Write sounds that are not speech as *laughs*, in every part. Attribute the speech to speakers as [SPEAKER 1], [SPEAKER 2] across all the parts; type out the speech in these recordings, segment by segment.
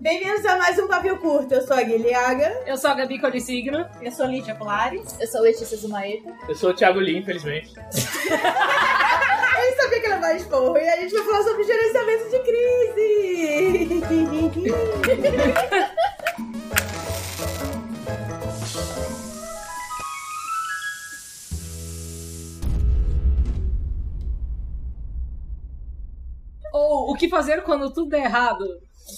[SPEAKER 1] Bem-vindos a mais um Papel Curto. Eu sou a Guilhaga.
[SPEAKER 2] Eu sou a Gabi Colissigno.
[SPEAKER 3] Eu sou Lídia Polares.
[SPEAKER 4] Eu sou Letícia Zumaeta.
[SPEAKER 5] Eu sou o Thiago Lee, infelizmente.
[SPEAKER 1] Tá A gente sabia que era mais porra e a gente vai falar sobre gerenciamento de
[SPEAKER 2] Tá,
[SPEAKER 1] crise.
[SPEAKER 2] Ou o que fazer quando tudo der errado.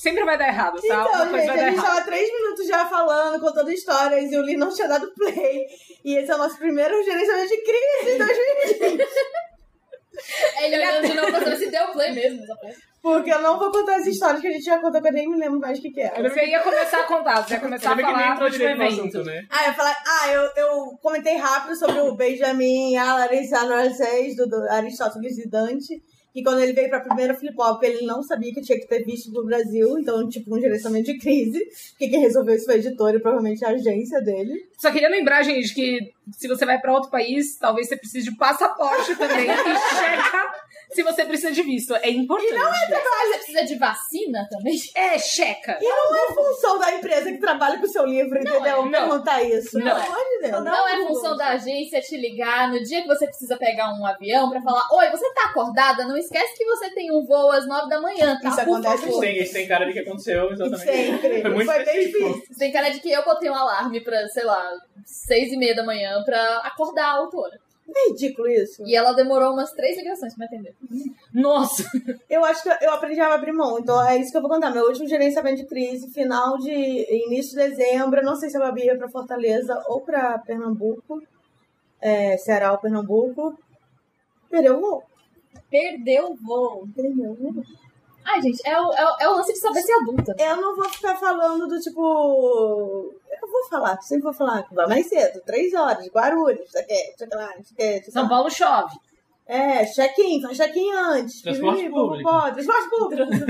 [SPEAKER 2] Sempre vai dar errado, tá? Alguma
[SPEAKER 1] Então,
[SPEAKER 2] coisa
[SPEAKER 1] gente,
[SPEAKER 2] vai
[SPEAKER 1] a
[SPEAKER 2] dar
[SPEAKER 1] gente
[SPEAKER 2] errado.
[SPEAKER 1] tava três minutos já falando, contando histórias e o Lee não tinha dado play. E esse é o nosso primeiro gerenciamento de crise em 2020.
[SPEAKER 4] Ele olhando de novo pra saber se deu play mesmo. essa peça.
[SPEAKER 1] Porque eu não vou contar as histórias que a gente já contou, que eu nem me lembro mais o que, que era.
[SPEAKER 2] Você ia começar a contar, você ia começar a
[SPEAKER 5] Ainda bem Tipo, que nem
[SPEAKER 2] falar do
[SPEAKER 5] entrou
[SPEAKER 2] último
[SPEAKER 5] direito no
[SPEAKER 2] evento.
[SPEAKER 5] assunto, né?
[SPEAKER 1] Ah, eu falei, ah, eu, eu comentei rápido sobre o Benjamin e a Larissa Narcés, do, do Aristóteles e Dante. E quando ele veio pra primeira flip-flop, ele não sabia que tinha que ter visto pro Brasil. Então, tipo, um gerenciamento de crise. Porque quem resolveu isso foi a editora e provavelmente a agência dele.
[SPEAKER 2] Só queria lembrar, gente, que se você vai pra outro país, talvez você precise de passaporte
[SPEAKER 5] *laughs*
[SPEAKER 2] também. e checa se você precisa de visto. É importante.
[SPEAKER 4] Você precisa de vacina também?
[SPEAKER 2] É, checa.
[SPEAKER 1] E não é função da empresa que trabalha com o seu livro, entendeu?
[SPEAKER 2] é, não.
[SPEAKER 1] Perguntar isso.
[SPEAKER 2] Não
[SPEAKER 1] Pelo
[SPEAKER 2] é.
[SPEAKER 1] amor de Deus.
[SPEAKER 4] Não, é função da agência te ligar no dia que você precisa pegar um avião pra falar: Oi, você tá acordada? Não esquece que você tem um voo às nove da manhã, tá?
[SPEAKER 1] Isso
[SPEAKER 4] Por
[SPEAKER 1] acontece
[SPEAKER 4] favor."
[SPEAKER 5] Isso tem, isso tem cara de que aconteceu, exatamente.
[SPEAKER 1] Sempre.
[SPEAKER 5] Foi muito
[SPEAKER 1] Foi bem
[SPEAKER 5] específico.
[SPEAKER 1] difícil.
[SPEAKER 4] Tem cara de que eu botei um alarme pra, sei lá, seis e meia da manhã pra acordar a autora.
[SPEAKER 1] É ridículo isso.
[SPEAKER 4] E ela demorou umas três ligações pra me atender.
[SPEAKER 2] Nossa.
[SPEAKER 1] Eu acho que eu aprendi a abrir mão, então é isso que eu vou contar. Meu último gerenciamento de crise, final de início de dezembro. eu Não sei se eu babia pra Fortaleza ou pra Pernambuco, é, Ceará ou Pernambuco. Perdeu o voo.
[SPEAKER 3] Perdeu o voo.
[SPEAKER 1] Perdeu o voo.
[SPEAKER 4] Ai, gente, é o, é o, é o lance de saber ser adulta.
[SPEAKER 1] Eu não vou ficar falando do tipo. Eu vou falar, sempre vou falar que vai mais cedo, três horas, Guarulhos, isso aqui, isso aqui lá, isso aqui, isso aqui
[SPEAKER 2] São
[SPEAKER 1] lá.
[SPEAKER 2] Paulo chove.
[SPEAKER 1] É, check-in, faz check-in antes.
[SPEAKER 5] Transporte
[SPEAKER 1] piriri, popopó, Transporte público.
[SPEAKER 4] Só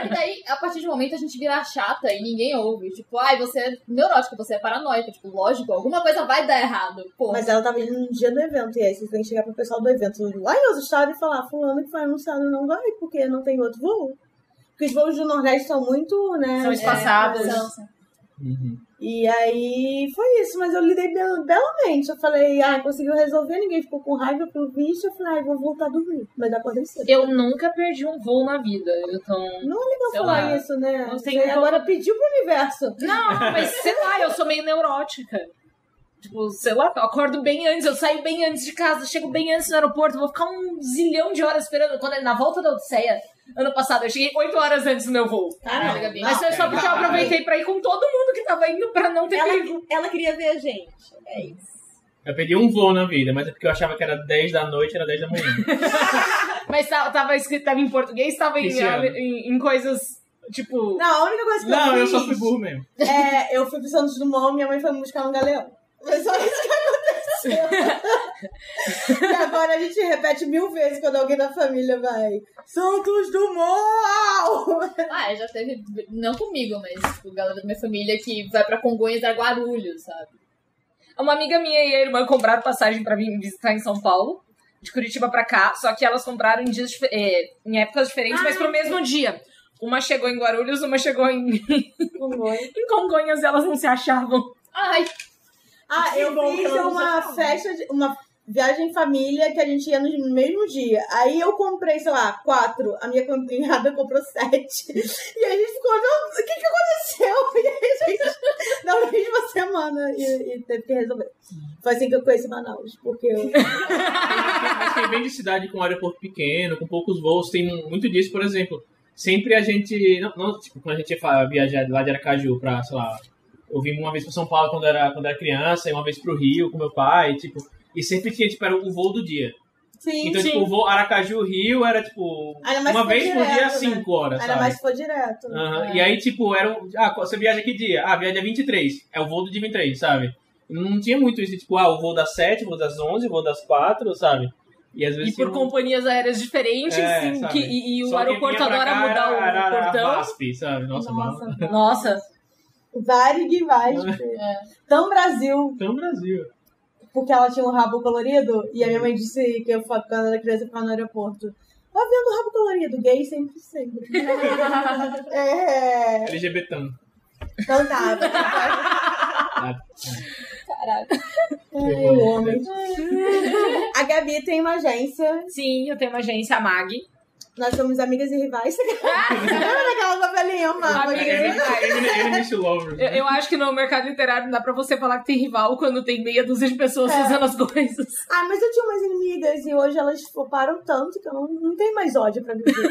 [SPEAKER 4] que daí, a partir de um momento, a gente vira chata e ninguém ouve. Tipo, ai, você é neurótica, você é paranoica. Tipo, lógico, alguma coisa vai dar errado. Pô,
[SPEAKER 1] Mas ela tava indo no dia do evento, e aí vocês têm que chegar pro pessoal do evento lá em outro estado e falar, fulano que foi anunciado não vai, porque não tem outro voo. Porque os voos do Nordeste são muito, né?
[SPEAKER 2] São espaçados.
[SPEAKER 1] são.
[SPEAKER 4] são-
[SPEAKER 5] Uhum.
[SPEAKER 1] E aí foi isso, mas eu lidei bel- belamente. Eu falei, ah, conseguiu resolver, ninguém ficou com raiva pro bicho. Eu falei, ah, vou voltar a dormir. Mas acordei cedo.
[SPEAKER 2] Eu nunca perdi um voo na vida. Então.
[SPEAKER 1] Não é legal
[SPEAKER 2] Sei
[SPEAKER 1] falar
[SPEAKER 2] lá.
[SPEAKER 1] isso, né?
[SPEAKER 2] Não
[SPEAKER 1] Você
[SPEAKER 2] tem como-
[SPEAKER 1] agora pediu pro universo.
[SPEAKER 2] Não, mas sei lá, eu sou meio neurótica. Tipo, sei lá, eu acordo bem antes, eu saio bem antes de casa, chego bem antes no aeroporto, vou ficar um zilhão de horas esperando. Quando é na volta da Odisseia, ano passado, eu cheguei 8 horas antes do meu voo.
[SPEAKER 4] Caralho, Gabi.
[SPEAKER 2] Mas foi só porque eu aproveitei pra ir com todo mundo que tava indo pra não ter perigo.
[SPEAKER 3] Ela, ela queria ver a gente. É isso.
[SPEAKER 5] Eu perdi um voo na vida, mas é porque eu achava que era 10 da noite, era 10 da manhã.
[SPEAKER 1] *laughs*
[SPEAKER 2] Mas tá- tava escrito, tava em português, tava em,
[SPEAKER 5] Esse ano.
[SPEAKER 2] em, em coisas, tipo...
[SPEAKER 1] Não, a única coisa que eu
[SPEAKER 5] Não, eu
[SPEAKER 1] fiz
[SPEAKER 5] só fui burro mesmo.
[SPEAKER 1] é, eu fui pro Santos Dumont, minha mãe foi me buscar no Galeão. Foi só isso que aconteceu. e agora a gente repete mil vezes quando alguém da família vai. Santos Dumont!
[SPEAKER 4] Ah, já teve. Não comigo, mas tipo, galera da minha família que vai pra Congonhas a Guarulhos, sabe?
[SPEAKER 2] Uma amiga minha e a irmã compraram passagem pra vir me visitar em São Paulo, de Curitiba pra cá, só que elas compraram em, dias, dif- é, em épocas diferentes, mas pro mesmo dia. Uma chegou em Guarulhos, uma chegou em, *laughs* em Congonhas e elas não se achavam.
[SPEAKER 4] Ai,
[SPEAKER 1] Ah, eu
[SPEAKER 3] bom que
[SPEAKER 1] fiz
[SPEAKER 3] ela não
[SPEAKER 1] uma
[SPEAKER 3] sabe.
[SPEAKER 1] festa, de, uma viagem em família que a gente ia no mesmo dia. Aí eu comprei, sei lá, quatro. A minha cunhada comprou sete. *laughs* E aí a gente ficou, não, o que, que aconteceu? *laughs* E aí a gente, *laughs* na mesma semana, e, e teve que resolver. Foi assim que eu conheci Manaus, porque eu.
[SPEAKER 5] Mas quem vem de cidade com aeroporto pequeno, com poucos voos, tem muito disso, por exemplo. Sempre a gente. Não, não, tipo, quando a gente ia fa- viajar lá de Aracaju pra, sei lá. Eu vim uma vez pra São Paulo quando era, quando era criança, e uma vez pro Rio com meu pai, tipo. E sempre tinha, tipo, era o voo do dia.
[SPEAKER 1] Sim,
[SPEAKER 5] então, tipo, o voo Aracaju-Rio era, tipo,
[SPEAKER 1] Ainda mais se
[SPEAKER 5] uma
[SPEAKER 1] for
[SPEAKER 5] vez por
[SPEAKER 1] direto,
[SPEAKER 5] dia,
[SPEAKER 1] né?
[SPEAKER 5] 5 horas,
[SPEAKER 1] Ainda
[SPEAKER 5] sabe?
[SPEAKER 1] mais se for direto. né?
[SPEAKER 5] Aham, E aí, tipo, era um. Ah, você viaja que dia? Ah, viaja 23. É o voo do dia 23, sabe? Não tinha muito isso, tipo, ah, o voo das 7, o voo das 11, o voo das 4, sabe? E às vezes.
[SPEAKER 2] E por
[SPEAKER 5] tinha um-
[SPEAKER 2] companhias aéreas diferentes,
[SPEAKER 5] É,
[SPEAKER 2] sim,
[SPEAKER 5] sabe?
[SPEAKER 2] que- e, e o
[SPEAKER 5] Só quem
[SPEAKER 2] aeroporto
[SPEAKER 5] vinha pra
[SPEAKER 2] adora
[SPEAKER 5] cá
[SPEAKER 2] mudar
[SPEAKER 5] era- era
[SPEAKER 2] o
[SPEAKER 5] a
[SPEAKER 2] portão.
[SPEAKER 5] VASP, sabe? Nossa,
[SPEAKER 1] Nossa.
[SPEAKER 5] mano.
[SPEAKER 2] Nossa,
[SPEAKER 1] Varig Vasp. Tão Brasil,
[SPEAKER 5] Então, Brasil.
[SPEAKER 1] porque ela tinha um rabo colorido. E a minha mãe disse que eu, fa- quando era criança, eu ficava no aeroporto. Tá vendo o rabo colorido? Gay sempre, sempre. é...
[SPEAKER 5] LGBTão.
[SPEAKER 1] Então tá.
[SPEAKER 4] Caraca.
[SPEAKER 1] Ai, homem. A Gabi tem uma agência.
[SPEAKER 2] Sim, eu tenho uma agência, a MAG.
[SPEAKER 1] Nós somos amigas e rivais. *laughs* Lembra daquela novelinha, amava?
[SPEAKER 2] Amigas e rivais.
[SPEAKER 5] Enemy Lovers.
[SPEAKER 2] é Eu,
[SPEAKER 5] né?
[SPEAKER 2] eu acho que no mercado literário não dá pra você falar que tem rival quando tem meia dúzia de pessoas
[SPEAKER 1] É.
[SPEAKER 2] fazendo as coisas.
[SPEAKER 1] Ah, mas eu tinha umas inimigas e hoje elas floparam tanto que eu não, não tenho mais ódio pra viver.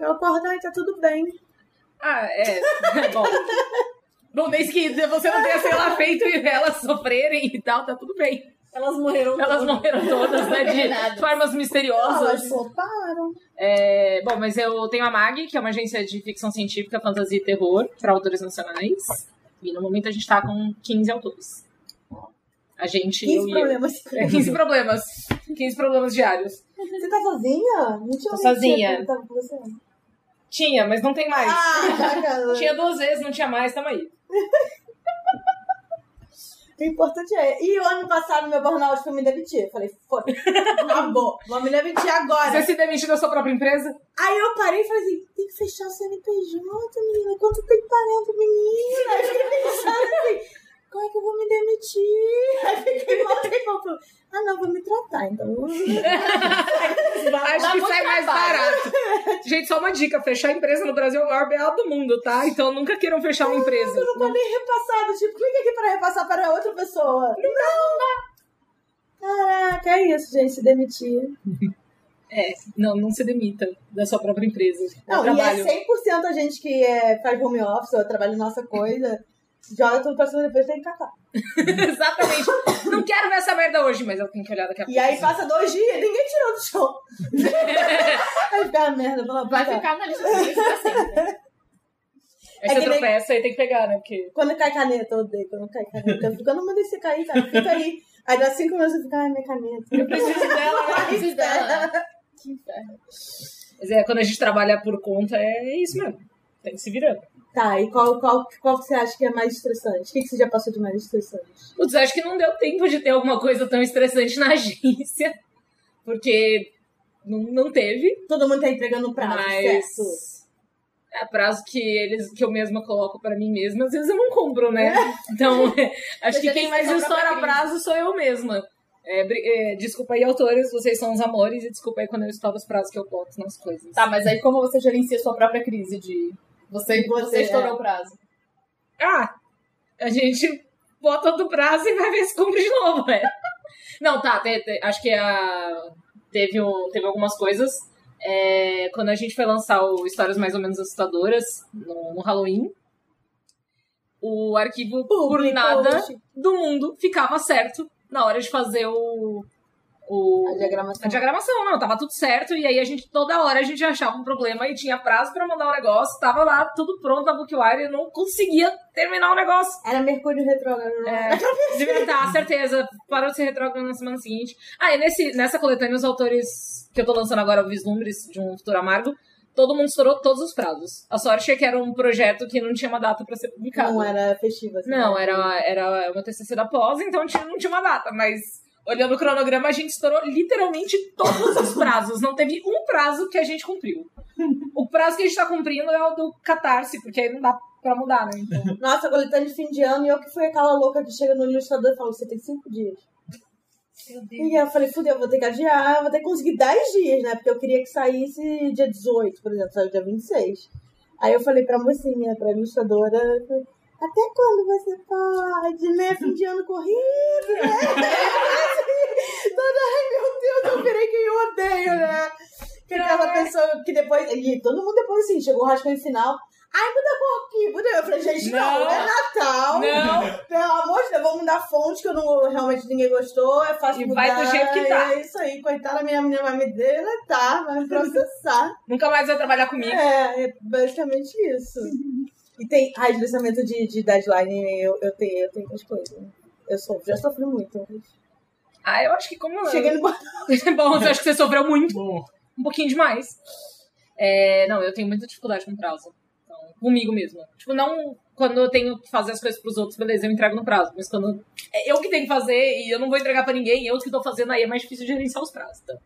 [SPEAKER 1] Eu acordo, ai, tá tudo bem.
[SPEAKER 2] Ah, é. *laughs* Bom. Bom, desde que você não tenha, sei lá, feito e elas sofrerem e tal, tá tudo bem.
[SPEAKER 3] Elas morreram.
[SPEAKER 2] Elas
[SPEAKER 3] todas.
[SPEAKER 2] morreram todas, né? De
[SPEAKER 4] Nada.
[SPEAKER 2] formas
[SPEAKER 1] Ah,
[SPEAKER 2] misteriosas.
[SPEAKER 1] elas floparam.
[SPEAKER 2] É, bom, mas eu tenho a MAG, que é uma agência de ficção científica, fantasia e terror para autores nacionais. E no momento a gente tá com 15 autores. A gente.
[SPEAKER 1] 15
[SPEAKER 2] eu e eu.
[SPEAKER 1] problemas.
[SPEAKER 2] É, 15 problemas. 15 problemas diários.
[SPEAKER 1] Você tá sozinha? Não tinha
[SPEAKER 2] Tô
[SPEAKER 1] alguém que
[SPEAKER 2] sozinha.
[SPEAKER 1] tinha perguntado pra você.
[SPEAKER 2] Tinha, mas não tem mais.
[SPEAKER 1] Ah, bacana.
[SPEAKER 2] Tinha duas vezes, não tinha mais, tamo aí.
[SPEAKER 1] O importante é. E o ano passado, meu burnout foi me demitir. Eu falei, foda acabou. Vou me demitir
[SPEAKER 2] Você
[SPEAKER 1] agora.
[SPEAKER 2] se demitiu da sua própria empresa?
[SPEAKER 1] Aí eu parei e falei assim: tem que fechar o CNPJ, menina. Quanto tem parando, menina? Aí eu fiquei pensando assim: como é que eu vou me demitir? Aí fiquei mal tempo. Ah, não, vou me tratar, então.
[SPEAKER 2] Acho
[SPEAKER 4] dá
[SPEAKER 2] que
[SPEAKER 4] muito
[SPEAKER 2] sai mais
[SPEAKER 4] trabalho.
[SPEAKER 2] barato. Gente, só uma dica: fechar empresa no Brasil é o maior BA do mundo, tá? Então nunca queiram fechar uma empresa.
[SPEAKER 1] Eu não tô nem repassado. Tipo, clica aqui pra repassar para outra pessoa. Não, Caraca, é isso, gente, se demitir.
[SPEAKER 2] É, Não, não se demita da sua própria empresa.
[SPEAKER 1] Não,
[SPEAKER 2] é trabalho.
[SPEAKER 1] e é 100% a gente que é, faz home office ou trabalha em nossa coisa, *laughs* joga tudo pra cima depois tem que catar.
[SPEAKER 2] *laughs* Exatamente. Não quero ver essa merda hoje, mas eu tenho que olhar daqui a pouco.
[SPEAKER 1] E aí passa dois dias, ninguém tirou do
[SPEAKER 4] *laughs*
[SPEAKER 1] chão. Vai ficar uma merda, pela
[SPEAKER 4] Vai ficar na lista de livros pra sempre.
[SPEAKER 2] Aí
[SPEAKER 1] é
[SPEAKER 2] você
[SPEAKER 1] que nem-
[SPEAKER 2] tropeça e tem que pegar, né? Porque.
[SPEAKER 1] Quando cai caneta, eu odeio quando cai caneta. Eu fico, eu não mandei você cair, cara, fica aí. Aí dá cinco minutos e fica, ai, minha caneta.
[SPEAKER 4] *laughs*
[SPEAKER 2] Eu preciso dela, né?
[SPEAKER 4] Preciso dela. Que inferno.
[SPEAKER 2] Mas é, quando a gente trabalha por conta, é isso mesmo. Tem que se virando.
[SPEAKER 1] Tá, e qual, qual, qual que você acha que é mais estressante? O que, que você já passou de mais estressante?
[SPEAKER 2] Putz, acho que não deu tempo de ter alguma coisa tão estressante na *laughs* agência. Porque não, não teve.
[SPEAKER 1] Todo mundo tá entregando prazo,
[SPEAKER 2] mas.
[SPEAKER 1] certo?
[SPEAKER 2] É prazo que eles que eu mesma coloco pra mim mesma, às vezes eu não cumpro,
[SPEAKER 4] *laughs*
[SPEAKER 2] né? Então, acho
[SPEAKER 4] Mas
[SPEAKER 2] que
[SPEAKER 4] eles
[SPEAKER 2] quem mais
[SPEAKER 4] são
[SPEAKER 2] estoura
[SPEAKER 4] própria
[SPEAKER 2] prazo sou eu mesma. É, bri- é, desculpa aí, autores, vocês são os amores, e desculpa aí quando eu estouro os prazos que eu boto nas coisas.
[SPEAKER 4] Tá, mas aí como você gerencia sua própria crise de... Você,
[SPEAKER 1] Você, é.
[SPEAKER 4] você, estourou o prazo.
[SPEAKER 2] Ah, a gente bota outro prazo e vai ver se cumpre de novo, é. Não, tá, te- te- acho que a, teve, um- teve algumas coisas. É, quando a gente foi lançar o Histórias Mais ou Menos Assustadoras no, no Halloween, o arquivo, por
[SPEAKER 1] Publicou,
[SPEAKER 2] nada
[SPEAKER 1] tipo,
[SPEAKER 2] do mundo, ficava certo na hora de fazer o.
[SPEAKER 1] A
[SPEAKER 2] o a
[SPEAKER 1] diagramação.
[SPEAKER 2] diagramação, não, tava tudo certo, e aí a gente, toda hora, a gente achava um problema e tinha prazo pra mandar o negócio, tava lá tudo pronto na Bookwire e não conseguia terminar o negócio.
[SPEAKER 1] *laughs* Era Mercúrio Retrógrado. né? não era?
[SPEAKER 2] É, libertar, certeza. Parou de ser retrógrado na semana seguinte. Ah, e nesse, nessa coletânea, os autores que eu tô lançando agora, o Vislumbres de um Futuro Amargo, todo mundo estourou todos os prazos. A sorte é que era um projeto que não tinha uma data pra ser publicado.
[SPEAKER 1] Não era festivo. assim,
[SPEAKER 2] É, Não,
[SPEAKER 1] né?
[SPEAKER 2] era, era uma TCC da pós, então tinha- não tinha uma data, mas olhando o cronograma, a gente estourou literalmente todos os prazos. Não teve um prazo que a gente cumpriu. O prazo que a gente tá cumprindo é o do catarse, porque aí não dá pra mudar, né? Então,
[SPEAKER 1] Nossa, coletânea de fim de ano e eu que fui aquela louca que chega no ilustrador e fala: você tem cinco dias.
[SPEAKER 3] Meu Deus.
[SPEAKER 1] E eu falei: fudeu, vou ter que adiar, vou ter que conseguir 10 dias, né? Porque eu queria que saísse dia 18, por exemplo, saiu dia 26. Aí eu falei pra mocinha, pra ilustradora: até quando você pode, né? Fim de ano corrido, né? *laughs* Assim, Toda, ai meu Deus, eu virei quem eu odeio, né? Que aquela pessoa que depois. E todo mundo depois assim, chegou o rascunho final. Ai, muda a cor aqui, muda. Eu falei, gente, não,
[SPEAKER 2] Não.
[SPEAKER 1] é Natal.
[SPEAKER 2] não!
[SPEAKER 1] Pelo amor de Deus, vamos mudar a fonte que eu não, realmente ninguém gostou. É fácil
[SPEAKER 2] E
[SPEAKER 1] mudar.
[SPEAKER 2] vai do jeito que tá.
[SPEAKER 1] É isso aí, coitada, minha menina vai me deletar, vai me
[SPEAKER 2] *laughs*
[SPEAKER 1] processar.
[SPEAKER 2] Nunca mais vai trabalhar comigo.
[SPEAKER 1] é, é basicamente isso. E tem, ai, lançamento de, de deadline, eu, eu tenho, eu tenho as coisas. Eu sou, já sofri muito.
[SPEAKER 2] Ah, eu acho que como eu...
[SPEAKER 1] Cheguei no
[SPEAKER 2] *laughs* Bom, eu acho que você sofreu muito,
[SPEAKER 5] Bom,
[SPEAKER 2] um pouquinho demais. É, não, eu tenho muita dificuldade com prazo. Então, comigo mesmo. Tipo, não quando eu tenho que fazer as coisas pros outros, beleza, eu entrego no prazo. Mas quando é eu que tenho que fazer e eu não vou entregar pra ninguém, eu que tô fazendo, aí é mais difícil gerenciar os prazos. Então,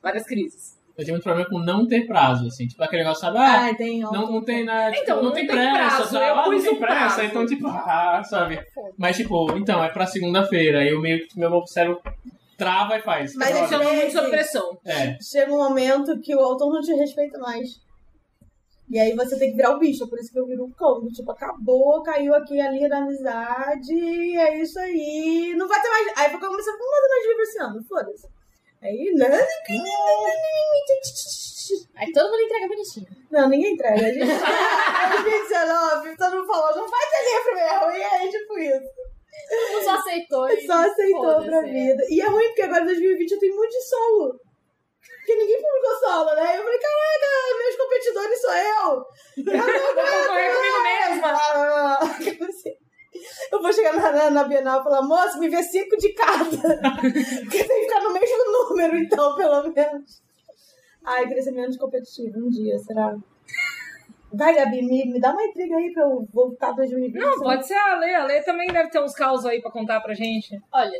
[SPEAKER 2] várias crises.
[SPEAKER 5] Eu tinha muito problema com não ter prazo, assim. Tipo, aquele negócio, sabe? Ah,
[SPEAKER 1] Ai, tem ó.
[SPEAKER 5] não, não tem nada. Tipo,
[SPEAKER 2] Então,
[SPEAKER 5] não,
[SPEAKER 2] não
[SPEAKER 5] tem
[SPEAKER 2] tem
[SPEAKER 5] pressa,
[SPEAKER 2] prazo,
[SPEAKER 5] sabe?
[SPEAKER 2] eu
[SPEAKER 5] Ah, não
[SPEAKER 2] pus
[SPEAKER 5] tem
[SPEAKER 2] um
[SPEAKER 5] pressa,
[SPEAKER 2] prazo.
[SPEAKER 5] então, tipo, *laughs* ah, sabe? Mas, tipo, então, é pra segunda-feira. Aí eu meio que meu cérebro trava e faz.
[SPEAKER 1] Mas
[SPEAKER 5] Droga.
[SPEAKER 1] esse é
[SPEAKER 2] Funcionou muito sob pressão.
[SPEAKER 5] É.
[SPEAKER 1] Chega um momento que o autor não te respeita mais. E aí você tem que virar o bicho, é por isso que eu viro o cão. do Tipo, acabou, caiu aqui a linha da amizade, é isso aí. Não vai ter mais. Aí eu comecei a não manda mais livro esse ano, foda-se. Aí, né?
[SPEAKER 4] Aí todo mundo entrega bonitinho.
[SPEAKER 1] Não, ninguém entrega. A gente. *laughs* 2019, todo mundo falou, não vai ter livro mesmo. E aí, tipo isso.
[SPEAKER 4] Todo mundo só aceitou. e
[SPEAKER 1] Só aceitou
[SPEAKER 4] foda-se,
[SPEAKER 1] pra
[SPEAKER 4] é.
[SPEAKER 1] vida. E é ruim, porque agora em 2020 eu tenho muito de solo. Porque ninguém publicou solo, né? Eu falei, caraca, meus competidores sou eu.
[SPEAKER 2] Vou concorrer comigo mesma.
[SPEAKER 1] Ah, *laughs* Eu vou chegar na, na, na Bienal e falar, moço, me vê cinco de cada. *laughs* Porque tem que ficar no mesmo número, então, pelo menos. Ai, queria ser menos competitivo um dia, será? Vai, Gabi, me, me dá uma intriga aí pra eu voltar pra 2020.
[SPEAKER 2] Não, pode ser a Lê. A Lê também deve ter uns caos aí pra contar pra gente.
[SPEAKER 4] Olha.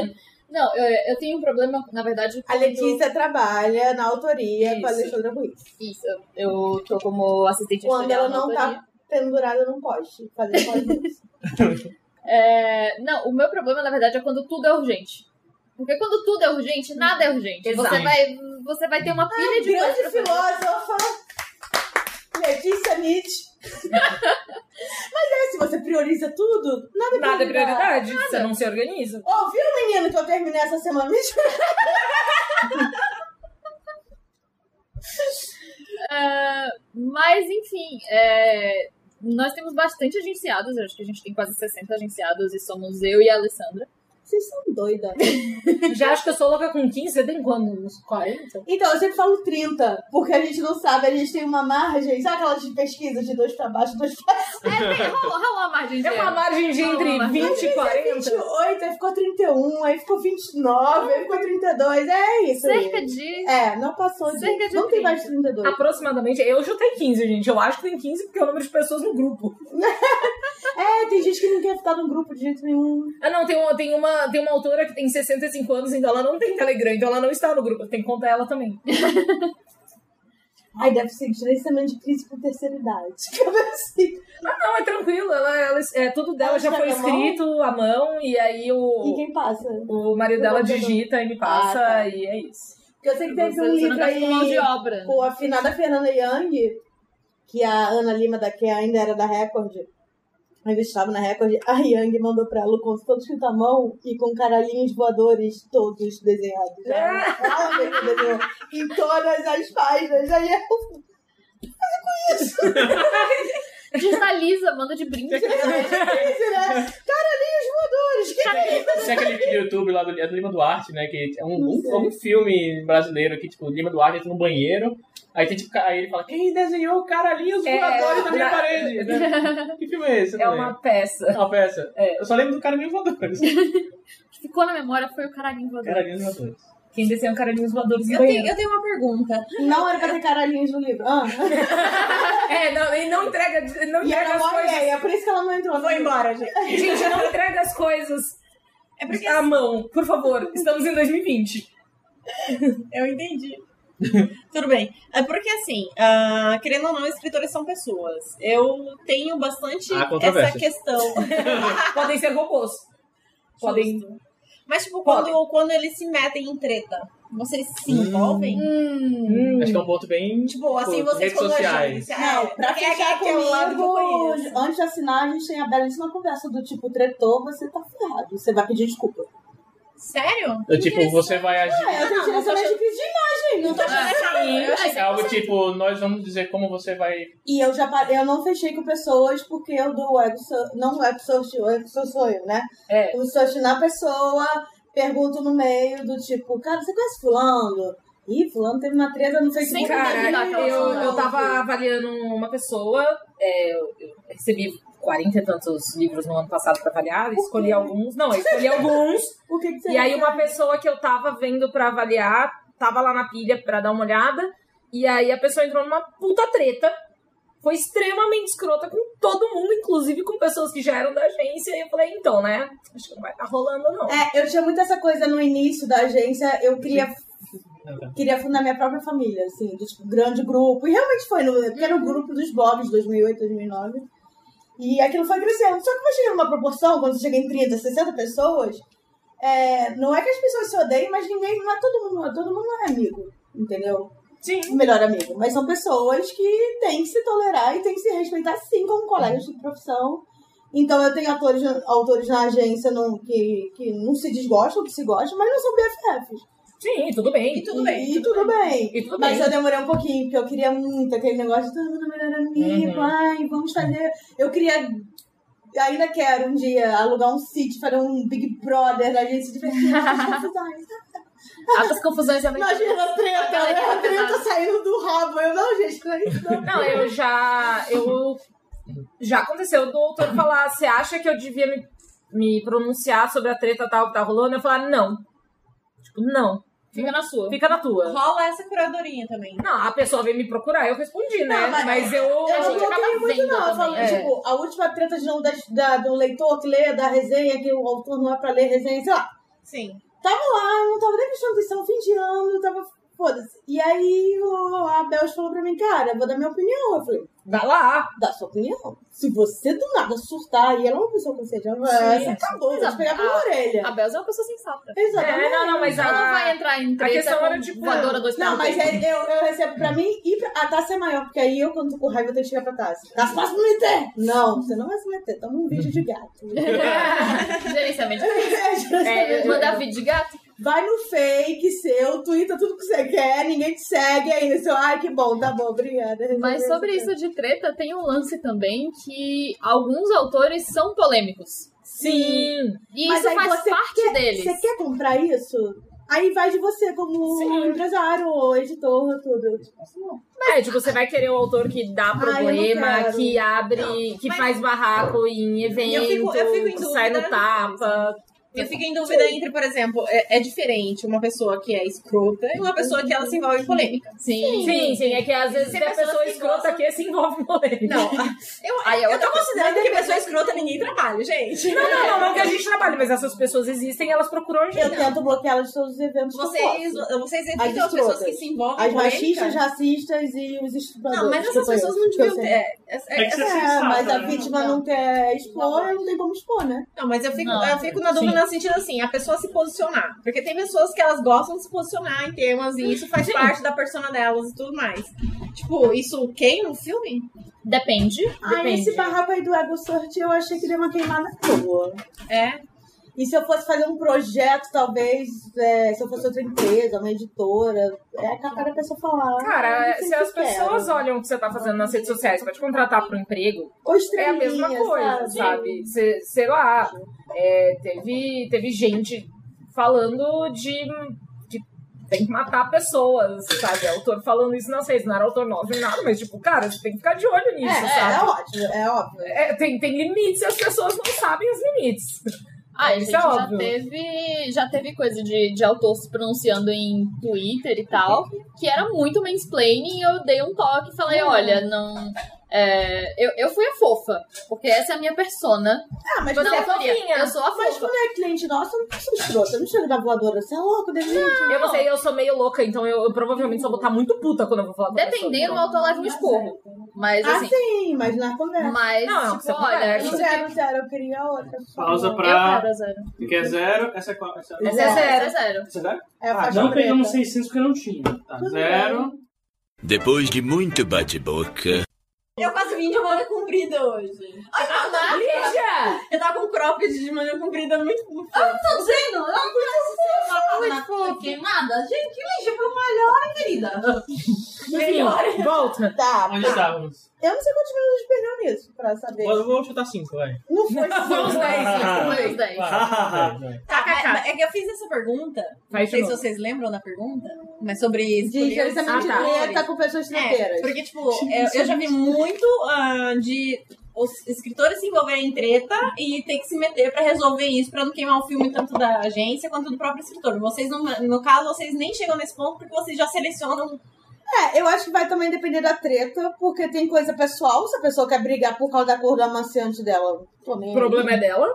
[SPEAKER 4] *laughs* Não, eu, eu tenho um problema, na verdade.
[SPEAKER 1] A
[SPEAKER 4] quando-
[SPEAKER 1] Letícia trabalha na autoria com a
[SPEAKER 4] Isso.
[SPEAKER 1] Alexandra Ruiz.
[SPEAKER 4] Isso, eu- eu tô como assistente
[SPEAKER 1] Quando
[SPEAKER 4] editorial
[SPEAKER 1] ela
[SPEAKER 4] na
[SPEAKER 1] não
[SPEAKER 4] autoria.
[SPEAKER 1] tá pendurada num poste,
[SPEAKER 4] *laughs*
[SPEAKER 1] fazendo pós
[SPEAKER 4] É, não, o meu problema, na verdade, é quando tudo é urgente. Porque quando tudo é urgente, nada é urgente.
[SPEAKER 2] Exato.
[SPEAKER 4] Você vai, você vai ter uma pilha Ah, é de coisas
[SPEAKER 1] Ah, Grande
[SPEAKER 4] pra fazer.
[SPEAKER 1] filósofa! Letícia Nietzsche. Mas é, se você prioriza tudo, nada é
[SPEAKER 2] Nada é
[SPEAKER 1] prioridade.
[SPEAKER 2] prioridade. Você não se organiza.
[SPEAKER 1] Ó, viu, menino, que eu terminei essa semana? Mentira.
[SPEAKER 4] É, mas, enfim, é, nós temos bastante agenciados. Eu acho que a gente tem quase 60 agenciados e somos eu e a Alessandra.
[SPEAKER 1] Vocês são doidas.
[SPEAKER 2] Já acho que eu sou louca com 15, você tem quando? Uns 40?
[SPEAKER 1] Então, eu sempre falo 30, porque a gente não sabe, a gente tem uma margem. Sabe aquelas de pesquisa de dois pra baixo, dois pra
[SPEAKER 4] É, tem- rolou, rolou a margem de
[SPEAKER 2] É uma
[SPEAKER 4] erro.
[SPEAKER 2] margem de
[SPEAKER 4] Não,
[SPEAKER 2] entre
[SPEAKER 4] mas-
[SPEAKER 2] 20 e 40.
[SPEAKER 4] Uhum.
[SPEAKER 1] 28, aí ficou 31, aí ficou 29, aí ficou 32. É isso. aí.
[SPEAKER 4] Cerca de...
[SPEAKER 1] É, não passou de.
[SPEAKER 4] Cerca de
[SPEAKER 1] não tem
[SPEAKER 4] 30.
[SPEAKER 1] mais de 32.
[SPEAKER 2] Aproximadamente, eu chutei 15, gente. Eu acho que tem 15 porque é o número de pessoas no grupo.
[SPEAKER 1] É, tem gente que não quer ficar num grupo de jeito nenhum.
[SPEAKER 2] Ah, não, tem uma, tem uma, tem uma autora que tem 65 anos, então ela não tem Telegram, então ela não está no grupo. Tem que contar ela também.
[SPEAKER 1] Ai, deve ser gerenciamento de crise com terceira idade. *laughs* Assim.
[SPEAKER 2] Ah, não, é tranquilo. Ela, ela- é, tudo dela
[SPEAKER 1] Ela
[SPEAKER 2] já
[SPEAKER 1] escreve
[SPEAKER 2] foi
[SPEAKER 1] à mão?
[SPEAKER 2] escrito à mão, e aí
[SPEAKER 1] E
[SPEAKER 2] o,
[SPEAKER 1] quem passa?
[SPEAKER 2] o marido dela
[SPEAKER 1] Você não-
[SPEAKER 2] digita e me passa,
[SPEAKER 1] um- Ah, tá.
[SPEAKER 2] e é isso.
[SPEAKER 1] Porque eu sei que
[SPEAKER 4] Você,
[SPEAKER 1] teve um
[SPEAKER 4] você não
[SPEAKER 1] livro
[SPEAKER 4] tá com mão de
[SPEAKER 1] aí
[SPEAKER 4] obra.
[SPEAKER 1] com a finada Fernanda Young, que a Ana Lima, da, que ainda era da Record, ainda estava na Record, a Young mandou pra ela o conto todo escrito à mão e com caralhinhos voadores todos desenhados. Ela, ela mesma desenhou em todas as páginas. Aí eu
[SPEAKER 4] Digitaliza, manda de brinde.
[SPEAKER 1] disse, *laughs* né? Caralhinhos voadores, que
[SPEAKER 5] Isso é aquele vídeo do YouTube lá do, é do Lima Duarte, né? Que é um, um, um filme brasileiro que, tipo, Lima Duarte entra no banheiro. Aí tem tipo, aí ele fala, quem desenhou o caralhinho os
[SPEAKER 2] É,
[SPEAKER 5] voadores na minha
[SPEAKER 2] na-
[SPEAKER 5] parede?
[SPEAKER 2] *laughs*
[SPEAKER 5] né? que filme é esse? Eu
[SPEAKER 2] É
[SPEAKER 5] não
[SPEAKER 2] uma
[SPEAKER 5] lembro.
[SPEAKER 2] peça.
[SPEAKER 5] É uma peça.
[SPEAKER 2] É.
[SPEAKER 5] Eu só lembro do caralhinho
[SPEAKER 2] *laughs*
[SPEAKER 5] voadores.
[SPEAKER 4] Ficou na memória, foi o caralhinho voador.
[SPEAKER 5] caralhinho voadores.
[SPEAKER 2] Quem é um desenha caralhinhos voadores no
[SPEAKER 3] Eu tenho,
[SPEAKER 2] banheiro.
[SPEAKER 3] eu tenho uma pergunta.
[SPEAKER 1] Não era pra ter caralhinhos no livro. Ah.
[SPEAKER 2] É, não, e não entrega, não
[SPEAKER 1] E
[SPEAKER 2] entrega
[SPEAKER 1] ela
[SPEAKER 2] as
[SPEAKER 1] morre
[SPEAKER 2] coisas.
[SPEAKER 1] aí, é por isso que ela não entrou. Vou embora, gente. É assim-
[SPEAKER 2] Gente, não entrega as coisas à mão, por favor. Estamos em 2020.
[SPEAKER 3] Eu entendi. Tudo bem. É porque assim, ah, querendo ou não, escritores são pessoas. Eu tenho bastante
[SPEAKER 5] Há
[SPEAKER 3] essa
[SPEAKER 5] controvérsias.
[SPEAKER 3] questão.
[SPEAKER 2] Podem ser robôs. Podem.
[SPEAKER 3] Mas, tipo,
[SPEAKER 2] Podem.
[SPEAKER 3] quando, quando eles se metem em treta, vocês se envolvem?
[SPEAKER 2] Hum.
[SPEAKER 5] Acho que é um ponto bem.
[SPEAKER 3] Tipo, assim,
[SPEAKER 5] Pô,
[SPEAKER 3] vocês
[SPEAKER 5] redes
[SPEAKER 3] quando
[SPEAKER 5] sociais.
[SPEAKER 3] agência.
[SPEAKER 1] Não,
[SPEAKER 3] é,
[SPEAKER 1] pra
[SPEAKER 3] porque é
[SPEAKER 1] fechar
[SPEAKER 3] aquele lado que eu
[SPEAKER 1] comigo,
[SPEAKER 3] conheço.
[SPEAKER 1] antes de assinar, a gente tem a belíssima conversa do tipo, tretou, você tá ferrado, você vai pedir desculpa.
[SPEAKER 3] Sério?
[SPEAKER 5] Eu, tipo, você vai agir.
[SPEAKER 1] É, eu tenho direção de pedir imagem. Não tô
[SPEAKER 4] Ah,
[SPEAKER 2] Sim.
[SPEAKER 5] É algo tipo, nós vamos dizer como você vai.
[SPEAKER 1] E eu já pa- eu não fechei com pessoas porque eu dou web sur- não web search, web search sou eu, né?
[SPEAKER 2] É.
[SPEAKER 1] O search na pessoa, pergunto no meio do tipo, cara, você conhece fulano? Ih, fulano teve uma treta no Facebook.
[SPEAKER 4] Sempre
[SPEAKER 1] Ih,
[SPEAKER 4] dá
[SPEAKER 2] Cara,
[SPEAKER 4] aquela
[SPEAKER 2] eu,
[SPEAKER 4] ação,
[SPEAKER 2] eu tava avaliando uma pessoa, é, eu eu recebi 40 e tantos livros no ano passado pra avaliar, escolhi alguns, não, eu escolhi
[SPEAKER 3] *laughs*
[SPEAKER 2] alguns,
[SPEAKER 1] O que que você
[SPEAKER 2] e aí uma pessoa que eu tava vendo pra avaliar, tava lá na pilha pra dar uma olhada, e aí a pessoa entrou numa puta treta, foi extremamente escrota com todo mundo, inclusive com pessoas que já eram da agência, e eu falei, então, né, acho que não vai tá rolando não.
[SPEAKER 1] É, eu tinha muito essa coisa no início da agência, eu queria Queria fundar minha própria família, assim, de tipo, grande grupo. E realmente foi, no, porque era o grupo dos blogs de 2008, 2009. E aquilo foi crescendo. Só que vai chegando uma proporção, quando você chega em 30, 60 pessoas, é, não é que as pessoas se odeiem, mas ninguém, não é todo mundo, não é- todo mundo não é amigo, entendeu?
[SPEAKER 2] Sim.
[SPEAKER 1] O melhor amigo. Mas são pessoas que têm que se tolerar e têm que se respeitar, sim, como colegas de profissão. Então eu tenho atores, autores na agência não- que, que não se desgostam, que se gostam, mas não são BFFs.
[SPEAKER 2] Sim, tudo bem.
[SPEAKER 3] E tudo bem.
[SPEAKER 1] E, tudo bem.
[SPEAKER 2] E tudo
[SPEAKER 1] Mas
[SPEAKER 2] bem.
[SPEAKER 1] eu demorei um pouquinho, porque eu queria muito aquele negócio de todo mundo é melhor amigo.
[SPEAKER 2] Uhum.
[SPEAKER 1] Ai, vamos fazer. Eu queria. Ainda quero um dia alugar um sítio, fazer um Big Brother da gente tipo, assim, se divertir.
[SPEAKER 4] Altas confusões é
[SPEAKER 1] Imagina a treta, né? A treta saindo do rabo. Eu não, gente, não é isso. não.
[SPEAKER 2] Não, eu já. Eu, já aconteceu do autor falar: você acha que eu devia me, me pronunciar sobre a treta tal que tá rolando? Eu falar, não. Tipo, não.
[SPEAKER 4] Fica na sua.
[SPEAKER 2] Fica na tua.
[SPEAKER 3] Rola essa curadoria também.
[SPEAKER 2] Não, a pessoa veio me procurar, eu respondi, né?
[SPEAKER 1] Não, mas-
[SPEAKER 2] mas, eu.
[SPEAKER 1] Eu não
[SPEAKER 4] gente acaba
[SPEAKER 1] toquei muito,
[SPEAKER 4] vendo
[SPEAKER 1] não. Eu falo,
[SPEAKER 4] também, é.
[SPEAKER 1] tipo, a última treta de não da, da- do leitor que lê, da resenha, que o autor não é pra ler resenha, sei lá.
[SPEAKER 3] Sim.
[SPEAKER 1] Tava lá, eu não tava nem prestando atenção, fim de ano, eu tava. Foda-se. E aí o, a Bels falou pra mim, cara, eu vou dar minha opinião. Eu falei,
[SPEAKER 2] Vai lá.
[SPEAKER 1] dá sua opinião. Se você do nada surtar, e ela é uma pessoa com sede, ela vai, você acabou, vou te pegar pela
[SPEAKER 4] Ah.
[SPEAKER 1] orelha.
[SPEAKER 4] A Belza é uma pessoa sensata.
[SPEAKER 1] Exatamente.
[SPEAKER 2] É, não, não, mas a.
[SPEAKER 4] Ela não vai entrar em treta
[SPEAKER 2] questão
[SPEAKER 4] com
[SPEAKER 2] era, tipo,
[SPEAKER 4] voadora dois
[SPEAKER 1] Não,
[SPEAKER 4] pau
[SPEAKER 1] mas
[SPEAKER 4] no peito.
[SPEAKER 1] é- eu, eu recebo pra mim e pra, a Tassi é maior, porque aí eu, quando tô com raiva, eu tenho que chegar pra Tassi. Tassi, posso me meter? Não, você não vai se meter, toma um vídeo de gato. *laughs*
[SPEAKER 4] *laughs* Gerenciamento.
[SPEAKER 2] É, eu-
[SPEAKER 4] Mandar vídeo de gato.
[SPEAKER 1] Vai no fake seu, twitta tudo que você quer, ninguém te segue, é isso. Ai, que bom, tá bom, obrigada.
[SPEAKER 4] Mas sobre isso de treta, tem um lance também que alguns autores são polêmicos.
[SPEAKER 2] *laughs* Sim.
[SPEAKER 4] E
[SPEAKER 1] Mas
[SPEAKER 4] isso
[SPEAKER 1] aí
[SPEAKER 4] faz
[SPEAKER 1] você
[SPEAKER 4] parte
[SPEAKER 1] quer-
[SPEAKER 4] deles.
[SPEAKER 1] Você quer comprar isso? Aí vai de você como um empresário ou editor, tudo. Tipo, assim, não.
[SPEAKER 2] É, tipo, você vai querer o autor que dá problema,
[SPEAKER 1] eu não quero.
[SPEAKER 2] que abre, que
[SPEAKER 3] mas-
[SPEAKER 2] faz barraco em evento,
[SPEAKER 3] Eu fico- eu fico em
[SPEAKER 2] que sai no
[SPEAKER 3] dúvida.
[SPEAKER 2] tapa.
[SPEAKER 3] Eu fico em dúvida entre, por exemplo, é, é diferente uma pessoa que é escrota e uma pessoa que ela se envolve em polêmica.
[SPEAKER 4] Sim.
[SPEAKER 2] Sim, sim, é que às vezes
[SPEAKER 3] Tem
[SPEAKER 2] tem a
[SPEAKER 3] pessoas
[SPEAKER 2] pessoa
[SPEAKER 3] que
[SPEAKER 2] escrota
[SPEAKER 3] gostam-
[SPEAKER 2] que se envolve *laughs* em polêmica.
[SPEAKER 3] Não, *laughs*
[SPEAKER 4] Aí é
[SPEAKER 3] eu
[SPEAKER 4] outra
[SPEAKER 3] tô considerando que pessoa escrota ninguém trabalha, gente.
[SPEAKER 2] Não, não, não, não que a gente trabalhe, mas essas pessoas existem e elas procuram a
[SPEAKER 1] Eu
[SPEAKER 2] gente.
[SPEAKER 1] tento bloquear ela de todos os eventos que eu
[SPEAKER 3] Vocês,
[SPEAKER 1] posso.
[SPEAKER 3] vocês
[SPEAKER 1] As
[SPEAKER 3] evitam as pessoas que
[SPEAKER 1] escrotas.
[SPEAKER 3] se envolvem
[SPEAKER 1] As
[SPEAKER 3] em polêmica?
[SPEAKER 1] machistas, racistas e os estupradores.
[SPEAKER 3] Não, mas
[SPEAKER 1] que eu
[SPEAKER 3] essas
[SPEAKER 1] conheço,
[SPEAKER 3] pessoas não
[SPEAKER 1] que eu
[SPEAKER 3] deviam
[SPEAKER 1] sei.
[SPEAKER 3] ter. é, é, é,
[SPEAKER 5] que você
[SPEAKER 1] É,
[SPEAKER 5] Sensata,
[SPEAKER 1] mas a
[SPEAKER 5] né?
[SPEAKER 1] vítima não quer expor, não tem como expor, né?
[SPEAKER 3] Não, mas eu fico,
[SPEAKER 4] Não.
[SPEAKER 3] eu fico na dúvida no sentido assim, a pessoa se posicionar. Porque tem pessoas que elas gostam de se posicionar em temas e isso faz parte da persona delas e tudo mais. Tipo, isso queima o filme?
[SPEAKER 4] Depende.
[SPEAKER 1] Ah,
[SPEAKER 4] Depende.
[SPEAKER 1] esse barraco aí do Ego Search eu achei que deu uma queimada boa.
[SPEAKER 3] É.
[SPEAKER 1] E se eu fosse fazer um projeto, talvez, é, se eu fosse outra empresa, uma editora, é capaz da pessoa falar. "Ah, não
[SPEAKER 2] Cara,
[SPEAKER 1] sei
[SPEAKER 2] se
[SPEAKER 1] o
[SPEAKER 2] as
[SPEAKER 1] que eu quero."
[SPEAKER 2] pessoas olham o que você tá fazendo nas redes sociais pra te contratar pro emprego,
[SPEAKER 1] Ou
[SPEAKER 2] é a mesma
[SPEAKER 1] estrelinha,
[SPEAKER 2] coisa, sabe? Cê- Sei lá, é, teve, teve gente falando de que tem que matar pessoas, sabe? Autor falando isso nas redes, não era autor nosso nem nada, mas tipo, cara, você tem que ficar de olho
[SPEAKER 1] É,
[SPEAKER 2] nisso,
[SPEAKER 1] é, é
[SPEAKER 2] sabe?
[SPEAKER 1] ótimo, é óbvio.
[SPEAKER 2] É, tem, tem limites e as pessoas não sabem os limites.
[SPEAKER 4] Ah,
[SPEAKER 2] Isso
[SPEAKER 4] gente,
[SPEAKER 2] é
[SPEAKER 4] já
[SPEAKER 2] óbvio.
[SPEAKER 4] teve, já teve coisa de, de autor se pronunciando em Twitter e tal, que era muito mansplaining e eu dei um toque e falei, olha, não... é, eu, eu fui a fofa, porque essa é a minha persona.
[SPEAKER 1] Ah, mas
[SPEAKER 4] Não,
[SPEAKER 1] você é
[SPEAKER 2] fofa.
[SPEAKER 4] autoria,
[SPEAKER 2] fofinha.
[SPEAKER 4] Eu sou a
[SPEAKER 1] mas
[SPEAKER 4] fofa.
[SPEAKER 1] quando é cliente nosso, eu não sou escrota. Eu não chego da voadora, você é louco, deve
[SPEAKER 2] Eu não sei, eu sou meio louca, então eu, eu provavelmente só vou estar muito puta quando eu vou falar com a pessoa,
[SPEAKER 4] Dependendo, o
[SPEAKER 2] então.
[SPEAKER 4] autor leva um esporro. Mas,
[SPEAKER 1] Ah,
[SPEAKER 4] assim,
[SPEAKER 1] sim, mas na conversa.
[SPEAKER 4] mas,
[SPEAKER 2] Não, é o que você
[SPEAKER 4] tipo, olha...
[SPEAKER 2] conversa.
[SPEAKER 1] Não
[SPEAKER 4] isso
[SPEAKER 1] zero, zero, eu queria outra.
[SPEAKER 5] Pausa
[SPEAKER 4] Eu
[SPEAKER 5] pra.
[SPEAKER 4] quero zero.
[SPEAKER 5] Tu quer zero? Essa é qual? Essa é
[SPEAKER 2] Essa é
[SPEAKER 4] Zero,
[SPEAKER 2] zero.
[SPEAKER 4] é zero.
[SPEAKER 5] essa é zero?
[SPEAKER 1] É a
[SPEAKER 5] Ah,
[SPEAKER 1] faixa
[SPEAKER 5] não
[SPEAKER 1] preta.
[SPEAKER 5] pegamos 600 porque não tinha. Tá, zero.
[SPEAKER 6] Depois de muito bate-boca,
[SPEAKER 3] Eu quase vim de manga comprida hoje.
[SPEAKER 2] Lígia!
[SPEAKER 3] Eu tava com cropped de manga comprida muito fofa. tá
[SPEAKER 7] Tô dizendo, eu não
[SPEAKER 3] ah,
[SPEAKER 7] muito fofa. Queimada? Gente, que
[SPEAKER 3] é
[SPEAKER 7] lixo, foi melhor, querida.
[SPEAKER 2] Enfim, assim, volta.
[SPEAKER 1] Tá,
[SPEAKER 5] Onde
[SPEAKER 1] tá.
[SPEAKER 5] estávamos?
[SPEAKER 1] Eu não sei quantos minutos perdeu nisso, pra saber.
[SPEAKER 5] Eu vou chutar 5,
[SPEAKER 1] *laughs*
[SPEAKER 5] vai.
[SPEAKER 1] Não
[SPEAKER 3] *laughs*
[SPEAKER 1] foi
[SPEAKER 2] Foi uns
[SPEAKER 1] cinco.
[SPEAKER 2] 10,
[SPEAKER 4] Menos
[SPEAKER 1] Ah,
[SPEAKER 5] Ah,
[SPEAKER 4] dez.
[SPEAKER 5] Vai, vai.
[SPEAKER 3] Tá, mas- mas é que eu fiz essa pergunta. Não
[SPEAKER 2] Faz de
[SPEAKER 3] sei se
[SPEAKER 2] novo.
[SPEAKER 3] vocês lembram da pergunta, mas sobre isso.
[SPEAKER 1] De gerenciamento de
[SPEAKER 2] Ah, tá.
[SPEAKER 1] treta com pessoas
[SPEAKER 3] É,
[SPEAKER 1] treteiras.
[SPEAKER 3] porque, tipo, eu, eu já vi muito ah, de os escritores se envolverem em treta e ter que se meter pra resolver isso, pra não queimar o filme tanto da agência quanto do próprio escritor. Vocês, não, no caso, vocês nem chegam nesse ponto porque vocês já selecionam.
[SPEAKER 1] É, eu acho que vai também depender da treta, porque tem coisa pessoal, se a pessoa quer brigar por causa da cor do amaciante dela. Tô nem
[SPEAKER 2] O é
[SPEAKER 1] aí.
[SPEAKER 2] problema é dela.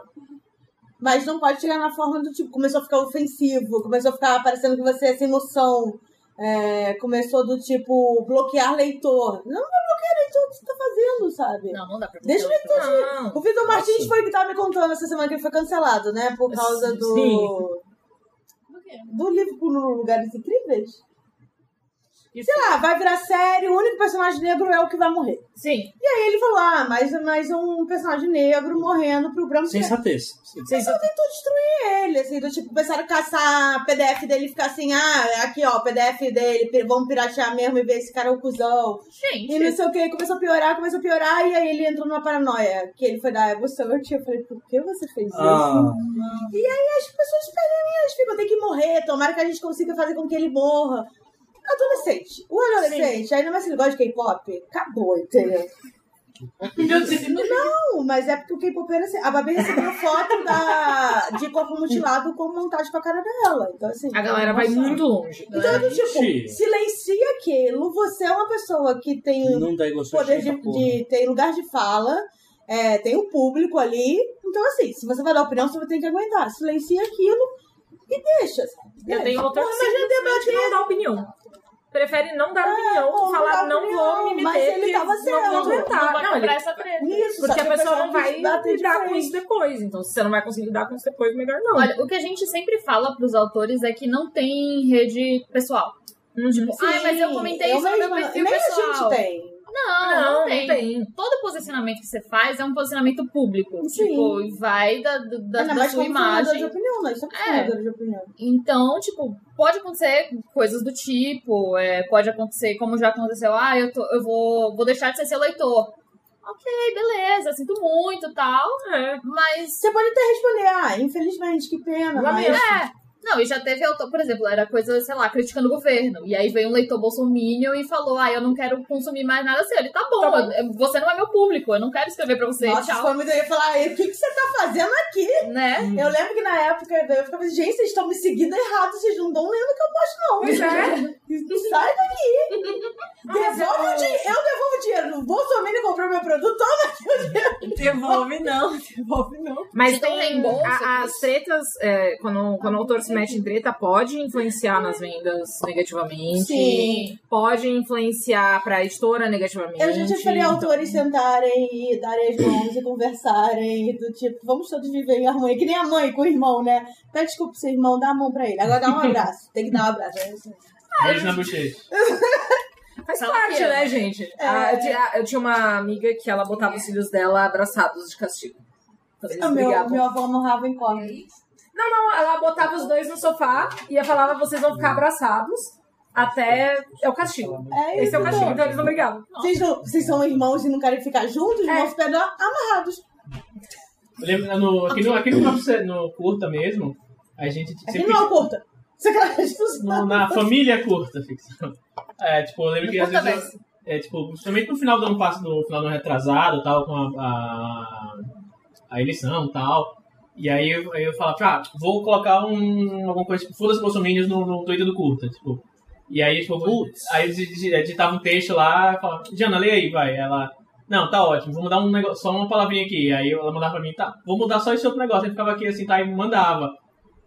[SPEAKER 1] Mas não pode chegar na forma do tipo, começou a ficar ofensivo, começou a ficar parecendo que você é sem noção. é, começou do tipo, bloquear leitor. Não vai bloquear leitor o que você tá fazendo, sabe?
[SPEAKER 4] Não, não dá pra
[SPEAKER 1] Deixa
[SPEAKER 4] bloquear o leitor.
[SPEAKER 2] Não.
[SPEAKER 1] O Vitor Martins foi o que tava me contando essa semana que ele foi cancelado, né? Por causa do. Do livro por Lugares Incríveis? Sei lá, vai virar série, o único personagem negro é o que vai morrer.
[SPEAKER 2] Sim.
[SPEAKER 1] E aí ele falou: ah, mais, mais um personagem negro morrendo pro branco.
[SPEAKER 5] Sensatez.
[SPEAKER 2] Vocês
[SPEAKER 1] Só tentou destruir ele, assim, do tipo, começaram a caçar PDF dele e ficar assim, ah, aqui ó, PDF dele, pi- vamos piratear mesmo e ver esse cara é um cuzão. E não
[SPEAKER 4] Gente,
[SPEAKER 1] sei o que, começou a piorar, começou a piorar, e aí ele entrou numa paranoia, que ele foi da Evo Search, eu falei, por que você fez isso?
[SPEAKER 8] Ah,
[SPEAKER 1] as pessoas pedem, elas ficam, tem que morrer, tomara que a gente consiga fazer com que ele morra. Adolescente. O adolescente, ainda mais se assim, ele gosta de K-pop, acabou, entendeu? Não, mas é porque o K-pop era assim. A Babi recebeu foto da, de corpo mutilado com montagem com a cara dela. Então, assim.
[SPEAKER 2] A galera vai muito longe.
[SPEAKER 1] Então, é do tipo,
[SPEAKER 5] Gente.
[SPEAKER 1] silencia aquilo. Você é uma pessoa que tem
[SPEAKER 8] não dá igual
[SPEAKER 1] tipo. poder
[SPEAKER 8] sushi,
[SPEAKER 1] de,
[SPEAKER 8] essa porra.
[SPEAKER 1] de- tem lugar de fala, é, tem o público ali. Então, assim, se você vai dar opinião, você vai ter que aguentar. Silencia aquilo e deixa. sabe?
[SPEAKER 2] Eu tenho outra
[SPEAKER 1] Porra, imagina o debate
[SPEAKER 2] é que não dá opinião. Prefere não dar opinião,
[SPEAKER 1] ou não
[SPEAKER 2] falar
[SPEAKER 1] dá
[SPEAKER 2] não
[SPEAKER 1] opinião,
[SPEAKER 2] vou me meter,
[SPEAKER 1] mas ele
[SPEAKER 2] porque
[SPEAKER 1] tava
[SPEAKER 2] não
[SPEAKER 1] certo.
[SPEAKER 2] vou
[SPEAKER 4] não
[SPEAKER 2] aguentar. né?
[SPEAKER 4] vai
[SPEAKER 2] Não, ele-
[SPEAKER 4] comprar essa treta.
[SPEAKER 1] é Isso, só
[SPEAKER 2] porque
[SPEAKER 1] que
[SPEAKER 2] a pessoa não vai
[SPEAKER 1] quis bater de
[SPEAKER 2] lidar com
[SPEAKER 1] frente.
[SPEAKER 2] isso depois. Então, se você não vai conseguir lidar com isso depois, melhor não.
[SPEAKER 4] Olha, o que a gente sempre fala pros autores é que não tem rede pessoal.
[SPEAKER 2] Hum, tipo,
[SPEAKER 4] Sim, Ai, mas eu comentei isso no meu
[SPEAKER 1] mesma-
[SPEAKER 4] perfil
[SPEAKER 1] é nem
[SPEAKER 4] pessoal.
[SPEAKER 1] a gente tem.
[SPEAKER 4] Não, não,
[SPEAKER 2] não, não
[SPEAKER 4] tem.
[SPEAKER 2] tem.
[SPEAKER 4] Todo posicionamento que você faz é um posicionamento público.
[SPEAKER 1] Sim.
[SPEAKER 4] Tipo, e vai da, da- da,
[SPEAKER 1] Ainda
[SPEAKER 4] da
[SPEAKER 1] mais
[SPEAKER 4] sua
[SPEAKER 1] como formador de
[SPEAKER 4] imagem.
[SPEAKER 1] opinião, nós somos
[SPEAKER 4] É.
[SPEAKER 1] formadores de opinião.
[SPEAKER 4] Então, tipo, pode acontecer coisas do tipo, é, pode acontecer como já aconteceu, ah, eu, tô- eu vou, vou deixar de ser seu leitor. Ok, beleza, sinto muito e tal,
[SPEAKER 2] É.
[SPEAKER 4] mas
[SPEAKER 1] Você pode até responder, ah, infelizmente, que pena, mas...
[SPEAKER 2] Lamento.
[SPEAKER 4] É. Não, e já teve autor, por exemplo, era coisa, sei lá, criticando o governo. E aí veio um leitor bolsominion e falou: Ah, eu não quero consumir mais nada seu. Ele tá bom,
[SPEAKER 2] Tá bom.
[SPEAKER 4] eu- você não é meu público, eu não quero escrever pra você.
[SPEAKER 1] Nossa,
[SPEAKER 4] tchau.
[SPEAKER 1] foi muito... Eu ia falar, "E o que, que você tá fazendo aqui?
[SPEAKER 4] Né?
[SPEAKER 1] Eu lembro que na época eu ficava assim, gente, vocês estão me seguindo errado, vocês não estão lendo o que eu posto, não.
[SPEAKER 2] Pois é.
[SPEAKER 1] *laughs* Sai *laughs* daqui! Devolve o dinheiro! Eu devolvo o dinheiro. O Bolsonaro comprou meu produto, toma!
[SPEAKER 3] Devolve não, devolve não.
[SPEAKER 2] Mas
[SPEAKER 4] Te dão
[SPEAKER 2] tem
[SPEAKER 4] reembolso,
[SPEAKER 2] a-
[SPEAKER 4] Cris?
[SPEAKER 2] as tretas, é, quando, quando o autor se mete em treta, pode influenciar nas vendas negativamente.
[SPEAKER 1] Sim.
[SPEAKER 2] Pode influenciar pra editora negativamente.
[SPEAKER 1] Eu já tive então...
[SPEAKER 2] Então,
[SPEAKER 1] autores sentarem e darem as mãos e conversarem, do tipo, vamos todos viver em harmonia, que nem a mãe com o irmão, né? Pede desculpa pro seu irmão, dá a mão pra ele. Agora dá um abraço, *laughs* tem que dar um abraço. né?
[SPEAKER 5] Beijo na bochecha.
[SPEAKER 1] É
[SPEAKER 2] Faz
[SPEAKER 4] Fala
[SPEAKER 2] parte,
[SPEAKER 4] que ama.
[SPEAKER 2] né, gente? Ah, eu, tinha, eu tinha uma amiga que ela botava os filhos dela abraçados de castigo. Quando eles
[SPEAKER 1] O Ah, meu,
[SPEAKER 2] brigavam.
[SPEAKER 1] meu avô amarrava em corda.
[SPEAKER 2] Não, não, ela botava os dois no sofá e ela falava, vocês vão ficar abraçados até... É o castigo.
[SPEAKER 1] É isso.
[SPEAKER 2] Esse é o castigo, então eles não brigavam.
[SPEAKER 1] Vocês, não- vocês são irmãos e não querem ficar juntos? Ah,
[SPEAKER 2] É.
[SPEAKER 1] Vão pedra amarrados.
[SPEAKER 5] Eu lembro, no, aqui, no, aqui no, próprio se- no curta mesmo, a gente
[SPEAKER 1] Aqui
[SPEAKER 5] sempre...
[SPEAKER 1] não é o curta. Sacanagem.
[SPEAKER 5] no- na família curta, ficção. É, tipo, eu lembro que às
[SPEAKER 4] Curta
[SPEAKER 5] vezes... eu- É, tipo, principalmente no final do ano passado, no final do ano retrasado, tal, com a, a, a eleição e tal. E aí eu, aí eu falava, ah, tipo, vou colocar um, alguma coisa, tipo, foda-se bolsominions no, no Twitter do curta, tipo. E aí, tipo, aí eles digi- digitavam um texto lá, falava, Jana, lê aí, vai. Ela, não, tá ótimo, vou mudar um negócio, só uma palavrinha aqui. Aí ela mandava pra mim, tá, vou mudar só esse outro negócio. Aí ficava aqui assim, tá, e mandava.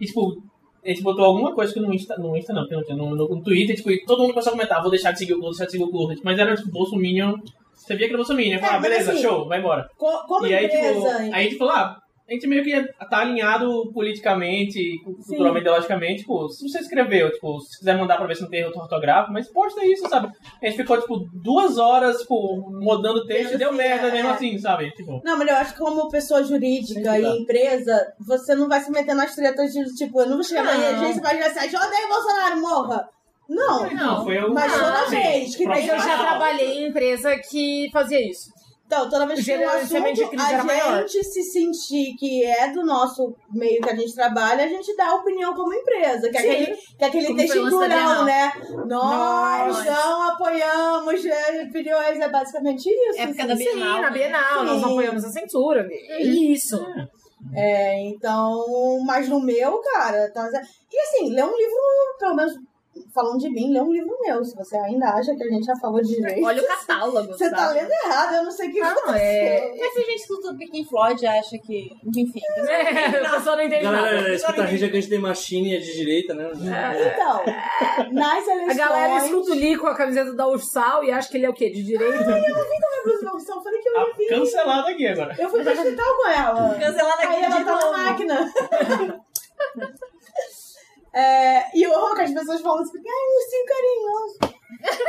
[SPEAKER 5] E tipo, a gente botou alguma coisa que no Insta, no Insta não, porque não tinha, no, no, no Twitter, tipo, e todo mundo começou a comentar, vou deixar de seguir o curso, deixar de seguir o curso. Mas era tipo, Bolsominion, você via que era Bolsominion, eu falava,
[SPEAKER 1] É, mas
[SPEAKER 5] beleza,
[SPEAKER 1] assim,
[SPEAKER 5] show, vai embora.
[SPEAKER 1] Co- Como
[SPEAKER 5] E aí,
[SPEAKER 1] empresa,
[SPEAKER 5] tipo, aí a gente falou, ah, a gente meio que tá alinhado politicamente, culturalmente, ideologicamente, tipo, se você escreveu, tipo, se quiser mandar pra ver se não tem erro ortográfico, mas posta isso, sabe? A gente ficou, tipo, duas horas, tipo, mudando o texto e deu
[SPEAKER 1] Sim,
[SPEAKER 5] merda
[SPEAKER 1] é.
[SPEAKER 5] mesmo assim, sabe? Tipo,
[SPEAKER 1] Não, mas eu acho que como pessoa jurídica
[SPEAKER 5] Sei lá.
[SPEAKER 1] e empresa, você não vai se meter nas tretas de tipo, eu não vou chegar na minha
[SPEAKER 2] Não.
[SPEAKER 1] agência e vai virar assim, "Eu odeio Bolsonaro, morra! Não.
[SPEAKER 4] não,
[SPEAKER 5] foi assim, eu.
[SPEAKER 1] mas toda vez que
[SPEAKER 2] Mas eu já
[SPEAKER 5] profissional.
[SPEAKER 2] trabalhei em empresa que fazia isso.
[SPEAKER 1] Então, toda vez que tem um
[SPEAKER 2] Geralmente
[SPEAKER 1] assunto,
[SPEAKER 2] a crise era
[SPEAKER 1] a
[SPEAKER 2] maior.
[SPEAKER 1] gente se sentir que é do nosso meio que a gente trabalha, a gente dá opinião como empresa, que é
[SPEAKER 2] Sim.
[SPEAKER 1] aquele, que é aquele
[SPEAKER 4] Como
[SPEAKER 1] texto
[SPEAKER 4] foi o lance da
[SPEAKER 1] plural,
[SPEAKER 4] Bienal.
[SPEAKER 1] né? Nós
[SPEAKER 4] Nós.
[SPEAKER 1] não apoiamos né, opiniões, é basicamente isso.
[SPEAKER 3] Época da
[SPEAKER 1] assim.
[SPEAKER 2] Sim,
[SPEAKER 3] Bienal.
[SPEAKER 2] na Bienal, nós
[SPEAKER 1] Sim.
[SPEAKER 2] apoiamos a censura. É isso.
[SPEAKER 1] É, então, mas no meu, cara, tá- e assim, ler um livro, pelo menos Falando de mim, lê um livro meu, se você ainda acha que a gente já falou de direito.
[SPEAKER 4] Olha o catálogo.
[SPEAKER 1] Você tá
[SPEAKER 4] sabe?
[SPEAKER 1] lendo errado, eu não sei o que
[SPEAKER 2] né? Não,
[SPEAKER 1] aconteceu.
[SPEAKER 2] é-
[SPEAKER 3] Mas se a gente escuta o Pink Floyd, acha que. Enfim.
[SPEAKER 2] É, a pessoa não entende nada.
[SPEAKER 8] Galera, escuta Tá a Rage Against the Machine é de direita, né?
[SPEAKER 1] Então, nas
[SPEAKER 2] A
[SPEAKER 1] eleições...
[SPEAKER 2] galera escuta o Lee com a camiseta da Ursal e acha que ele é o quê? De direita?
[SPEAKER 1] Inclusive, eu falei que eu
[SPEAKER 5] Ah,
[SPEAKER 1] não vi.
[SPEAKER 5] cancelado aqui agora.
[SPEAKER 1] Eu fui pro hospital com ela.
[SPEAKER 3] Cancelada
[SPEAKER 1] Aí
[SPEAKER 3] aqui
[SPEAKER 1] ela
[SPEAKER 3] de
[SPEAKER 1] tá na
[SPEAKER 3] novo.
[SPEAKER 1] máquina. *laughs* É, e o horror que as pessoas falam assim, ai, um ursinho carinhoso.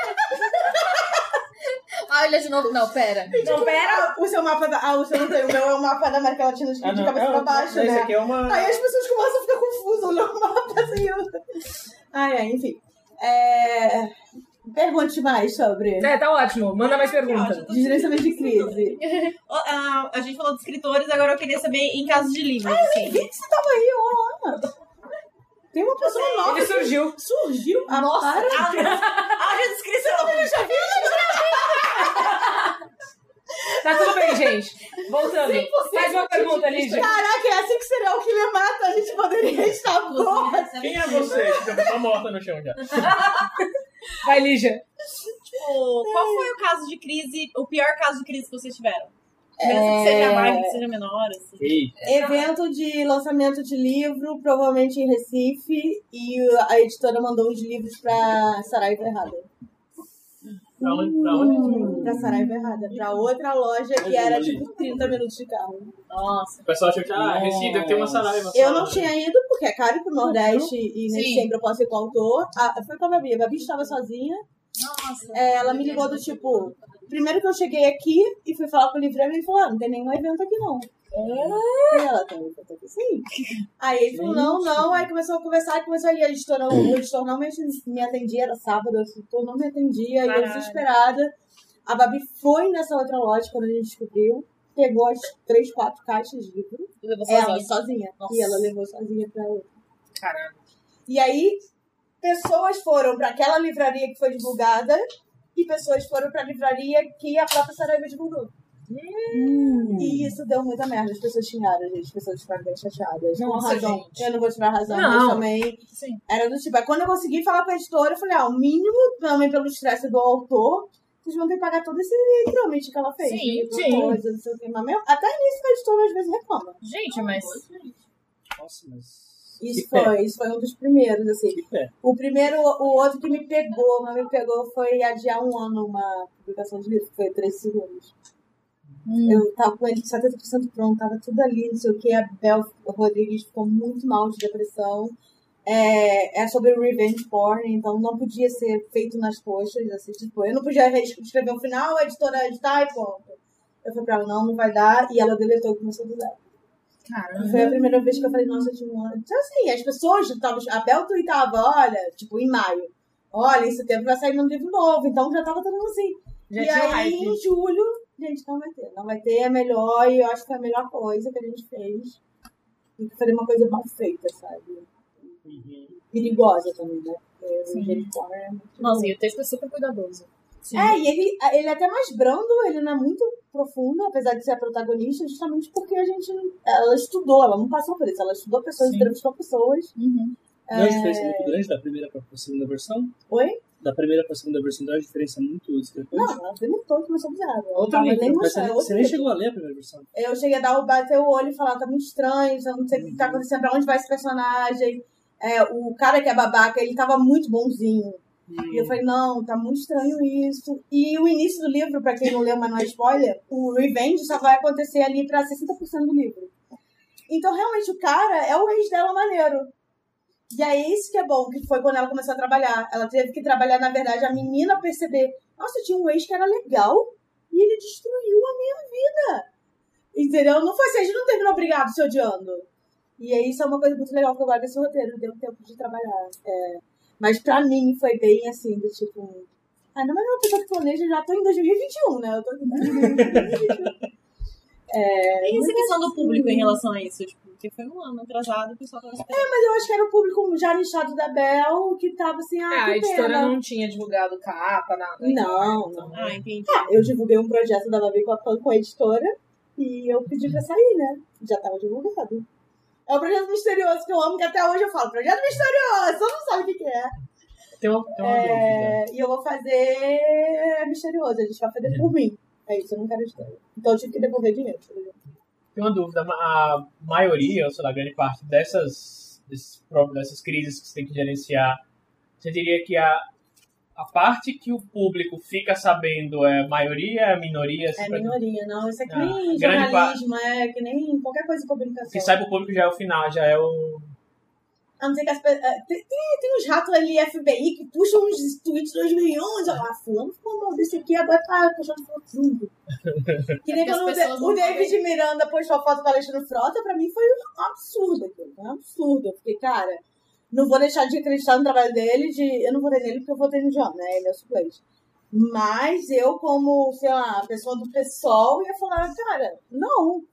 [SPEAKER 4] Ah, olha de novo. Não, pera.
[SPEAKER 1] Não, pera. O seu mapa da... Ah, o seu não tem. O meu é o mapa da América Latina
[SPEAKER 5] Ah,
[SPEAKER 1] de, de cabeça pra baixo,
[SPEAKER 8] Esse
[SPEAKER 1] né?
[SPEAKER 8] aqui é uma.
[SPEAKER 1] Aí as pessoas começam a ficar confusas, olhando o mapa assim. Eu... Ai, ai, enfim. É... Pergunte mais sobre
[SPEAKER 2] é, tá ótimo. Manda mais perguntas.
[SPEAKER 1] desgerenciamento de crise.
[SPEAKER 3] Ó, ah, a gente falou de escritores, agora eu queria saber em caso de livros. assim.
[SPEAKER 1] Vi que você tava aí, ô Ana. Tem uma pessoa nova
[SPEAKER 2] Ele
[SPEAKER 1] que
[SPEAKER 2] surgiu.
[SPEAKER 1] surgiu. Ah,
[SPEAKER 4] Nossa.
[SPEAKER 1] para.
[SPEAKER 3] Haja descrição!
[SPEAKER 1] né?
[SPEAKER 2] Tá tudo bem, gente. Voltando. Mais uma pergunta, Lídia.
[SPEAKER 1] Caraca, é assim que serial killer mata, a gente poderia estar bom.
[SPEAKER 3] assim.
[SPEAKER 5] Quem é você? Você tá morta no chão já.
[SPEAKER 2] Vai, Lígia.
[SPEAKER 3] Tipo,
[SPEAKER 2] É.
[SPEAKER 3] qual foi o caso de crise, o pior caso de crise que vocês tiveram?
[SPEAKER 2] É.
[SPEAKER 3] Mesmo que seja mais, que seja menor, assim.
[SPEAKER 8] Ei,
[SPEAKER 1] Evento de lançamento de livro, provavelmente em Recife, e a editora mandou os livros pra Saraiva Errada.
[SPEAKER 5] Pra onde? Pra onde?
[SPEAKER 1] Pra Saraiva Errada, pra outra loja que era tipo 30 minutos de carro.
[SPEAKER 4] Nossa.
[SPEAKER 5] O pessoal achou que, ah, Recife deve ter uma saraiva.
[SPEAKER 1] Eu não tinha ido, porque é caro ir pro Nordeste e nem
[SPEAKER 4] Sim.
[SPEAKER 1] sempre eu posso ir com o autor. Ah, foi com a Babi, a Babi estava sozinha.
[SPEAKER 4] Nossa.
[SPEAKER 1] É, ela me ligou do tipo, primeiro que eu cheguei aqui e fui falar com o livreiro, ele falou, ah, não tem nenhum evento aqui não. Aí ela, tem um evento aqui sim. Aí ele falou, não, não, aí começou a conversar, aí começou a ir, a editora, o editor não me, me atendia, era sábado, o editor não me atendia, e eu
[SPEAKER 3] Caralho.
[SPEAKER 1] desesperada. A Babi foi nessa outra loja quando a gente descobriu, pegou as três, quatro caixas de livro,
[SPEAKER 2] É,
[SPEAKER 4] Levou
[SPEAKER 1] É, ela
[SPEAKER 4] sozinha.
[SPEAKER 1] sozinha.
[SPEAKER 4] Nossa.
[SPEAKER 1] E ela levou sozinha pra outra. Caramba. E aí, pessoas foram pra aquela livraria que foi divulgada e pessoas foram pra livraria que a própria Saraiva divulgou. E isso deu muita merda. As pessoas xingaram, gente. As pessoas ficaram bem chateadas. Com
[SPEAKER 2] Nossa,
[SPEAKER 1] razão.
[SPEAKER 2] gente.
[SPEAKER 1] Eu não vou tirar razão,
[SPEAKER 2] Não.
[SPEAKER 1] mas também.
[SPEAKER 2] Sim.
[SPEAKER 1] Era do tipo. Aí quando eu consegui falar com a editora, eu falei: ah, o mínimo também pelo estresse do autor, vocês vão ter que pagar todo esse trâmite que ela fez.
[SPEAKER 4] Sim,
[SPEAKER 1] Livro,
[SPEAKER 2] sim.
[SPEAKER 1] coisa, não sei o quê. Mas mesmo- até nisso a editora às vezes reclama.
[SPEAKER 4] Gente, mas.
[SPEAKER 8] nossa, mas.
[SPEAKER 1] Isso
[SPEAKER 8] Que pé.
[SPEAKER 1] foi, isso foi um dos primeiros, assim.
[SPEAKER 8] pé.
[SPEAKER 1] O primeiro, o outro que me pegou, mas me pegou foi adiar um ano uma publicação de livro, que foi três segundos. Eu tava com ele 70% pronto, tava tudo ali, não sei o que. A Bel Rodrigues ficou muito mal de depressão. É, é sobre revenge porn, então não podia ser feito nas coxas, assim, tipo, eu não podia re- escrever o final, a editora editar e pronto. Eu falei pra ela, não, não vai dar, e ela deletou e começou do zero. Foi a primeira vez que eu falei, nossa, eu tinha um ano. Então, assim, as pessoas estavam. A Bel tuitava, olha, tipo, em maio. Olha, em setembro vai sair meu livro novo. Então já tava todo mundo assim.
[SPEAKER 2] Já
[SPEAKER 1] e
[SPEAKER 2] tinha um
[SPEAKER 1] aí,
[SPEAKER 2] hype.
[SPEAKER 1] em julho, gente, não vai ter. Não vai ter, é melhor. E eu acho que foi a melhor coisa que a gente fez. E que foi uma coisa mal feita, sabe? Perigosa também, né? Porque o Jericó é muito-
[SPEAKER 4] Nossa, e o texto é super cuidadoso.
[SPEAKER 1] É, e ele, ele é até mais brando, ele não é muito profundo, apesar de ser a protagonista, justamente porque a gente. Ela estudou, ela não passou por isso, ela estudou pessoas,
[SPEAKER 4] Sim.
[SPEAKER 1] entrevistou pessoas.
[SPEAKER 2] Uhum.
[SPEAKER 8] Não é uma diferença muito grande da primeira pra segunda versão?
[SPEAKER 1] Oi?
[SPEAKER 8] Da primeira pra segunda versão dá uma diferença muito discrepante.
[SPEAKER 1] Não, ela deletou e começou a usar.
[SPEAKER 8] Outro livro,
[SPEAKER 1] nem
[SPEAKER 8] mas você,
[SPEAKER 1] mostrando,
[SPEAKER 8] nem-
[SPEAKER 1] outro
[SPEAKER 8] você nem
[SPEAKER 1] livro.
[SPEAKER 8] chegou a ler a primeira versão.
[SPEAKER 1] Eu cheguei a dar o bater o olho e falar, tá muito estranho, eu não sei o que tá acontecendo, pra onde vai esse personagem. É, o cara que é babaca, ele tava muito bonzinho. E eu falei, não, tá muito estranho isso. E o início do livro, pra quem não leu, mas não é spoiler, o Revenge só vai acontecer ali pra 60% do livro. Então, realmente, o cara é o ex dela maneiro. E é isso que é bom, que foi quando ela começou a trabalhar. Ela teve que trabalhar, na verdade, a menina perceber, nossa, tinha um ex que era legal e ele destruiu a minha vida. Entendeu? Não foi assim, a gente não terminou obrigado se odiando. E aí, isso é uma coisa muito legal que eu guardo esse roteiro, deu um tempo de trabalhar. É. Mas pra mim foi bem assim, do tipo. Ah, não, mas não, pessoa que planeja, já tô em 2021, né? Eu tô em 2021.
[SPEAKER 3] E
[SPEAKER 2] é
[SPEAKER 3] essa questão do público em relação a isso? Tipo, porque foi um ano atrasado, o pessoal tava esperando.
[SPEAKER 1] mas eu acho que era o público já nichado da Bel, que tava assim, ah,
[SPEAKER 2] Ah, a
[SPEAKER 1] que
[SPEAKER 2] editora
[SPEAKER 1] pena.
[SPEAKER 2] não tinha divulgado capa, nada.
[SPEAKER 1] Não, não.
[SPEAKER 3] Ah, entendi.
[SPEAKER 1] Ah, eu divulguei um projeto da Babi com a, com a editora e eu pedi pra sair, né? Já tava divulgado. É um projeto misterioso que eu amo, que até hoje eu falo, projeto misterioso, você não sabe o que, que é.
[SPEAKER 5] Tem uma, tem uma dúvida.
[SPEAKER 8] né?
[SPEAKER 1] É, e eu vou fazer misterioso, a gente vai fazer
[SPEAKER 5] *laughs*
[SPEAKER 1] por mim. É isso, eu não quero história. Então eu tive que devolver dinheiro. por exemplo.
[SPEAKER 5] Tem uma dúvida. A maioria, ou sei lá, grande parte dessas, desses, pró- dessas crises que você tem que gerenciar, você diria que a, a parte que o público fica sabendo é maioria, é minoria?
[SPEAKER 1] É
[SPEAKER 5] assim, pra-
[SPEAKER 1] minoria, não. Isso é que
[SPEAKER 5] Ah,
[SPEAKER 1] nem
[SPEAKER 5] grande
[SPEAKER 1] jornalismo, é que nem qualquer coisa de comunicação.
[SPEAKER 5] Quem sai pro público já é o final, já é o...
[SPEAKER 1] A não ser que as pessoas. Tem, tem, tem uns ratos ali, FBI, que puxam uns tweets de 2011. Olha lá, fulano ficou mal desse aqui, agora tá puxando foto junto. Que nem
[SPEAKER 4] É porque as
[SPEAKER 1] quando o,
[SPEAKER 4] pessoas
[SPEAKER 1] Da-
[SPEAKER 4] não
[SPEAKER 1] o David Miranda postou a foto com o Alexandre Frota, pra mim foi um absurdo aquilo. Um absurdo. Eu fiquei, cara, não vou deixar de acreditar no trabalho dele, de... eu não votei nele porque eu votei no John, né? Ele é o suplente. Mas eu, como, sei lá, pessoa do PSOL, ia falar, cara, não.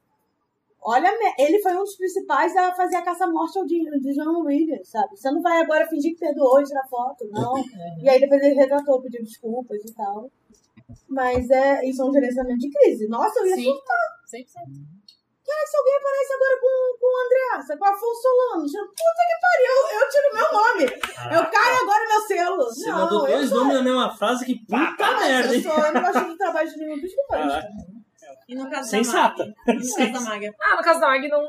[SPEAKER 1] Olha, me- ele foi um dos principais a fazer a caça-morte ao de, de John Williams, sabe? Você não vai agora fingir que perdoou e tirar foto,
[SPEAKER 8] *laughs*
[SPEAKER 1] não.
[SPEAKER 8] É.
[SPEAKER 1] E aí depois ele retratou, pediu desculpas e tal. Mas é, isso é um gerenciamento de crise. Nossa, eu ia
[SPEAKER 4] Sim, 100%.
[SPEAKER 1] Cara, se alguém aparece agora com, com o André, Assa, com o Afonso Solano, já- puta que pariu, eu tiro meu nome.
[SPEAKER 5] Ah.
[SPEAKER 1] Eu caio agora meu selo.
[SPEAKER 8] Você
[SPEAKER 1] não,
[SPEAKER 8] mandou
[SPEAKER 1] eu
[SPEAKER 8] dois nomes na mesma frase que
[SPEAKER 5] Tá,
[SPEAKER 8] puta merda,
[SPEAKER 1] eu,
[SPEAKER 8] hein?
[SPEAKER 1] sou, eu não gosto de trabalho de nenhum dos dois.
[SPEAKER 8] Caraca.
[SPEAKER 3] E no caso
[SPEAKER 8] Sensata.
[SPEAKER 3] da Maga? E no caso da Maga?
[SPEAKER 2] Ah, no caso da Mag, não,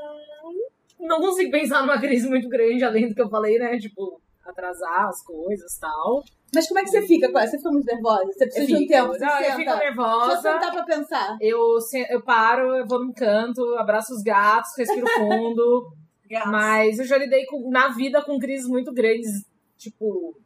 [SPEAKER 2] não consigo pensar numa crise muito grande, além do que eu falei, né? Tipo, atrasar as coisas e tal.
[SPEAKER 1] Mas como é que você fica com ela? Você fica muito nervosa? Você precisa de um
[SPEAKER 2] Fico.
[SPEAKER 1] tempo? Você
[SPEAKER 2] Não, eu
[SPEAKER 1] senta.
[SPEAKER 2] fico
[SPEAKER 1] Deixa eu
[SPEAKER 2] nervosa.
[SPEAKER 1] sentar pra pensar.
[SPEAKER 2] Eu, se- eu paro, eu vou num canto, abraço os gatos, respiro fundo.
[SPEAKER 3] Gatos.
[SPEAKER 2] mas eu já lidei com- na vida com crises muito grandes, tipo,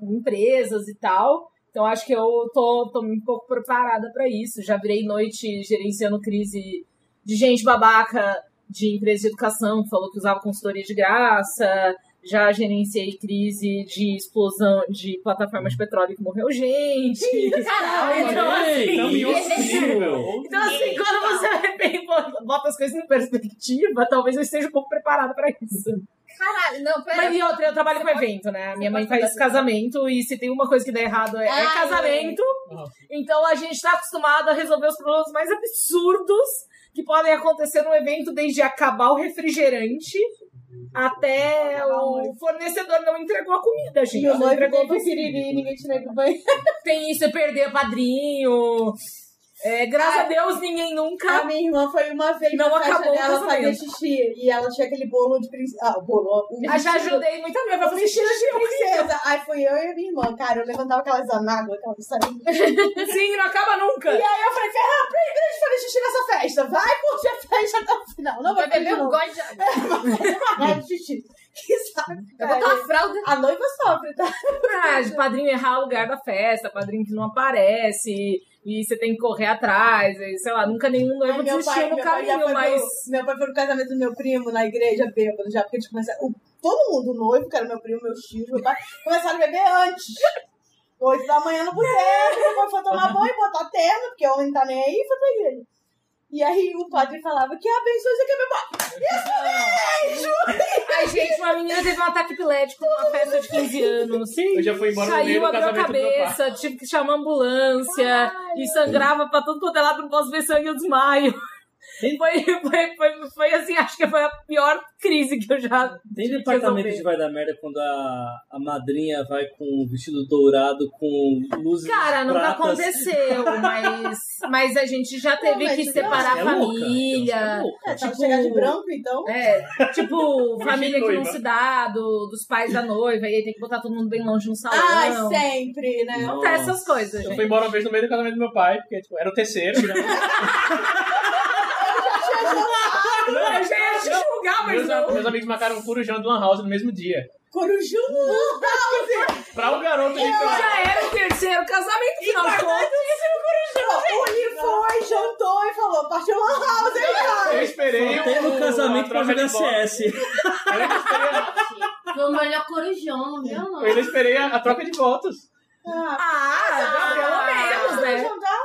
[SPEAKER 2] em empresas e tal. Então acho que eu tô, tô um pouco preparada pra isso. Já virei noite gerenciando crise de gente babaca de empresa de educação que falou que usava consultoria de graça. Já gerenciei crise de explosão de plataforma de petróleo que morreu gente.
[SPEAKER 4] Ah,
[SPEAKER 5] é.
[SPEAKER 7] Caralho,
[SPEAKER 2] Então,
[SPEAKER 8] Ei,
[SPEAKER 5] Não,
[SPEAKER 8] não
[SPEAKER 5] e
[SPEAKER 8] me
[SPEAKER 5] outro nível.
[SPEAKER 2] Então, assim, quando você bem bota- *laughs* bota as coisas em perspectiva, talvez eu esteja um pouco preparada pra isso.
[SPEAKER 7] caralho. Não, pera.
[SPEAKER 2] Mas e outra, eu trabalho com evento, né? Minha mãe faz casamento e se tem uma coisa que dá errado é, é
[SPEAKER 7] Ai.
[SPEAKER 2] casamento.
[SPEAKER 5] assim.
[SPEAKER 2] Então a gente tá acostumado a resolver os problemas mais absurdos que podem acontecer num evento, desde acabar o refrigerante até o fornecedor não entregou a comida, gente.
[SPEAKER 1] E o
[SPEAKER 2] Não
[SPEAKER 1] noivo
[SPEAKER 2] entregou
[SPEAKER 1] teve piriri, ninguém te leva pro banho.
[SPEAKER 2] tem isso, é perder padrinho. É, graças
[SPEAKER 1] Ah.
[SPEAKER 2] a Deus, ninguém nunca.
[SPEAKER 1] A minha irmã foi uma vez
[SPEAKER 2] Não
[SPEAKER 1] na festa
[SPEAKER 2] acabou o
[SPEAKER 1] dela fazer
[SPEAKER 2] casamento.
[SPEAKER 1] xixi. E ela tinha aquele bolo de princesa. Ah, o bolo. o
[SPEAKER 2] Ah, já
[SPEAKER 1] vestido-
[SPEAKER 2] ajudei muito a minha pra
[SPEAKER 1] o
[SPEAKER 2] fazer
[SPEAKER 1] vestido de
[SPEAKER 2] xixi.
[SPEAKER 1] princesa. Aí fui eu e a minha irmã. Cara, eu levantava aquelas anáguas, aquelas sabe?
[SPEAKER 2] Sim, não acaba nunca.
[SPEAKER 1] E aí eu falei, Ferra, proibido de fazer xixi nessa festa. Vai curtir a festa até o final. Não vai
[SPEAKER 4] Vai
[SPEAKER 1] beber
[SPEAKER 4] beber um
[SPEAKER 1] não.
[SPEAKER 4] gole de água.
[SPEAKER 1] Vai de xixi. *laughs* Que saco.
[SPEAKER 4] Vai botar
[SPEAKER 1] cara.
[SPEAKER 4] uma fralda.
[SPEAKER 1] A noiva sofre, tá?
[SPEAKER 2] Ah, de padrinho errar o lugar da festa, padrinho que não aparece, e você tem que correr atrás, e, sei lá, nunca nenhum noivo
[SPEAKER 1] Ai, meu
[SPEAKER 2] desistiu
[SPEAKER 1] pai,
[SPEAKER 2] no
[SPEAKER 1] meu pai já
[SPEAKER 2] caminho,
[SPEAKER 1] foi
[SPEAKER 2] mas.
[SPEAKER 1] pro, meu pai foi no casamento do meu primo na igreja bêbado já, porque a gente começa- o- todo mundo noivo, que era meu primo, meu tio, meu pai, começaram a beber antes. Oito da manhã no boteco, depois foi tomar banho, botar terno, porque homem não tá nem aí, e foi pra igreja. E aí o padre falava que abençoe você que é meu pai.
[SPEAKER 2] Ai, gente, uma menina teve um ataque epilético numa festa de 15 anos.
[SPEAKER 5] Eu já fui embora no meio
[SPEAKER 2] Caiu,
[SPEAKER 5] do
[SPEAKER 2] abriu a
[SPEAKER 5] casamento do meu pai.
[SPEAKER 2] cabeça, tive que chamar a ambulância e sangrava pra todo quanto é lado, não posso ver sangue, eu desmaio. Foi, foi, foi, foi assim, acho que foi a pior crise que eu já.
[SPEAKER 8] Tem
[SPEAKER 2] tive que
[SPEAKER 8] departamento
[SPEAKER 2] resolver.
[SPEAKER 8] de vai dar merda quando a, a madrinha vai com o vestido dourado, com luzes
[SPEAKER 2] Cara, tá nunca
[SPEAKER 8] pratas.
[SPEAKER 2] aconteceu, mas, mas a gente já teve
[SPEAKER 1] mas
[SPEAKER 2] que
[SPEAKER 1] não,
[SPEAKER 2] separar
[SPEAKER 8] Ela é
[SPEAKER 2] a
[SPEAKER 5] então,
[SPEAKER 8] louca,
[SPEAKER 2] família.
[SPEAKER 8] ela é louca.
[SPEAKER 1] É, tava
[SPEAKER 8] Tipo,
[SPEAKER 1] chegar de branco, então.
[SPEAKER 2] É, tipo, família que não
[SPEAKER 5] noiva.
[SPEAKER 2] se dá, do- dos pais da noiva, e aí tem que botar todo mundo bem longe no salão.
[SPEAKER 1] Ai, sempre, né?
[SPEAKER 2] Acontece essas coisas,
[SPEAKER 5] Eu
[SPEAKER 2] gente.
[SPEAKER 5] fui embora uma vez no meio do casamento do meu pai, porque tipo, era o terceiro,
[SPEAKER 2] *laughs*
[SPEAKER 5] né?
[SPEAKER 2] Eu já ia te julgar, mas
[SPEAKER 5] meus,
[SPEAKER 2] não.
[SPEAKER 5] meus amigos marcaram um corujão do Lan House no mesmo dia.
[SPEAKER 1] Corujão no house!
[SPEAKER 5] Pra um garoto de
[SPEAKER 2] Já era o terceiro casamento, afinal de contas.
[SPEAKER 1] O Lee foi, jantou e falou, partiu lan house, hein, cara?
[SPEAKER 5] Eu esperei.
[SPEAKER 8] Até
[SPEAKER 5] o-
[SPEAKER 8] no casamento
[SPEAKER 5] a
[SPEAKER 8] pra
[SPEAKER 5] troca de
[SPEAKER 8] jogar
[SPEAKER 5] bola.
[SPEAKER 8] CS.
[SPEAKER 5] Eu esperei-
[SPEAKER 4] *laughs*
[SPEAKER 7] Foi o melhor corujão no meu
[SPEAKER 5] Eu
[SPEAKER 7] nome.
[SPEAKER 5] ainda esperei a, a troca de votos.
[SPEAKER 1] Ah,
[SPEAKER 2] Ah, pelo menos, né?
[SPEAKER 1] jantar?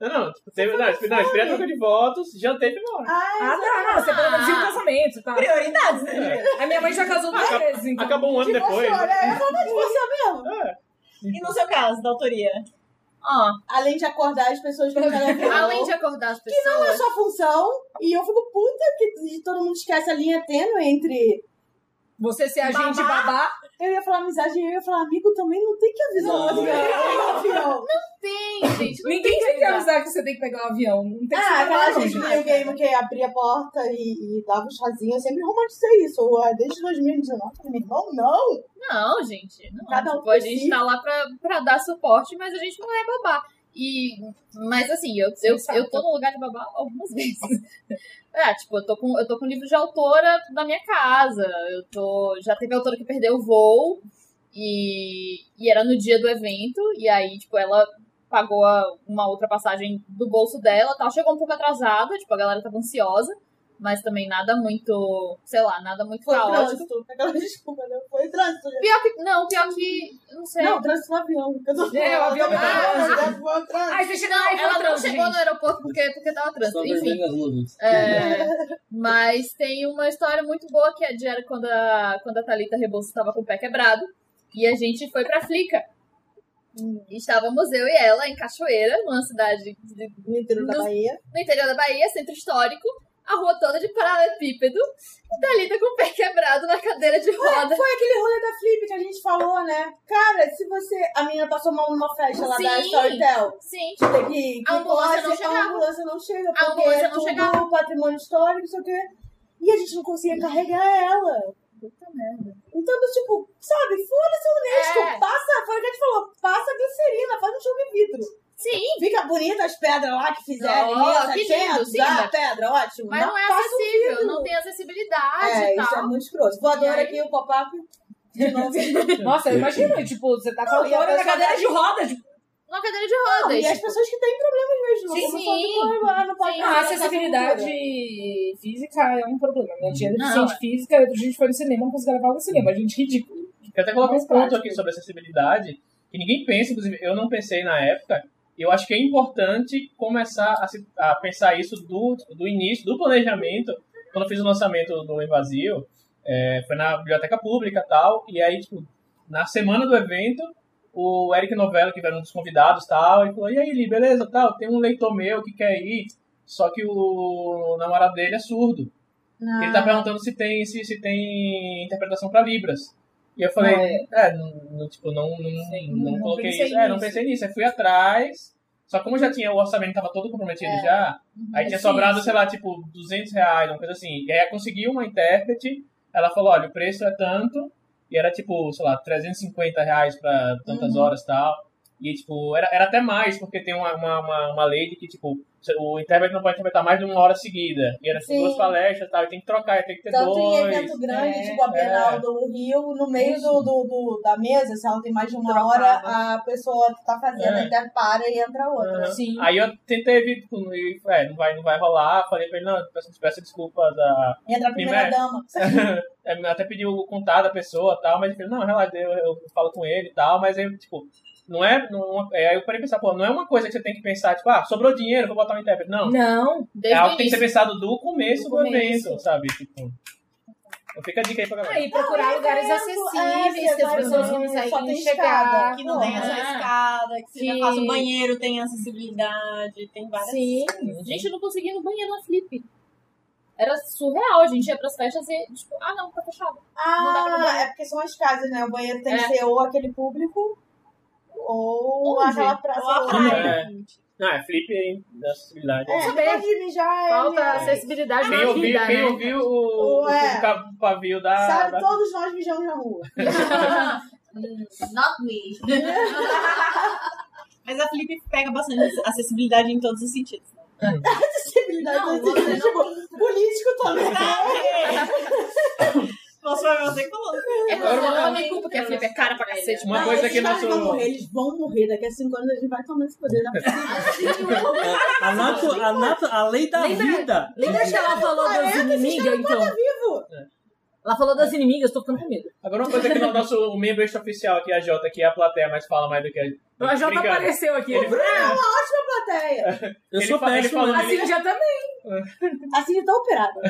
[SPEAKER 5] Não, não, tipo, teve, não, eu esperei- não, eu esperei a troca de votos, jantei e fui embora.
[SPEAKER 1] Ai,
[SPEAKER 2] Ah, tá, não, você pelo menos viu o casamento, tá? É.
[SPEAKER 3] Prioridades, né?
[SPEAKER 2] A minha mãe já casou duas
[SPEAKER 5] Acaba-
[SPEAKER 2] vezes, então.
[SPEAKER 5] Acabou um ano depois.
[SPEAKER 1] Divorciou, né? Eu falei, divorciou mesmo.
[SPEAKER 5] É.
[SPEAKER 3] E no seu caso, da autoria?
[SPEAKER 4] Ó,
[SPEAKER 1] Além de acordar as pessoas com o
[SPEAKER 2] *laughs*
[SPEAKER 1] telefone.
[SPEAKER 4] além de acordar as
[SPEAKER 1] Que não é a
[SPEAKER 4] pessoas.
[SPEAKER 1] sua função. E eu fico puta que todo mundo esquece a linha tênue entre
[SPEAKER 2] Você ser agente babá. babá.
[SPEAKER 1] Eu ia falar amizade, eu ia falar amigo também, não tem que avisar o outro, cara. É um *laughs* avião.
[SPEAKER 4] Tem, gente. não
[SPEAKER 2] Ninguém tem que
[SPEAKER 4] avisar.
[SPEAKER 2] avisar que você tem que pegar um avião. Não tem que
[SPEAKER 1] Ah,
[SPEAKER 2] ser
[SPEAKER 1] aquela
[SPEAKER 2] babá,
[SPEAKER 1] gente do
[SPEAKER 2] não.
[SPEAKER 1] New Game que abria a porta e, e dava um chazinho, eu sempre romantizei isso. Eu, ah, Desde 2019, meu irmão, não!
[SPEAKER 4] Não, gente. Não.
[SPEAKER 1] Cada um
[SPEAKER 4] Tipo, a
[SPEAKER 1] por
[SPEAKER 4] gente
[SPEAKER 1] si.
[SPEAKER 4] tá lá pra, pra dar suporte, mas a gente não é babá. E, mas assim, eu, eu,
[SPEAKER 2] Exato.
[SPEAKER 4] eu tô no lugar de babá algumas *laughs* vezes. é, tipo, eu tô, com, eu tô com livro de autora na minha casa. Eu tô. Já teve autora que perdeu o voo. E, e era no dia do evento. E aí, tipo, ela pagou a- uma outra passagem do bolso dela e tal. Chegou um pouco atrasada, tipo, a galera tava ansiosa. Mas também nada muito, sei lá, nada muito
[SPEAKER 1] Foi o
[SPEAKER 4] caótico.
[SPEAKER 1] trânsito. Aquela desculpa, não foi o trânsito.
[SPEAKER 4] Pior que. Não, pior que. Não sei.
[SPEAKER 1] Não, o trânsito no avião. que Eu tô falando,
[SPEAKER 2] É, o avião
[SPEAKER 1] né? Foi
[SPEAKER 2] tá-
[SPEAKER 1] *laughs* o trânsito.
[SPEAKER 2] Ai, você chegou
[SPEAKER 4] Não,
[SPEAKER 2] lá e foi
[SPEAKER 4] ela não
[SPEAKER 2] trans,
[SPEAKER 4] chegou
[SPEAKER 2] gente.
[SPEAKER 4] no aeroporto porque, porque tava trânsito.
[SPEAKER 8] Só
[SPEAKER 4] Enfim.
[SPEAKER 8] vendendo as luvas.
[SPEAKER 4] É, mas tem uma história muito boa que é de era quando a, quando a Thalita Rebouças estava com o pé quebrado. E a gente foi pra Flica. E Estávamos eu e ela em Cachoeira, numa cidade de-
[SPEAKER 1] No interior da
[SPEAKER 4] Não-
[SPEAKER 1] Bahia.
[SPEAKER 4] no interior da Bahia, centro histórico. A rua toda de paralelepípedo. E Thalita com o pé quebrado na cadeira de roda.
[SPEAKER 1] Foi aquele rolê da Flip que a gente falou, né? Cara, se você. A menina passou mal numa festa lá da
[SPEAKER 4] Sim.
[SPEAKER 1] Storytel.
[SPEAKER 4] Sim.
[SPEAKER 1] Tem que. que
[SPEAKER 4] A ambulância
[SPEAKER 1] pode,
[SPEAKER 4] não
[SPEAKER 1] A
[SPEAKER 4] chegava.
[SPEAKER 1] ambulância não chega.
[SPEAKER 4] A
[SPEAKER 1] Porque
[SPEAKER 4] ambulância
[SPEAKER 1] é
[SPEAKER 4] não
[SPEAKER 1] tudo
[SPEAKER 4] chegava.
[SPEAKER 1] patrimônio histórico, não sei o quê. E a gente não conseguia carregar ela.
[SPEAKER 4] Puta merda.
[SPEAKER 1] Então, do tipo, sabe, foda-se honesto.
[SPEAKER 4] É.
[SPEAKER 1] Passa, foi o que a gente falou, passa glicerina, faz um show de vidro.
[SPEAKER 4] Sim,
[SPEAKER 1] Fica bonita as pedras lá que fizeram.
[SPEAKER 4] Ó, que
[SPEAKER 1] 1700,
[SPEAKER 4] lindo, sim,
[SPEAKER 1] ah, pedra, ótimo.
[SPEAKER 4] mas não, é
[SPEAKER 1] passa um
[SPEAKER 4] acessível,
[SPEAKER 1] vidro.
[SPEAKER 4] não tem acessibilidade
[SPEAKER 1] É,
[SPEAKER 4] e tal.
[SPEAKER 1] isso é muito escroto. Voador
[SPEAKER 4] E aí?
[SPEAKER 1] aqui, o pop-up. De novo.
[SPEAKER 2] Nossa, eu imagino, tipo, você tá com a
[SPEAKER 1] Não, e a
[SPEAKER 2] autora na
[SPEAKER 1] pessoa
[SPEAKER 2] cadeira
[SPEAKER 1] vai-
[SPEAKER 2] de rodas. Tipo,
[SPEAKER 4] Numa cadeira de rodas.
[SPEAKER 1] e as pessoas que têm problemas mesmo.
[SPEAKER 4] Sim,
[SPEAKER 1] Como falando,
[SPEAKER 4] sim.
[SPEAKER 1] "Ah, não pode
[SPEAKER 4] Sim,
[SPEAKER 1] fazer
[SPEAKER 2] a
[SPEAKER 1] essa
[SPEAKER 2] acessibilidade
[SPEAKER 1] cultura."
[SPEAKER 2] física é um problema. Né? Tinha
[SPEAKER 4] Não,
[SPEAKER 2] deficiente física, outro dia a gente foi no cinema, não conseguiu gravar no cinema. A gente ridículo.
[SPEAKER 5] Eu até coloquei um
[SPEAKER 2] Mais
[SPEAKER 5] ponto
[SPEAKER 2] prático.
[SPEAKER 5] aqui sobre acessibilidade, que ninguém pensa, inclusive eu não pensei na época, e eu acho que é importante começar a, se- a pensar isso do, do início, do planejamento. Quando eu fiz o lançamento do Invasio, é, foi na biblioteca pública e tal, e aí, tipo, na semana do evento, o Eric Novello, que era um dos convidados e tal, ele falou, e aí, Li, beleza, tal, tem um leitor meu que quer ir, só que o namorado dele é surdo. Ele
[SPEAKER 2] Ah.
[SPEAKER 5] tá perguntando se tem, se, se tem interpretação pra Libras. E eu falei,
[SPEAKER 2] Ah,
[SPEAKER 5] é, não, não, tipo, não, não, não,
[SPEAKER 2] não
[SPEAKER 5] coloquei isso.
[SPEAKER 2] pensei
[SPEAKER 5] É, não
[SPEAKER 2] nisso.
[SPEAKER 5] pensei nisso. Aí fui atrás. Só que como já tinha, o orçamento tava todo comprometido já,
[SPEAKER 2] É.
[SPEAKER 5] aí tinha
[SPEAKER 2] Uhum, Sim,
[SPEAKER 5] sobrado, sei lá, tipo, 200 reais, uma coisa assim. E aí eu consegui uma intérprete, ela falou, olha, o preço é tanto, e era tipo, sei lá, 350 reais pra tantas
[SPEAKER 1] Uhum.
[SPEAKER 5] horas e tal. E tipo, era, era até mais, porque tem uma, uma, uma, uma lei de que, tipo, o intérprete não pode interpretar mais de uma hora seguida. E era tipo,
[SPEAKER 1] Sim.
[SPEAKER 5] duas palestras e tal, e tem que trocar, tem que ter
[SPEAKER 1] Tanto em
[SPEAKER 5] dois.
[SPEAKER 1] evento grande,
[SPEAKER 2] é,
[SPEAKER 1] tipo a Bienal do Rio, no meio do, do, do- da mesa, se ela tem mais de uma
[SPEAKER 2] Trocava.
[SPEAKER 1] hora, a pessoa que tá fazendo
[SPEAKER 5] É.
[SPEAKER 1] até para e entra outra. assim.
[SPEAKER 5] Aham.
[SPEAKER 2] Sim.
[SPEAKER 5] Aí eu tentei evitar, tipo, e, é, não vai, não vai rolar. Falei pra ele, não, peço, peço desculpas. A...
[SPEAKER 1] Entra a primeira
[SPEAKER 5] Primeiro.
[SPEAKER 1] dama.
[SPEAKER 5] É, Até pedi o contato da pessoa e tal, mas ele falou, não, relaxa, eu, eu falo com ele e tal. Mas aí, tipo, não é. Não, é aí eu parei de pensar, pô, não é uma coisa que você tem que pensar, tipo, ah, sobrou dinheiro, vou botar um intérprete. Não,
[SPEAKER 2] Não.
[SPEAKER 5] é
[SPEAKER 4] Desde
[SPEAKER 5] algo que
[SPEAKER 4] o
[SPEAKER 5] tem que ser
[SPEAKER 4] início.
[SPEAKER 5] pensado do começo do,
[SPEAKER 2] Do começo.
[SPEAKER 5] evento, sabe? Tipo. Então fica a dica aí pra galera.
[SPEAKER 2] Aí procurar lugares acessíveis,
[SPEAKER 1] é,
[SPEAKER 2] que as
[SPEAKER 1] você
[SPEAKER 2] pessoas
[SPEAKER 1] vai no- só tem escada,
[SPEAKER 2] conseguem chegar.
[SPEAKER 1] que
[SPEAKER 3] Que não tem essa
[SPEAKER 4] Ah.
[SPEAKER 3] escada, que seja
[SPEAKER 2] Que-
[SPEAKER 3] fácil. O banheiro tem acessibilidade, tem várias
[SPEAKER 2] Sim.
[SPEAKER 4] Gente, eu não conseguia ir no banheiro na Flip. Era surreal, a gente ia pras festas e, tipo, ah não, tá fechado. Não dá pra
[SPEAKER 1] Ah,
[SPEAKER 4] banheiro.
[SPEAKER 1] é porque são as casas, né? O banheiro tem
[SPEAKER 4] É.
[SPEAKER 1] que ser ou aquele público, ou
[SPEAKER 2] Onde?
[SPEAKER 1] aquela praça.
[SPEAKER 3] Ou a
[SPEAKER 5] praia. Não, é flip aí, da acessibilidade.
[SPEAKER 1] É, depois de mijar,
[SPEAKER 2] Falta
[SPEAKER 1] ele-
[SPEAKER 2] acessibilidade
[SPEAKER 5] Quem
[SPEAKER 2] na
[SPEAKER 5] ouviu,
[SPEAKER 2] vida,
[SPEAKER 5] quem
[SPEAKER 2] né?
[SPEAKER 5] ouviu o, o,
[SPEAKER 2] é.
[SPEAKER 1] Ué.
[SPEAKER 5] pavio da.
[SPEAKER 1] Sabe,
[SPEAKER 5] da-
[SPEAKER 1] todos nós mijamos na rua. *laughs*
[SPEAKER 7] Not me.
[SPEAKER 3] Mas a Felipe pega bastante acessibilidade em todos os sentidos.
[SPEAKER 1] Acessibilidade
[SPEAKER 7] Não,
[SPEAKER 1] não existe,
[SPEAKER 7] você não
[SPEAKER 1] tipo, político também.
[SPEAKER 3] Nossa, foi você que falou.
[SPEAKER 4] É
[SPEAKER 5] Agora
[SPEAKER 4] como
[SPEAKER 5] uma-
[SPEAKER 4] eu me culpo que a Flip é cara pra cacete.
[SPEAKER 5] Uma
[SPEAKER 1] Não,
[SPEAKER 5] coisa
[SPEAKER 1] esses
[SPEAKER 5] que
[SPEAKER 1] caras
[SPEAKER 5] nosso.
[SPEAKER 1] vão morrer, eles vão morrer. Daqui a cinco anos a gente vai tomar esse poder
[SPEAKER 5] *laughs*
[SPEAKER 1] da
[SPEAKER 8] A, a, natu, a, natu, a lei tá da
[SPEAKER 2] Lembra-
[SPEAKER 8] vida.
[SPEAKER 2] Lembra que ela falou das inimigas, então?
[SPEAKER 1] tá vivo.
[SPEAKER 2] Ela falou das inimigas, tô ficando com medo.
[SPEAKER 5] Agora uma coisa que o nosso o membro extraoficial aqui, a Jota, que é a plateia, mas fala mais do que a gente.
[SPEAKER 2] A Jota
[SPEAKER 5] Obrigado.
[SPEAKER 2] apareceu aqui.
[SPEAKER 5] Ele-
[SPEAKER 1] Tá plateia.
[SPEAKER 8] Eu
[SPEAKER 5] Ele
[SPEAKER 8] sou
[SPEAKER 5] fa- ele
[SPEAKER 8] péssimo.
[SPEAKER 5] falou-
[SPEAKER 2] A Cintia também.
[SPEAKER 1] Assim ele tá operado. o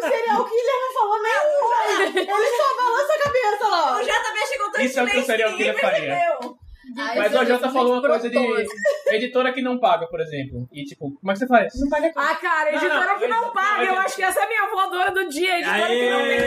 [SPEAKER 1] serial killer não falou nem um olho. Ele só balança a cabeça lá. ó.
[SPEAKER 3] O JB chegou tão
[SPEAKER 5] Isso é o que o
[SPEAKER 3] silêncio
[SPEAKER 5] serial
[SPEAKER 3] ninguém
[SPEAKER 5] killer faria.
[SPEAKER 3] percebeu.
[SPEAKER 5] Mas o Jota falou uma tá coisa de, editora que não paga, por exemplo. E tipo, como é que você faz?
[SPEAKER 1] Não paga
[SPEAKER 2] Ah, cara,
[SPEAKER 5] Não,
[SPEAKER 2] editora
[SPEAKER 5] não,
[SPEAKER 2] que não,
[SPEAKER 5] não,
[SPEAKER 2] paga. Eu
[SPEAKER 5] não,
[SPEAKER 2] acho que essa é a minha voadora do dia. Editora que não tem
[SPEAKER 8] Aê!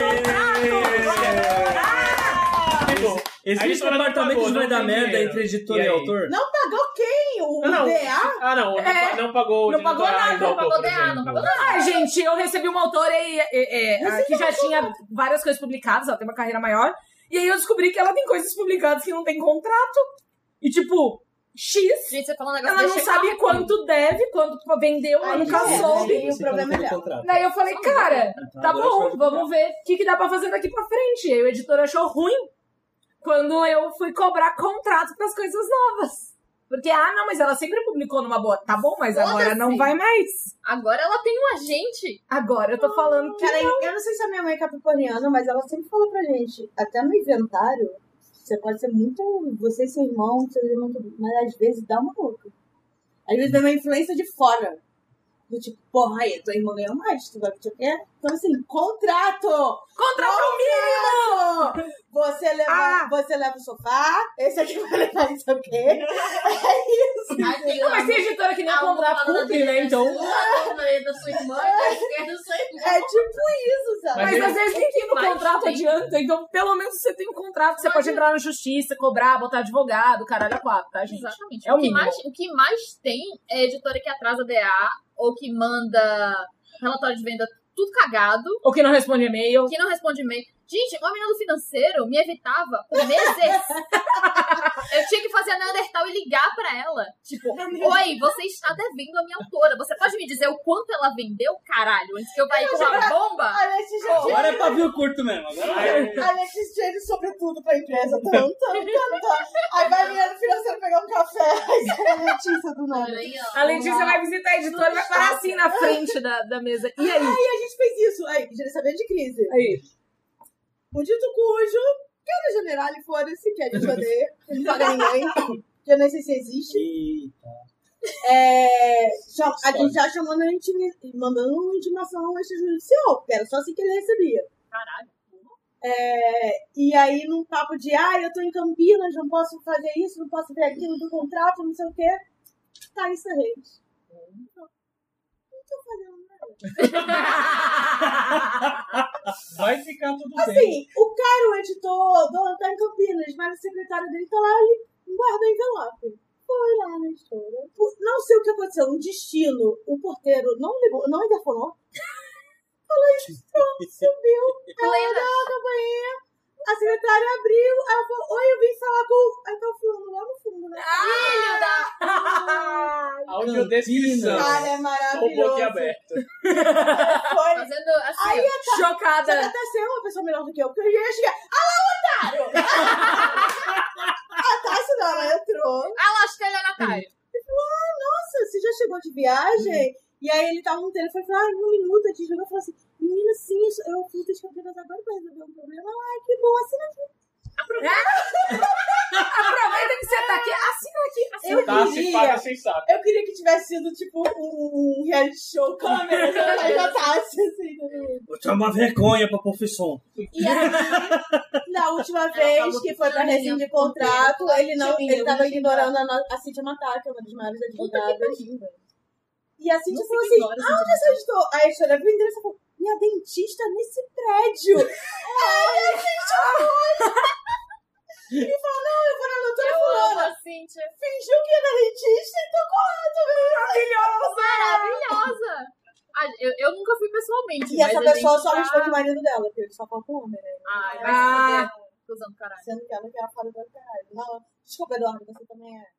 [SPEAKER 2] contrato.
[SPEAKER 5] Tipo, a
[SPEAKER 8] Existe
[SPEAKER 5] editora não
[SPEAKER 8] comportamento
[SPEAKER 5] pagou,
[SPEAKER 8] que vai
[SPEAKER 5] não
[SPEAKER 8] dar
[SPEAKER 5] tem
[SPEAKER 8] merda
[SPEAKER 5] dinheiro.
[SPEAKER 8] entre editor e,
[SPEAKER 5] E aí?
[SPEAKER 8] autor?
[SPEAKER 1] Não pagou quem? Tá O
[SPEAKER 5] Não, não.
[SPEAKER 1] DA?
[SPEAKER 5] Ah, não, não,
[SPEAKER 2] É.
[SPEAKER 5] não pagou.
[SPEAKER 1] Não pagou
[SPEAKER 5] direito
[SPEAKER 1] nada,
[SPEAKER 5] do
[SPEAKER 1] não
[SPEAKER 5] autor, por
[SPEAKER 4] pagou DA, não
[SPEAKER 5] exemplo.
[SPEAKER 4] pagou
[SPEAKER 2] Ah, gente, eu recebi uma autora aí, é, é,
[SPEAKER 1] Você
[SPEAKER 2] que já tinha várias coisas publicadas, ela tem uma carreira maior. E aí eu descobri que ela tem coisas publicadas que não tem contrato. E tipo, X.
[SPEAKER 4] Gente, você falou um negócio
[SPEAKER 2] Ela não
[SPEAKER 4] deixa eu
[SPEAKER 2] sabe
[SPEAKER 4] falar.
[SPEAKER 2] quanto deve, quanto vendeu, ela
[SPEAKER 1] Ai,
[SPEAKER 2] nunca
[SPEAKER 1] gente,
[SPEAKER 2] soube.
[SPEAKER 1] o problema é dela.
[SPEAKER 2] Daí eu falei, cara, tá
[SPEAKER 8] Agora você
[SPEAKER 2] bom,
[SPEAKER 8] vai
[SPEAKER 2] vamos ver o que, que dá pra fazer daqui pra frente. E aí o editor achou ruim quando eu fui cobrar contrato pras coisas novas. Porque, ah, não, mas ela sempre publicou numa boa. Tá bom, mas agora
[SPEAKER 4] Foda-se.
[SPEAKER 2] não vai mais.
[SPEAKER 4] Agora ela tem um agente.
[SPEAKER 2] Agora eu tô falando que.
[SPEAKER 1] Cara, eu não sei se a minha mãe é capricorniana, mas ela sempre falou pra gente, até no inventário, você pode ser muito. Você e seu irmão, seus irmãos, tudo, mas às vezes dá uma louca. Às vezes dá uma influência de fora. Do tipo, porra, aí, tua irmã ganhou mais, tu vai pedir o quê? Então assim, contrato!
[SPEAKER 2] Contrato
[SPEAKER 1] Contrato! Você leva,
[SPEAKER 2] Ah!
[SPEAKER 1] você leva o sofá, esse aqui vai levar isso o quê?
[SPEAKER 7] Ai, tem
[SPEAKER 2] Não, mas tem editora que nem o contrato cumpre, né? Então.
[SPEAKER 7] da sua irmã e da esquerda da sua irmã.
[SPEAKER 1] É tipo isso, sabe?
[SPEAKER 5] Mas
[SPEAKER 2] Mas às vezes nem tem no
[SPEAKER 4] Mas
[SPEAKER 2] contrato
[SPEAKER 4] tem.
[SPEAKER 2] adianta. Então, pelo menos você tem um contrato. Você pode entrar na justiça, cobrar, botar advogado, caralho, a quatro, tá, gente?
[SPEAKER 4] Exatamente.
[SPEAKER 2] É o
[SPEAKER 4] o, que
[SPEAKER 2] mínimo.
[SPEAKER 4] mais, o que mais tem é editora que atrasa DA ou que manda relatório de venda tudo cagado,
[SPEAKER 2] Ou que não responde e-mail.
[SPEAKER 4] que não responde e-mail. Gente, uma menina do financeiro me evitava por meses.
[SPEAKER 2] *laughs*
[SPEAKER 4] Eu tinha que fazer a Neandertal e ligar pra ela. Tipo, oi, você está devendo a minha autora. Você pode me dizer o quanto ela vendeu, caralho? Antes que eu vá aí com uma bomba?
[SPEAKER 1] A Letícia
[SPEAKER 8] Agora é pavio curto mesmo. Agora é.
[SPEAKER 1] A Letícia Jane sobretudo pra empresa. Tam, tam, tam, tam. Aí vai a menina do financeiro pegar um café. Aí sai a Letícia do nada.
[SPEAKER 7] Olha aí, ó.
[SPEAKER 2] A Letícia vai visitar a editora e vai parar assim na frente da, da mesa. E aí?
[SPEAKER 1] Aí a gente fez isso. Aí, gerenciamento de crise.
[SPEAKER 2] Aí.
[SPEAKER 1] O dito cujo, que era general e foda-se, que a gente odeia. que Não paga ninguém. que Eu nem sei se existe.
[SPEAKER 8] E-
[SPEAKER 1] É, já- a gente já chamando a gente, mandando intimação extrajudicial, porque era só assim que ele recebia. Caralho. e aí, num papo de, ah, eu tô em Campinas, não posso fazer isso, não posso ver aquilo do contrato, não sei o quê. Tá, Thaísa Reis. Não tô fazendo nada.
[SPEAKER 5] Vai ficar tudo bem.
[SPEAKER 1] Assim, o cara, o editor, o dono tá em Campinas, mas o secretário dele tá lá, ele guarda o envelope. Foi lá na história. Por- Não sei o que aconteceu, um destino, o porteiro não ligou, não interfonou. *laughs* Falei, subiu. Ela olhou a campainha, a secretária abriu, ela falou, oi, eu vim falar com... Aí tá o fulano lá no fundo, né?
[SPEAKER 5] Audiodescrição.
[SPEAKER 1] Cara, é
[SPEAKER 5] Com o boque
[SPEAKER 1] maravilhoso.
[SPEAKER 5] um aberto.
[SPEAKER 4] *laughs*
[SPEAKER 1] Foi
[SPEAKER 4] Fazendo assim.
[SPEAKER 1] Aí a Você
[SPEAKER 2] Chocada.
[SPEAKER 1] até ser uma pessoa melhor do que eu, porque eu ia chegar. Ah lá, otário! *laughs* a Tassi não, ela entrou.
[SPEAKER 4] Ah lá, acho que ela é Natália.
[SPEAKER 1] Nossa, você já chegou de viagem? E aí ele tava no telefone e falou: ah, um minuto, a gente jogou e falou assim: menina, sim, isso- eu fiz as campeonatas agora pra resolver um problema. Ai, que bom, assim, assina aqui.
[SPEAKER 2] Aproveita que você tá aqui. Assina aqui.
[SPEAKER 1] Eu
[SPEAKER 5] Tá, se paga
[SPEAKER 1] queria.
[SPEAKER 5] sem saco.
[SPEAKER 1] Eu queria que tivesse sido tipo um, um reality show câmera, aí já Tassi, assim, todo mundo.
[SPEAKER 8] Vou tirar uma vergonha pra profissão.
[SPEAKER 1] E aí, na última vez que foi pra rescindir contrato, ele não, ele tava ignorando a, no- a Cintia Matar, que é uma das maiores advogadas. E a Cintia falou assim, aonde essa editora? Aí a editora viu o endereço e falou, minha dentista nesse
[SPEAKER 2] *laughs*
[SPEAKER 1] prédio. Aí a
[SPEAKER 2] é
[SPEAKER 1] Cintia foi. Ele falou, não, eu vou na doutora
[SPEAKER 4] Eu
[SPEAKER 1] fulana.
[SPEAKER 4] amo assim, tipo, a Cíntia.
[SPEAKER 1] Fingiu que ia na dentista e tocou lá também.
[SPEAKER 4] Maravilhosa. Ah, eu, eu nunca fui pessoalmente.
[SPEAKER 1] E essa
[SPEAKER 4] mas a
[SPEAKER 1] pessoa
[SPEAKER 4] gente
[SPEAKER 1] só
[SPEAKER 4] tá-
[SPEAKER 1] responde o marido dela, porque ele só fala com homem, né?
[SPEAKER 4] Ai, vai
[SPEAKER 2] Ah.
[SPEAKER 4] se fuder. Tô usando caralho.
[SPEAKER 1] Sendo que ela que é a fala do caralho. Não, desculpa, Eduardo, você também é.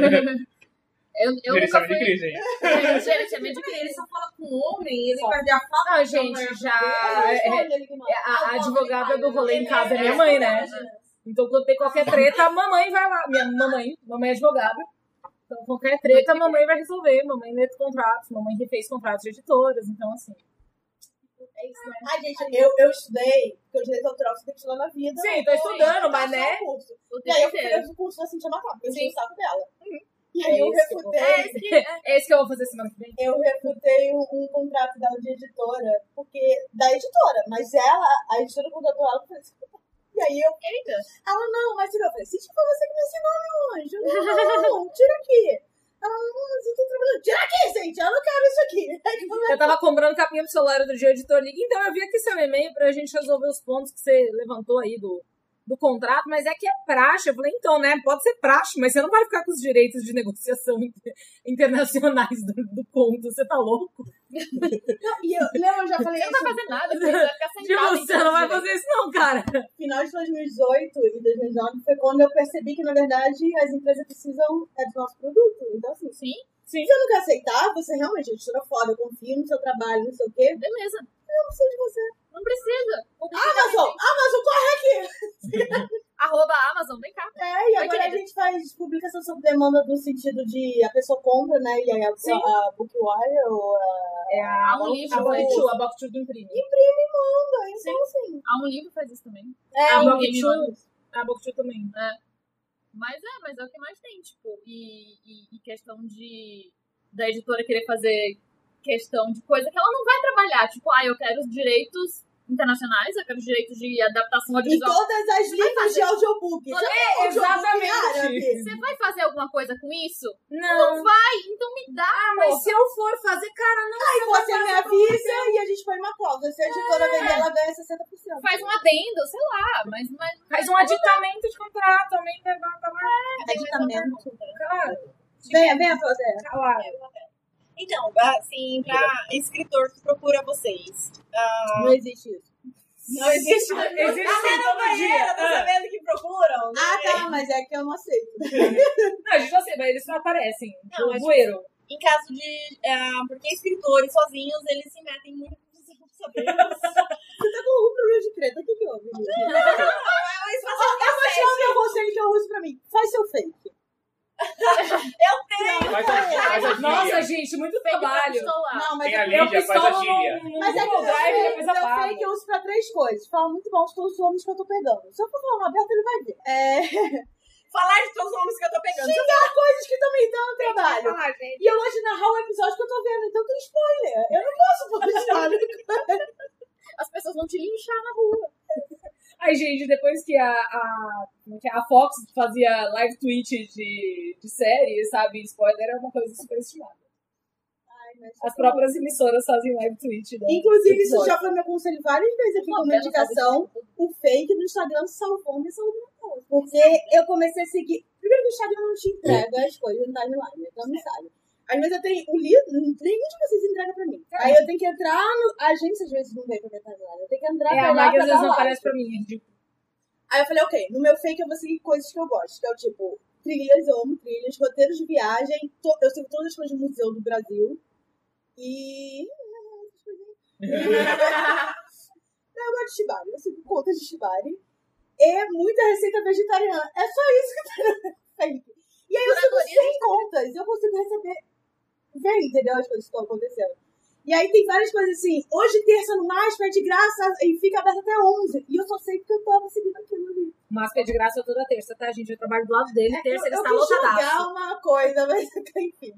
[SPEAKER 4] Eu, eu nunca
[SPEAKER 5] Gerenciamento de
[SPEAKER 4] fui.
[SPEAKER 5] crise aí.
[SPEAKER 4] Gente, gente, é meio difícil.
[SPEAKER 3] Ele só fala com homem, ele perdeu a fala.
[SPEAKER 2] Ah, Não, gente, já. é-
[SPEAKER 1] Ele ignora.
[SPEAKER 2] é A, a advogada do rolê em casa é minha mãe, né? Então, quando tem qualquer treta, a mamãe vai lá. Minha mamãe, mamãe é advogada. Então, qualquer treta, a mamãe vai resolver. Mamãe lê contratos, mamãe refez contratos de editoras. Então, assim. É isso, né?
[SPEAKER 1] Ai, gente, eu, eu estudei, porque o direito autoral você tem que estudar na vida.
[SPEAKER 2] Sim, tô estudando, mas né?
[SPEAKER 1] Um curso.
[SPEAKER 4] O
[SPEAKER 1] E aí
[SPEAKER 4] tempo
[SPEAKER 1] eu fui
[SPEAKER 4] inteiro.
[SPEAKER 1] fazer o curso da Cintia Matar, porque eu
[SPEAKER 4] Sim.
[SPEAKER 1] assim, tinha o saco dela. E aí eu
[SPEAKER 2] É isso que eu vou-
[SPEAKER 1] refutei,
[SPEAKER 2] É isso que eu vou fazer semana que vem.
[SPEAKER 1] eu refutei um, um contrato dela de editora, porque da editora, mas ela, a editora contratou ela pra fazer E aí eu,
[SPEAKER 4] Eita.
[SPEAKER 1] um ela, não, mas tirou. Eu falei, Cintia, foi você que me ensinou, meu anjo. Não, não, não, tira aqui. *laughs* tipo,
[SPEAKER 2] tava comprando capinha pro celular do dia, editor liga. Então eu vi aqui seu e-mail pra gente resolver os pontos que você levantou aí do, do contrato, mas é que é praxe. Eu falei, então, né? Pode ser praxe, mas você não vai ficar com os direitos de negociação *laughs* inter- internacionais do, do conto. Você tá louco?
[SPEAKER 1] Não, e eu, lembra, eu já falei
[SPEAKER 4] Você não
[SPEAKER 1] isso.
[SPEAKER 4] vai fazer
[SPEAKER 1] *laughs*
[SPEAKER 4] nada, você vai ficar
[SPEAKER 2] Tipo,
[SPEAKER 4] sentado.
[SPEAKER 2] você não vai fazer isso, não, cara.
[SPEAKER 1] Final de 2018 e 2019 foi quando eu percebi que, na verdade, as empresas precisam é, do nosso produto. Então, assim,
[SPEAKER 4] Sim.
[SPEAKER 2] Sim.
[SPEAKER 1] se eu não quer aceitar, você realmente é editora foda, eu confio no seu trabalho, não sei o quê.
[SPEAKER 4] Beleza,
[SPEAKER 1] Eu não preciso de você.
[SPEAKER 4] não precisa.
[SPEAKER 1] Amazon! Amazon, corre!
[SPEAKER 4] *laughs* Arroba Amazon, vem cá.
[SPEAKER 1] É, e
[SPEAKER 4] Vai,
[SPEAKER 1] agora a
[SPEAKER 4] querida.
[SPEAKER 1] gente faz publicação sob demanda no sentido de a pessoa compra, né? E aí a,
[SPEAKER 2] Sim.
[SPEAKER 1] a, a Bookwire ou a...
[SPEAKER 2] É a,
[SPEAKER 4] Há um livro,
[SPEAKER 2] a Bokichu, a Bokichu que imprime.
[SPEAKER 1] Imprime e manda. Então, assim...
[SPEAKER 4] há um livro que faz isso também.
[SPEAKER 1] É,
[SPEAKER 2] A
[SPEAKER 1] um-
[SPEAKER 2] Bokichu, a Bokichu também.
[SPEAKER 4] Mas é, mas é o que mais tem, tipo, e, e- e questão de da editora querer fazer questão de coisa que ela não vai trabalhar, tipo, ah, eu quero os direitos internacionais, eu quero os direitos de adaptação
[SPEAKER 1] E
[SPEAKER 4] audiovisual.
[SPEAKER 1] todas as línguas de audiobook. Já tem audiobook
[SPEAKER 2] exatamente.
[SPEAKER 1] árabe?
[SPEAKER 4] Você vai fazer alguma coisa com isso?
[SPEAKER 2] Não,
[SPEAKER 4] Vai, então me dá.
[SPEAKER 2] ah, mas se eu for fazer, cara, não.
[SPEAKER 1] Aí você me avisa e a gente põe uma cláusula. Se a editora vender, ela ganha 60%.
[SPEAKER 4] Faz um adendo, sei lá, mas, mas
[SPEAKER 2] Faz um aditamento de contrato também, né, vai vai- vai- vai-
[SPEAKER 1] Aditamento.
[SPEAKER 2] cara.
[SPEAKER 1] Venha, venha, Flávia.
[SPEAKER 2] Claro.
[SPEAKER 3] Então, assim, pra escritor que procura vocês.
[SPEAKER 1] Não existe isso.
[SPEAKER 3] Não
[SPEAKER 2] Existe
[SPEAKER 3] existe. Ah,
[SPEAKER 2] sim,
[SPEAKER 3] não,
[SPEAKER 2] todo dia.
[SPEAKER 3] banheira, tô sabendo que procuram. né?
[SPEAKER 1] Ah, tá, mas é que eu não aceito.
[SPEAKER 2] Não, a gente não sei, mas eles não aparecem.
[SPEAKER 3] Não,
[SPEAKER 2] o
[SPEAKER 3] mas-
[SPEAKER 2] bueiro.
[SPEAKER 3] Em caso de. ah, porque escritores sozinhos, eles se metem muito com tipo os problemas.
[SPEAKER 1] Você tá com um problema de treta, o que que houve?
[SPEAKER 3] *laughs*
[SPEAKER 1] amiga?
[SPEAKER 3] Mas
[SPEAKER 1] Ó, eu vou tirar o meu conselho que eu uso pra mim. Faz seu fake.
[SPEAKER 5] Faz
[SPEAKER 1] então,
[SPEAKER 5] a, faz a
[SPEAKER 2] Nossa,
[SPEAKER 5] gíria.
[SPEAKER 2] gente, muito
[SPEAKER 4] tem que
[SPEAKER 2] trabalho.
[SPEAKER 3] Ah,
[SPEAKER 4] pistolar.
[SPEAKER 1] Não, mas é-
[SPEAKER 5] Tem a
[SPEAKER 2] Eu
[SPEAKER 5] Lídia, faz a
[SPEAKER 2] pistolo
[SPEAKER 5] gíria.
[SPEAKER 2] no, no
[SPEAKER 1] Mas é que
[SPEAKER 2] Google
[SPEAKER 1] eu
[SPEAKER 2] Drive e
[SPEAKER 1] sei,
[SPEAKER 2] depois apago.
[SPEAKER 1] eu sei que é eu uso pra três coisas. Fala muito bom de todos os homens que eu tô pegando. Se eu for falar uma aberta, ele vai ver. É,
[SPEAKER 3] *laughs* Falar de todos os nomes que eu tô pegando.
[SPEAKER 1] xingar coisas que estão me dando um trabalho.
[SPEAKER 3] Falar, gente.
[SPEAKER 1] E eu gosto de narrar o episódio que eu tô vendo, então tem spoiler. Eu não posso
[SPEAKER 3] *laughs*
[SPEAKER 1] publicar.
[SPEAKER 4] As pessoas vão te linchar.
[SPEAKER 2] Ai, gente, depois que a, a, como que é? a Fox fazia live tweet de, de série, sabe? Spoiler é uma coisa super estimada. As próprias emissoras fazem live tweet. né?
[SPEAKER 1] Inclusive, isso
[SPEAKER 2] Episódio.
[SPEAKER 1] já foi meu conselho várias vezes aqui como indicação. O fake no Instagram salvou minha saúde mental. Porque eu comecei a seguir. Primeiro que o Instagram não te
[SPEAKER 2] É.
[SPEAKER 1] entrega as coisas no timeline, né? então não sabe. Às vezes eu tenho o livro, nenhum de vocês entrega pra mim. Aí eu tenho que entrar no. A agência às vezes não vem pra minha timeline. Eu tenho que entrar
[SPEAKER 2] É,
[SPEAKER 1] pra
[SPEAKER 2] a
[SPEAKER 1] lá
[SPEAKER 2] Mag
[SPEAKER 1] pra
[SPEAKER 2] às vezes
[SPEAKER 1] dar
[SPEAKER 2] não
[SPEAKER 1] like.
[SPEAKER 2] aparece pra mim. é ridículo.
[SPEAKER 1] Aí eu falei, ok, no meu fake eu vou seguir coisas que eu gosto. Que é o tipo, trilhas, eu amo trilhas, roteiros de viagem, to- eu sigo todas as coisas de museu do Brasil. E. Não, eu gosto de Shibari, eu sigo contas de Shibari. E muita receita vegetariana. É só isso que eu tenho no fake. E aí eu sigo 100 contas, eu consigo receber. Ver, entendeu? As coisas que estão acontecendo. E aí tem várias coisas assim, hoje terça no MASP é de graça e fica aberto até 11. E eu só sei porque eu tava seguindo aquilo ali.
[SPEAKER 2] Mas que é de graça toda terça, tá, gente? Eu trabalho do lado dele, terça ele
[SPEAKER 1] É eu
[SPEAKER 2] está
[SPEAKER 1] eu quis
[SPEAKER 2] lotadaço.
[SPEAKER 1] jogar uma coisa, *laughs* mas enfim.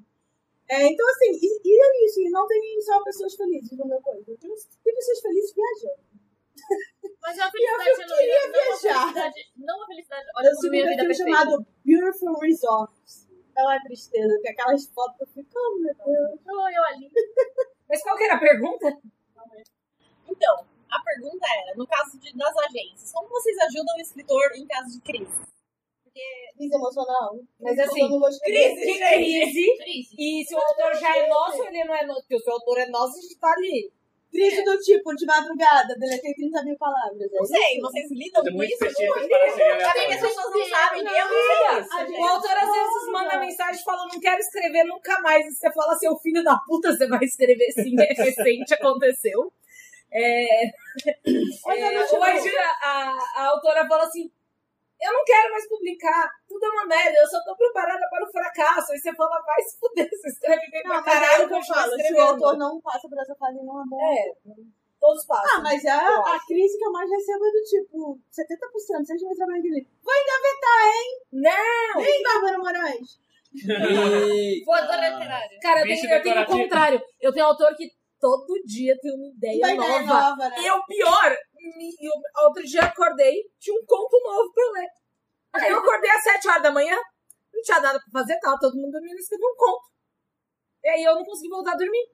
[SPEAKER 1] É, então assim, e, e é isso, e não tem só pessoas felizes no meu coisa. Tem tem pessoas felizes viajando.
[SPEAKER 4] Mas é uma
[SPEAKER 1] eu
[SPEAKER 4] felicidade
[SPEAKER 1] queria
[SPEAKER 4] genuína, não é uma
[SPEAKER 1] viajar.
[SPEAKER 4] felicidade. Não é uma felicidade. Olha
[SPEAKER 1] Eu
[SPEAKER 4] como
[SPEAKER 1] sigo um
[SPEAKER 4] minha vida é
[SPEAKER 1] perfil
[SPEAKER 4] perfeita.
[SPEAKER 1] chamado Beautiful Resorts. É uma tristeza, porque aquelas fotos eu fico, oh, meu Deus.
[SPEAKER 4] Oi, olha.
[SPEAKER 2] Mas qual que era a pergunta?
[SPEAKER 3] Então, a pergunta era, no caso de- das agências, como vocês ajudam o escritor em caso de crise?
[SPEAKER 1] Crise emocional.
[SPEAKER 2] Mas,
[SPEAKER 1] Eu
[SPEAKER 2] assim,
[SPEAKER 1] não vou escrever.
[SPEAKER 2] Que crise.
[SPEAKER 4] Crise.
[SPEAKER 2] E se o autor já é nosso, ele não é nosso. Porque se o autor é nosso, a gente tá ali.
[SPEAKER 1] Crise do tipo, de madrugada, deletei 30 mil palavras. É
[SPEAKER 3] Não sei, vocês lidam
[SPEAKER 5] É
[SPEAKER 3] com
[SPEAKER 5] muito
[SPEAKER 3] isso?
[SPEAKER 5] específico para ser
[SPEAKER 3] Sabe que as
[SPEAKER 5] aleatório.
[SPEAKER 3] pessoas não sabem, eu
[SPEAKER 2] Olha,
[SPEAKER 3] não sei
[SPEAKER 2] O
[SPEAKER 3] disso, gente.
[SPEAKER 2] autor às vezes manda mensagem falando, não quero escrever nunca mais. E você fala, seu filho da puta, você vai escrever sim, é recente, aconteceu. É, é, ou a, gira- a, a autora fala assim, eu não quero mais publicar, tudo é uma merda, eu só tô preparada para o fracasso. Aí você fala, vai se fuder, você escreve bem pra
[SPEAKER 1] Não, mas é
[SPEAKER 2] caralho,
[SPEAKER 1] o que eu
[SPEAKER 2] continua
[SPEAKER 1] falo. Se o
[SPEAKER 2] escrevendo.
[SPEAKER 1] autor não passa por essa fase, não abandona.
[SPEAKER 2] É, todos
[SPEAKER 1] Ah,
[SPEAKER 2] passam.
[SPEAKER 1] mas a, a crise que eu mais recebo é do tipo 70%, seja mais trabalho que Vai engavetar, hein?
[SPEAKER 2] Não!
[SPEAKER 1] Vem, Bárbara Moraes!
[SPEAKER 4] Voadora literária.
[SPEAKER 2] Cara, eu
[SPEAKER 5] Bicho
[SPEAKER 2] tenho, eu tenho o
[SPEAKER 5] decorativo.
[SPEAKER 2] contrário. Eu tenho um autor que todo dia tem uma ideia
[SPEAKER 1] Vai
[SPEAKER 2] é nova.
[SPEAKER 1] dar nova, né?
[SPEAKER 2] Eu, pior, me- eu- outro dia acordei, tinha um conto novo pra eu ler. Aí eu acordei às 7 horas da manhã, não tinha nada pra fazer, tava todo mundo dormindo, escrevi um conto. E aí eu não consegui voltar a dormir.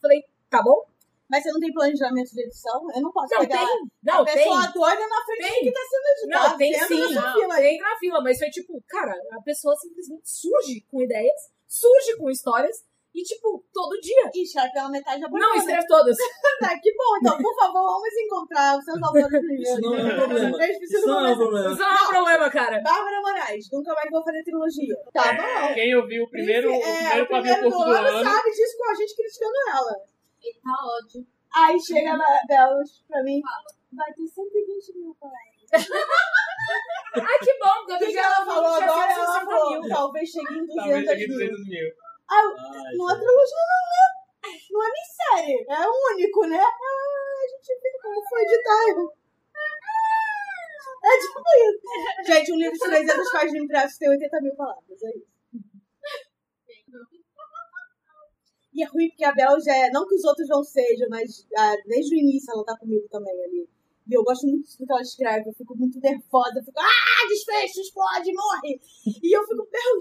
[SPEAKER 2] Falei, tá bom?
[SPEAKER 1] Mas você não tem planejamento de edição? Eu não posso
[SPEAKER 2] Não,
[SPEAKER 1] pegar.
[SPEAKER 2] tem.
[SPEAKER 1] a
[SPEAKER 2] Não, tem.
[SPEAKER 1] pessoa do olho na frente
[SPEAKER 2] Tem.
[SPEAKER 1] que tá sendo editado.
[SPEAKER 2] Não, tem
[SPEAKER 1] Entra
[SPEAKER 2] sim.
[SPEAKER 1] nessa
[SPEAKER 2] Não,
[SPEAKER 1] fila aí.
[SPEAKER 2] tem na fila, mas foi tipo, cara, a pessoa simplesmente surge com ideias, surge com histórias e, tipo, todo dia.
[SPEAKER 1] Ih, Sharp, pela metade da
[SPEAKER 2] Não, é
[SPEAKER 1] banana.
[SPEAKER 2] escreve todas.
[SPEAKER 1] Tá, que bom. Então, por favor, vamos encontrar os seus autores primeiro.
[SPEAKER 8] Isso não é um problema.
[SPEAKER 1] Vocês precisam
[SPEAKER 8] Isso não é um
[SPEAKER 1] começar.
[SPEAKER 8] problema.
[SPEAKER 2] Isso *laughs* não é um problema, cara.
[SPEAKER 1] Bárbara Moraes, nunca mais vou fazer trilogia. Tá bom.
[SPEAKER 5] Quem ouviu o primeiro, o
[SPEAKER 1] é,
[SPEAKER 5] primeiro
[SPEAKER 1] o
[SPEAKER 5] pavio
[SPEAKER 1] primeiro do
[SPEAKER 5] curto do
[SPEAKER 1] ano,
[SPEAKER 5] ano.
[SPEAKER 1] sabe disso com a gente criticando ela.
[SPEAKER 9] Ele tá ódio.
[SPEAKER 1] Aí chega a Belos pra mim e fala, vai ter 120 mil pra ela.
[SPEAKER 2] Ai, que bom.
[SPEAKER 1] O
[SPEAKER 2] Quando
[SPEAKER 1] que, que
[SPEAKER 2] já
[SPEAKER 1] ela falou
[SPEAKER 2] já assim,
[SPEAKER 1] agora?
[SPEAKER 2] fez isso,
[SPEAKER 1] Ela
[SPEAKER 2] você
[SPEAKER 1] falou,
[SPEAKER 2] viu.
[SPEAKER 1] talvez chegue em 200
[SPEAKER 5] Talvez
[SPEAKER 1] mil.
[SPEAKER 5] aqui 200 mil.
[SPEAKER 1] Ah,
[SPEAKER 8] Ai,
[SPEAKER 1] não é
[SPEAKER 8] gente.
[SPEAKER 1] trilogia, não, né? Não é minissérie. É único, né? Ah, a gente vê como foi editado. É tipo isso. Gente, um livro de 300 páginas impressos tem 80 mil palavras. É isso. E é ruim porque a Bel já é. Não que os outros não sejam, mas ah, desde o início ela tá comigo também ali. E eu gosto muito do que ela escreve. Eu fico muito nervosa. Eu fico, ah, desfecho, explode, morre. E eu fico, Bel,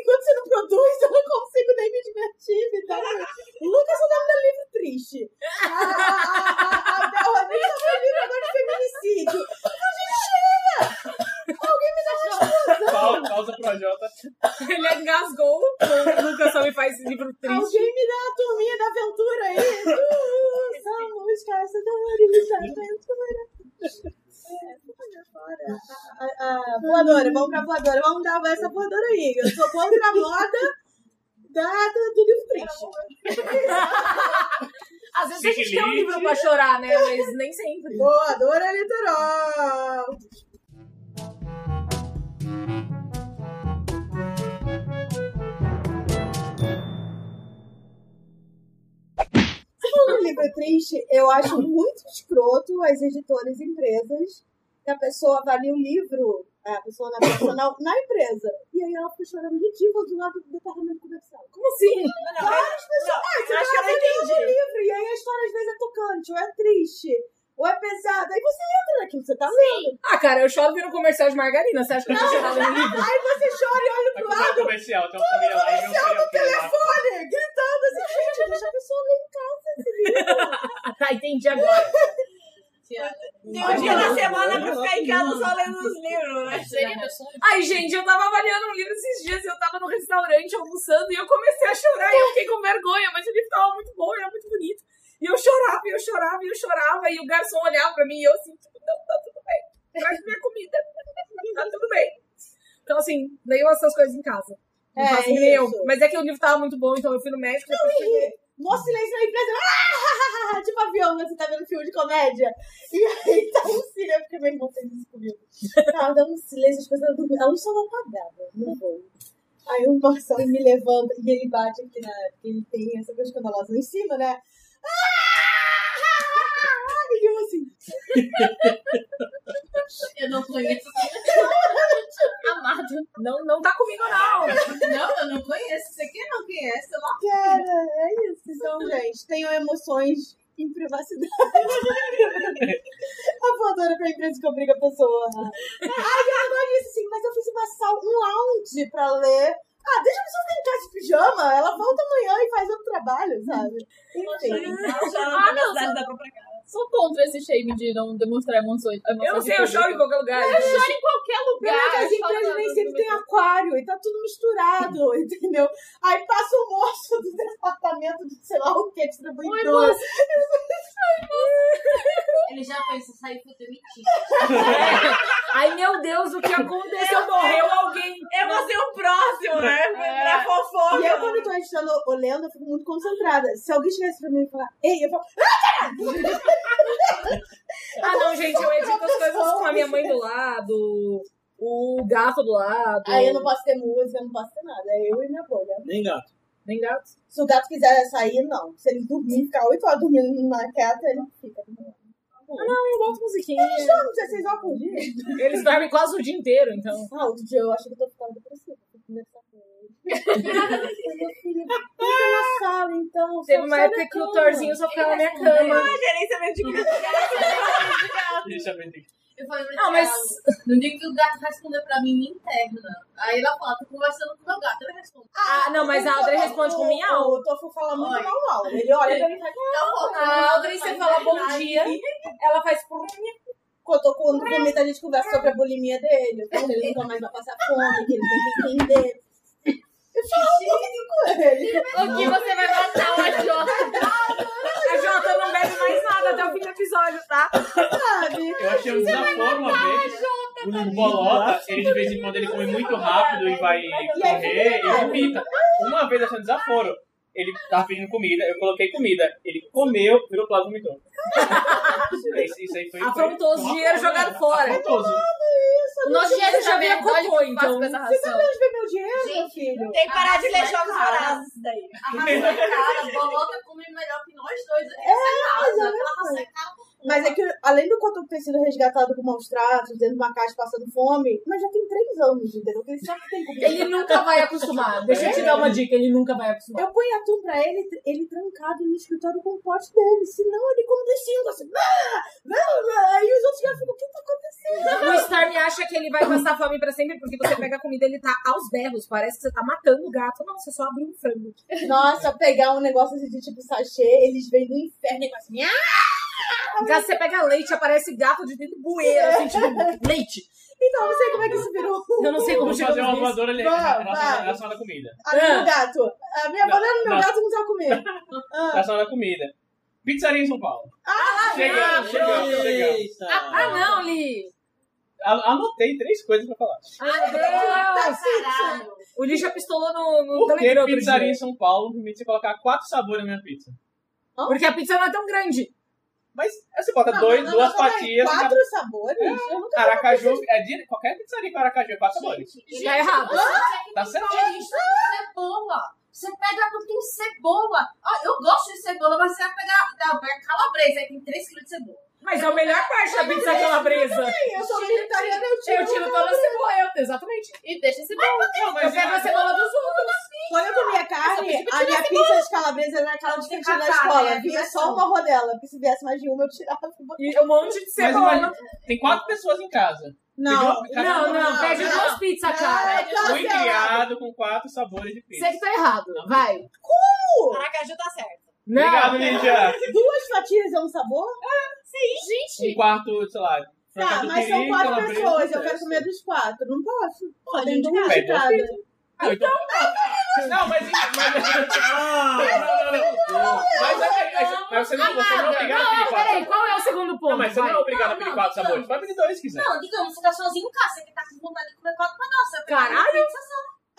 [SPEAKER 1] Enquanto você não produz, eu não consigo nem me divertir. Me dá um... Lucas, o nome do livro triste. A- A a- a *laughs* Bel Ramiro tá um livro agora de feminicídio. Então,
[SPEAKER 5] Pau, Causa tá Projota.
[SPEAKER 2] Ele engasgou. O Lucas só me faz livro triste.
[SPEAKER 1] Alguém me dá uma turminha da aventura aí. Uh, vamos, cara, você tá morrendo da aventura. É, olha fora. A- a- a Voadora, vamos pra voadora. Vamos dar essa voadora aí. Eu sou contra a moda da, do, do livro triste.
[SPEAKER 2] Às vezes a gente tem um livro pra chorar, né? Mas nem sempre.
[SPEAKER 1] Voadora litoral. Falando em livro triste, eu acho muito escroto as editoras e empresas que a pessoa avalia o livro, é, a pessoa na profissional, na empresa. E aí ela fica chorando ridículo do lado do departamento comercial.
[SPEAKER 2] Como assim?
[SPEAKER 1] Você é acho que eu entendi. livro, e aí a história às vezes é tocante, ou é triste, ou é pesada. Aí você entra naquilo, você tá lendo.
[SPEAKER 2] Ah, cara, eu choro vendo comercial de margarina. Você acha que eu tô chorando no livro?
[SPEAKER 1] Aí você chora e olha
[SPEAKER 5] Vai
[SPEAKER 1] pro
[SPEAKER 5] comprar
[SPEAKER 1] lado,
[SPEAKER 5] comercial. Tem uma família lá e não sei o que lá.
[SPEAKER 1] olha, gritando assim, gente, deixa a pessoa ler em casa esse livro.
[SPEAKER 2] Ah, tá, entendi agora.
[SPEAKER 3] Tem um dia na semana pra ficar em casa só lendo os livros,
[SPEAKER 2] É,
[SPEAKER 3] né?
[SPEAKER 4] Seria meu sonho.
[SPEAKER 2] Ai, gente, eu tava avaliando um livro esses dias. Eu tava no restaurante almoçando e eu comecei a chorar. E eu fiquei com vergonha, mas o livro tava muito bom, era muito bonito. E eu chorava, e eu chorava, e eu chorava. E o garçom olhava pra mim e eu assim, tipo, não, tá tudo bem. Traz minha comida. Tá tudo bem. Então, assim, leio essas coisas em casa. Não
[SPEAKER 1] É,
[SPEAKER 2] faço que nem eu.
[SPEAKER 1] isso.
[SPEAKER 2] Mas é que o livro tava muito bom, então eu fui no médico. depois fui ler.
[SPEAKER 1] Mó silêncio na empresa, ah, tipo avião, você tá vendo filme de comédia. E aí tá um silêncio, porque meu irmão fez isso comigo. Tava dando um silêncio, as pessoas dormindo. A luz tava apagada, não vou. Aí o Marcelo me levanta e ele bate aqui na. Ele tem essa coisa escandalosa lá em cima, né? Ah! E eu assim.
[SPEAKER 3] Eu não conheço.
[SPEAKER 4] *laughs* Amado.
[SPEAKER 2] Não, não tá comigo, não.
[SPEAKER 3] Não, eu não conheço. Você quem não conhece? Eu não
[SPEAKER 1] Cara, é isso. Então, gente, tenham emoções em privacidade. a voadora pra empresa que obriga a pessoa. a- Ai, eu agora disse assim, mas eu fiz uma sal, um lounge pra ler. Ah, deixa a pessoa ficar em casa de pijama, ela volta amanhã e faz outro trabalho, sabe? Enfim.
[SPEAKER 4] Ah, não,
[SPEAKER 3] Ah, não, cidade da própria casa.
[SPEAKER 4] Sou contra esse shame de não demonstrar emoções.
[SPEAKER 2] Eu não sei, eu choro em qualquer lugar.
[SPEAKER 4] choro em qualquer
[SPEAKER 1] Pelo menos as empresas nem sempre tem aquário e tá tudo misturado, *laughs* entendeu? Aí passa o moço do departamento de sei lá o que, distribuidor.
[SPEAKER 9] Ele já pensa, saiu pro demitir.
[SPEAKER 2] Ai, meu Deus, o que aconteceu? Morreu alguém. É.
[SPEAKER 3] Eu vou ser o próximo, né? Pra fofoca.
[SPEAKER 1] E eu, quando tô editando ou lendo, eu fico muito concentrada. Se alguém chegasse pra mim e falar, ei, eu falo,
[SPEAKER 2] Ah, não, gente, eu edito as coisas com a minha mãe do lado, o gato do lado.
[SPEAKER 1] aí eu não posso ter música, eu não posso ter nada. É eu e minha bolha.
[SPEAKER 8] Nem gato.
[SPEAKER 2] Nem gato.
[SPEAKER 1] Se o gato quiser sair, não. Se ele dormir, ficar oito horas dormindo na quieta, ele fica. Não,
[SPEAKER 2] Eu boto musiquinha.
[SPEAKER 1] não sei se horas por dia.
[SPEAKER 2] Eles dormem quase o dia inteiro, então.
[SPEAKER 1] Ah, outro dia eu acho que eu tô ficando depressiva. Tô conversando *laughs* com ele. Meu filho, fica na sala, então.
[SPEAKER 2] Teve
[SPEAKER 1] só-
[SPEAKER 2] uma
[SPEAKER 1] só
[SPEAKER 2] época
[SPEAKER 1] na
[SPEAKER 2] que o
[SPEAKER 1] cama.
[SPEAKER 2] Thorzinho só ficava na minha cama.
[SPEAKER 3] Gerenciamento de criança.
[SPEAKER 5] Deixa eu ver.
[SPEAKER 4] Eu falei pra
[SPEAKER 2] Não, mas-
[SPEAKER 4] Thiago, no dia que o gato respondeu pra mim, me interna. Aí ela fala, tô conversando com o meu gato, ele responde.
[SPEAKER 2] Ah, não, mas a Audrey responde com miau.
[SPEAKER 1] O Tofu fala muito
[SPEAKER 4] Olha.
[SPEAKER 1] mal mal. Ele olha pra mim e faz.
[SPEAKER 4] Tá bom,
[SPEAKER 2] A Audrey, você fala bom dia, ela faz...
[SPEAKER 1] Quando eu quando vomita, a gente conversa sobre a bulimia dele. Como ele nunca mais vai passar fome, que ele tem que entender. Eu falo muito com ele.
[SPEAKER 10] O que você vai matar o agiota?
[SPEAKER 2] A Jota não bebe mais nada até o fim do episódio, tá?
[SPEAKER 1] Sabe?
[SPEAKER 5] Eu achei um desaforo uma vez. O Bolota, ele de vez em quando ele come muito rápido e vai correr e vomita. Uma vez eu achei um desaforo. Ele tava pedindo comida, eu coloquei comida. Ele comeu, virou plato e *laughs* vomitou. Isso, isso aí foi. foi-
[SPEAKER 2] Afrontou os
[SPEAKER 5] foi uma
[SPEAKER 2] dinheiro
[SPEAKER 5] afronta,
[SPEAKER 2] jogado fora.
[SPEAKER 5] Afrontoso.
[SPEAKER 10] O nosso
[SPEAKER 3] então.
[SPEAKER 10] dinheiro
[SPEAKER 2] já
[SPEAKER 10] já
[SPEAKER 2] veio
[SPEAKER 10] veio
[SPEAKER 2] cocô,
[SPEAKER 10] olha o que faz
[SPEAKER 2] então.
[SPEAKER 10] com essa ração.
[SPEAKER 1] Mas vê meu dinheiro, meu filho.
[SPEAKER 3] Tem que parar de ler
[SPEAKER 4] mas
[SPEAKER 3] jogos
[SPEAKER 4] cara.
[SPEAKER 3] vorazes daí.
[SPEAKER 4] A raça é *laughs* cara, bolota come melhor que nós dois
[SPEAKER 2] É,
[SPEAKER 4] é aqui nessa casa. Aquela raça é
[SPEAKER 2] assim,
[SPEAKER 4] cara.
[SPEAKER 1] Mas é que, além do quanto ter sido resgatado com maus tratos, dentro de uma caixa passando fome, mas já tem três anos, entendeu? Ele sabe que tem comida.
[SPEAKER 2] Ele nunca vai acostumar. Deixa eu te dar uma dica, ele nunca vai acostumar.
[SPEAKER 1] Eu ponho atum pra ele, ele trancado no escritório com o pote dele. Senão ele come dos cinco, assim. "Ah, ah, ah", Aí os outros já ficam, o que tá acontecendo?
[SPEAKER 2] O Storm acha que ele vai passar fome pra sempre porque você pega a comida e ele tá aos berros. Parece que você tá matando o gato. Não, você só abriu um frango.
[SPEAKER 1] Nossa, pegar um negócio assim de tipo sachê, eles vêm do inferno e assim, ah!
[SPEAKER 2] Gato, você pega leite, aparece gato de dentro do bueiro, assim, tipo, leite.
[SPEAKER 1] Então, eu não sei como é que isso virou.
[SPEAKER 2] Eu não sei como
[SPEAKER 5] Vamos fazer
[SPEAKER 2] chegamos
[SPEAKER 5] uma
[SPEAKER 2] nisso.
[SPEAKER 5] voadora ali
[SPEAKER 1] Vai,
[SPEAKER 5] relacionada
[SPEAKER 1] vai.
[SPEAKER 5] relacionada à comida.
[SPEAKER 1] Ah, meu gato. A minha avó olhando meu
[SPEAKER 5] não.
[SPEAKER 1] gato não sabe comer. Ah,
[SPEAKER 5] Relacionada à comida. Pizzaria em São Paulo. Ah, Chegamos, chegamos, chegamos.
[SPEAKER 8] Eita!
[SPEAKER 2] Ah, não, Li!
[SPEAKER 5] A- Anotei três coisas pra falar.
[SPEAKER 2] Ai, Deus!
[SPEAKER 4] Caralho.
[SPEAKER 2] O Li já pistolou no, no
[SPEAKER 5] Por
[SPEAKER 2] Telegram
[SPEAKER 5] que
[SPEAKER 2] outro
[SPEAKER 5] pizzaria
[SPEAKER 2] dia.
[SPEAKER 5] em São Paulo permite você colocar quatro sabores na minha pizza?
[SPEAKER 2] Porque a pizza não é tão grande.
[SPEAKER 5] Mas aí você bota
[SPEAKER 1] não,
[SPEAKER 5] dois,
[SPEAKER 1] não,
[SPEAKER 5] duas
[SPEAKER 1] não, não,
[SPEAKER 5] fatias,
[SPEAKER 1] Quatro
[SPEAKER 5] cada-
[SPEAKER 1] sabores? Eu nunca
[SPEAKER 5] Aracaju, é dire- qualquer pizzaria com Aracaju é quatro sabores.
[SPEAKER 2] Tá errado.
[SPEAKER 5] Tá certo.
[SPEAKER 4] É isso, cebola. Você pega tudo tem cebola. Ó, eu gosto de cebola, mas você vai pegar não, pega calabresa, aí tem 3 kg de cebola.
[SPEAKER 2] Mas é a melhor parte da pizza calabresa.
[SPEAKER 1] sei, eu sou vegetariana, eu tiro.
[SPEAKER 2] Eu tiro toda a cebola, exatamente.
[SPEAKER 10] E deixa esse bolo.
[SPEAKER 5] Não,
[SPEAKER 2] Eu pego a cebola dos outros.
[SPEAKER 1] Quando eu comia carne, a minha pizza de calabresa era aquela de cantina na
[SPEAKER 4] Tem que catar,
[SPEAKER 1] escola.
[SPEAKER 4] né?
[SPEAKER 1] Vinha só uma rodela, porque se viesse mais de uma, eu tirava. e botava.
[SPEAKER 2] E um monte de
[SPEAKER 5] Mas
[SPEAKER 2] cebola.
[SPEAKER 5] imagina, tem quatro pessoas em casa.
[SPEAKER 1] Não,
[SPEAKER 5] Pediu- cada
[SPEAKER 2] Não,
[SPEAKER 5] um-
[SPEAKER 2] não, pede
[SPEAKER 1] não.
[SPEAKER 2] duas pizzas,
[SPEAKER 1] É,
[SPEAKER 2] cara.
[SPEAKER 1] então,
[SPEAKER 5] Um
[SPEAKER 1] assim,
[SPEAKER 5] enviado com quatro sabores de pizza.
[SPEAKER 2] Você que tá errado. Vai.
[SPEAKER 3] Aracaju tá certo.
[SPEAKER 2] Não.
[SPEAKER 5] Obrigado, Lídia.
[SPEAKER 1] Duas fatias é um sabor?
[SPEAKER 5] Um
[SPEAKER 10] Gente,
[SPEAKER 5] quarto, sei lá.
[SPEAKER 1] Tá, mas são quatro pessoas. Eu
[SPEAKER 5] é
[SPEAKER 1] quero comer dos quatro. Não posso. Só tem
[SPEAKER 5] indicar.
[SPEAKER 1] duas de
[SPEAKER 5] Pede duas
[SPEAKER 1] cada.
[SPEAKER 5] Então... Não, mas... mas...
[SPEAKER 8] Ah,
[SPEAKER 5] Não, não, não. Mas, é- é- mas você
[SPEAKER 2] Tá
[SPEAKER 5] não você não é obrigado a pedir quatro.
[SPEAKER 10] peraí, qual é o segundo
[SPEAKER 5] Não,
[SPEAKER 10] ponto?
[SPEAKER 5] mas você não é obrigado a
[SPEAKER 4] Não,
[SPEAKER 5] pedir
[SPEAKER 4] não,
[SPEAKER 5] quatro
[SPEAKER 4] não.
[SPEAKER 5] sabores. Pode pedir dois se quiser.
[SPEAKER 4] Não, digamos, você tá sozinho em casa, você que tá com vontade de comer quatro pedaços.
[SPEAKER 2] Caralho.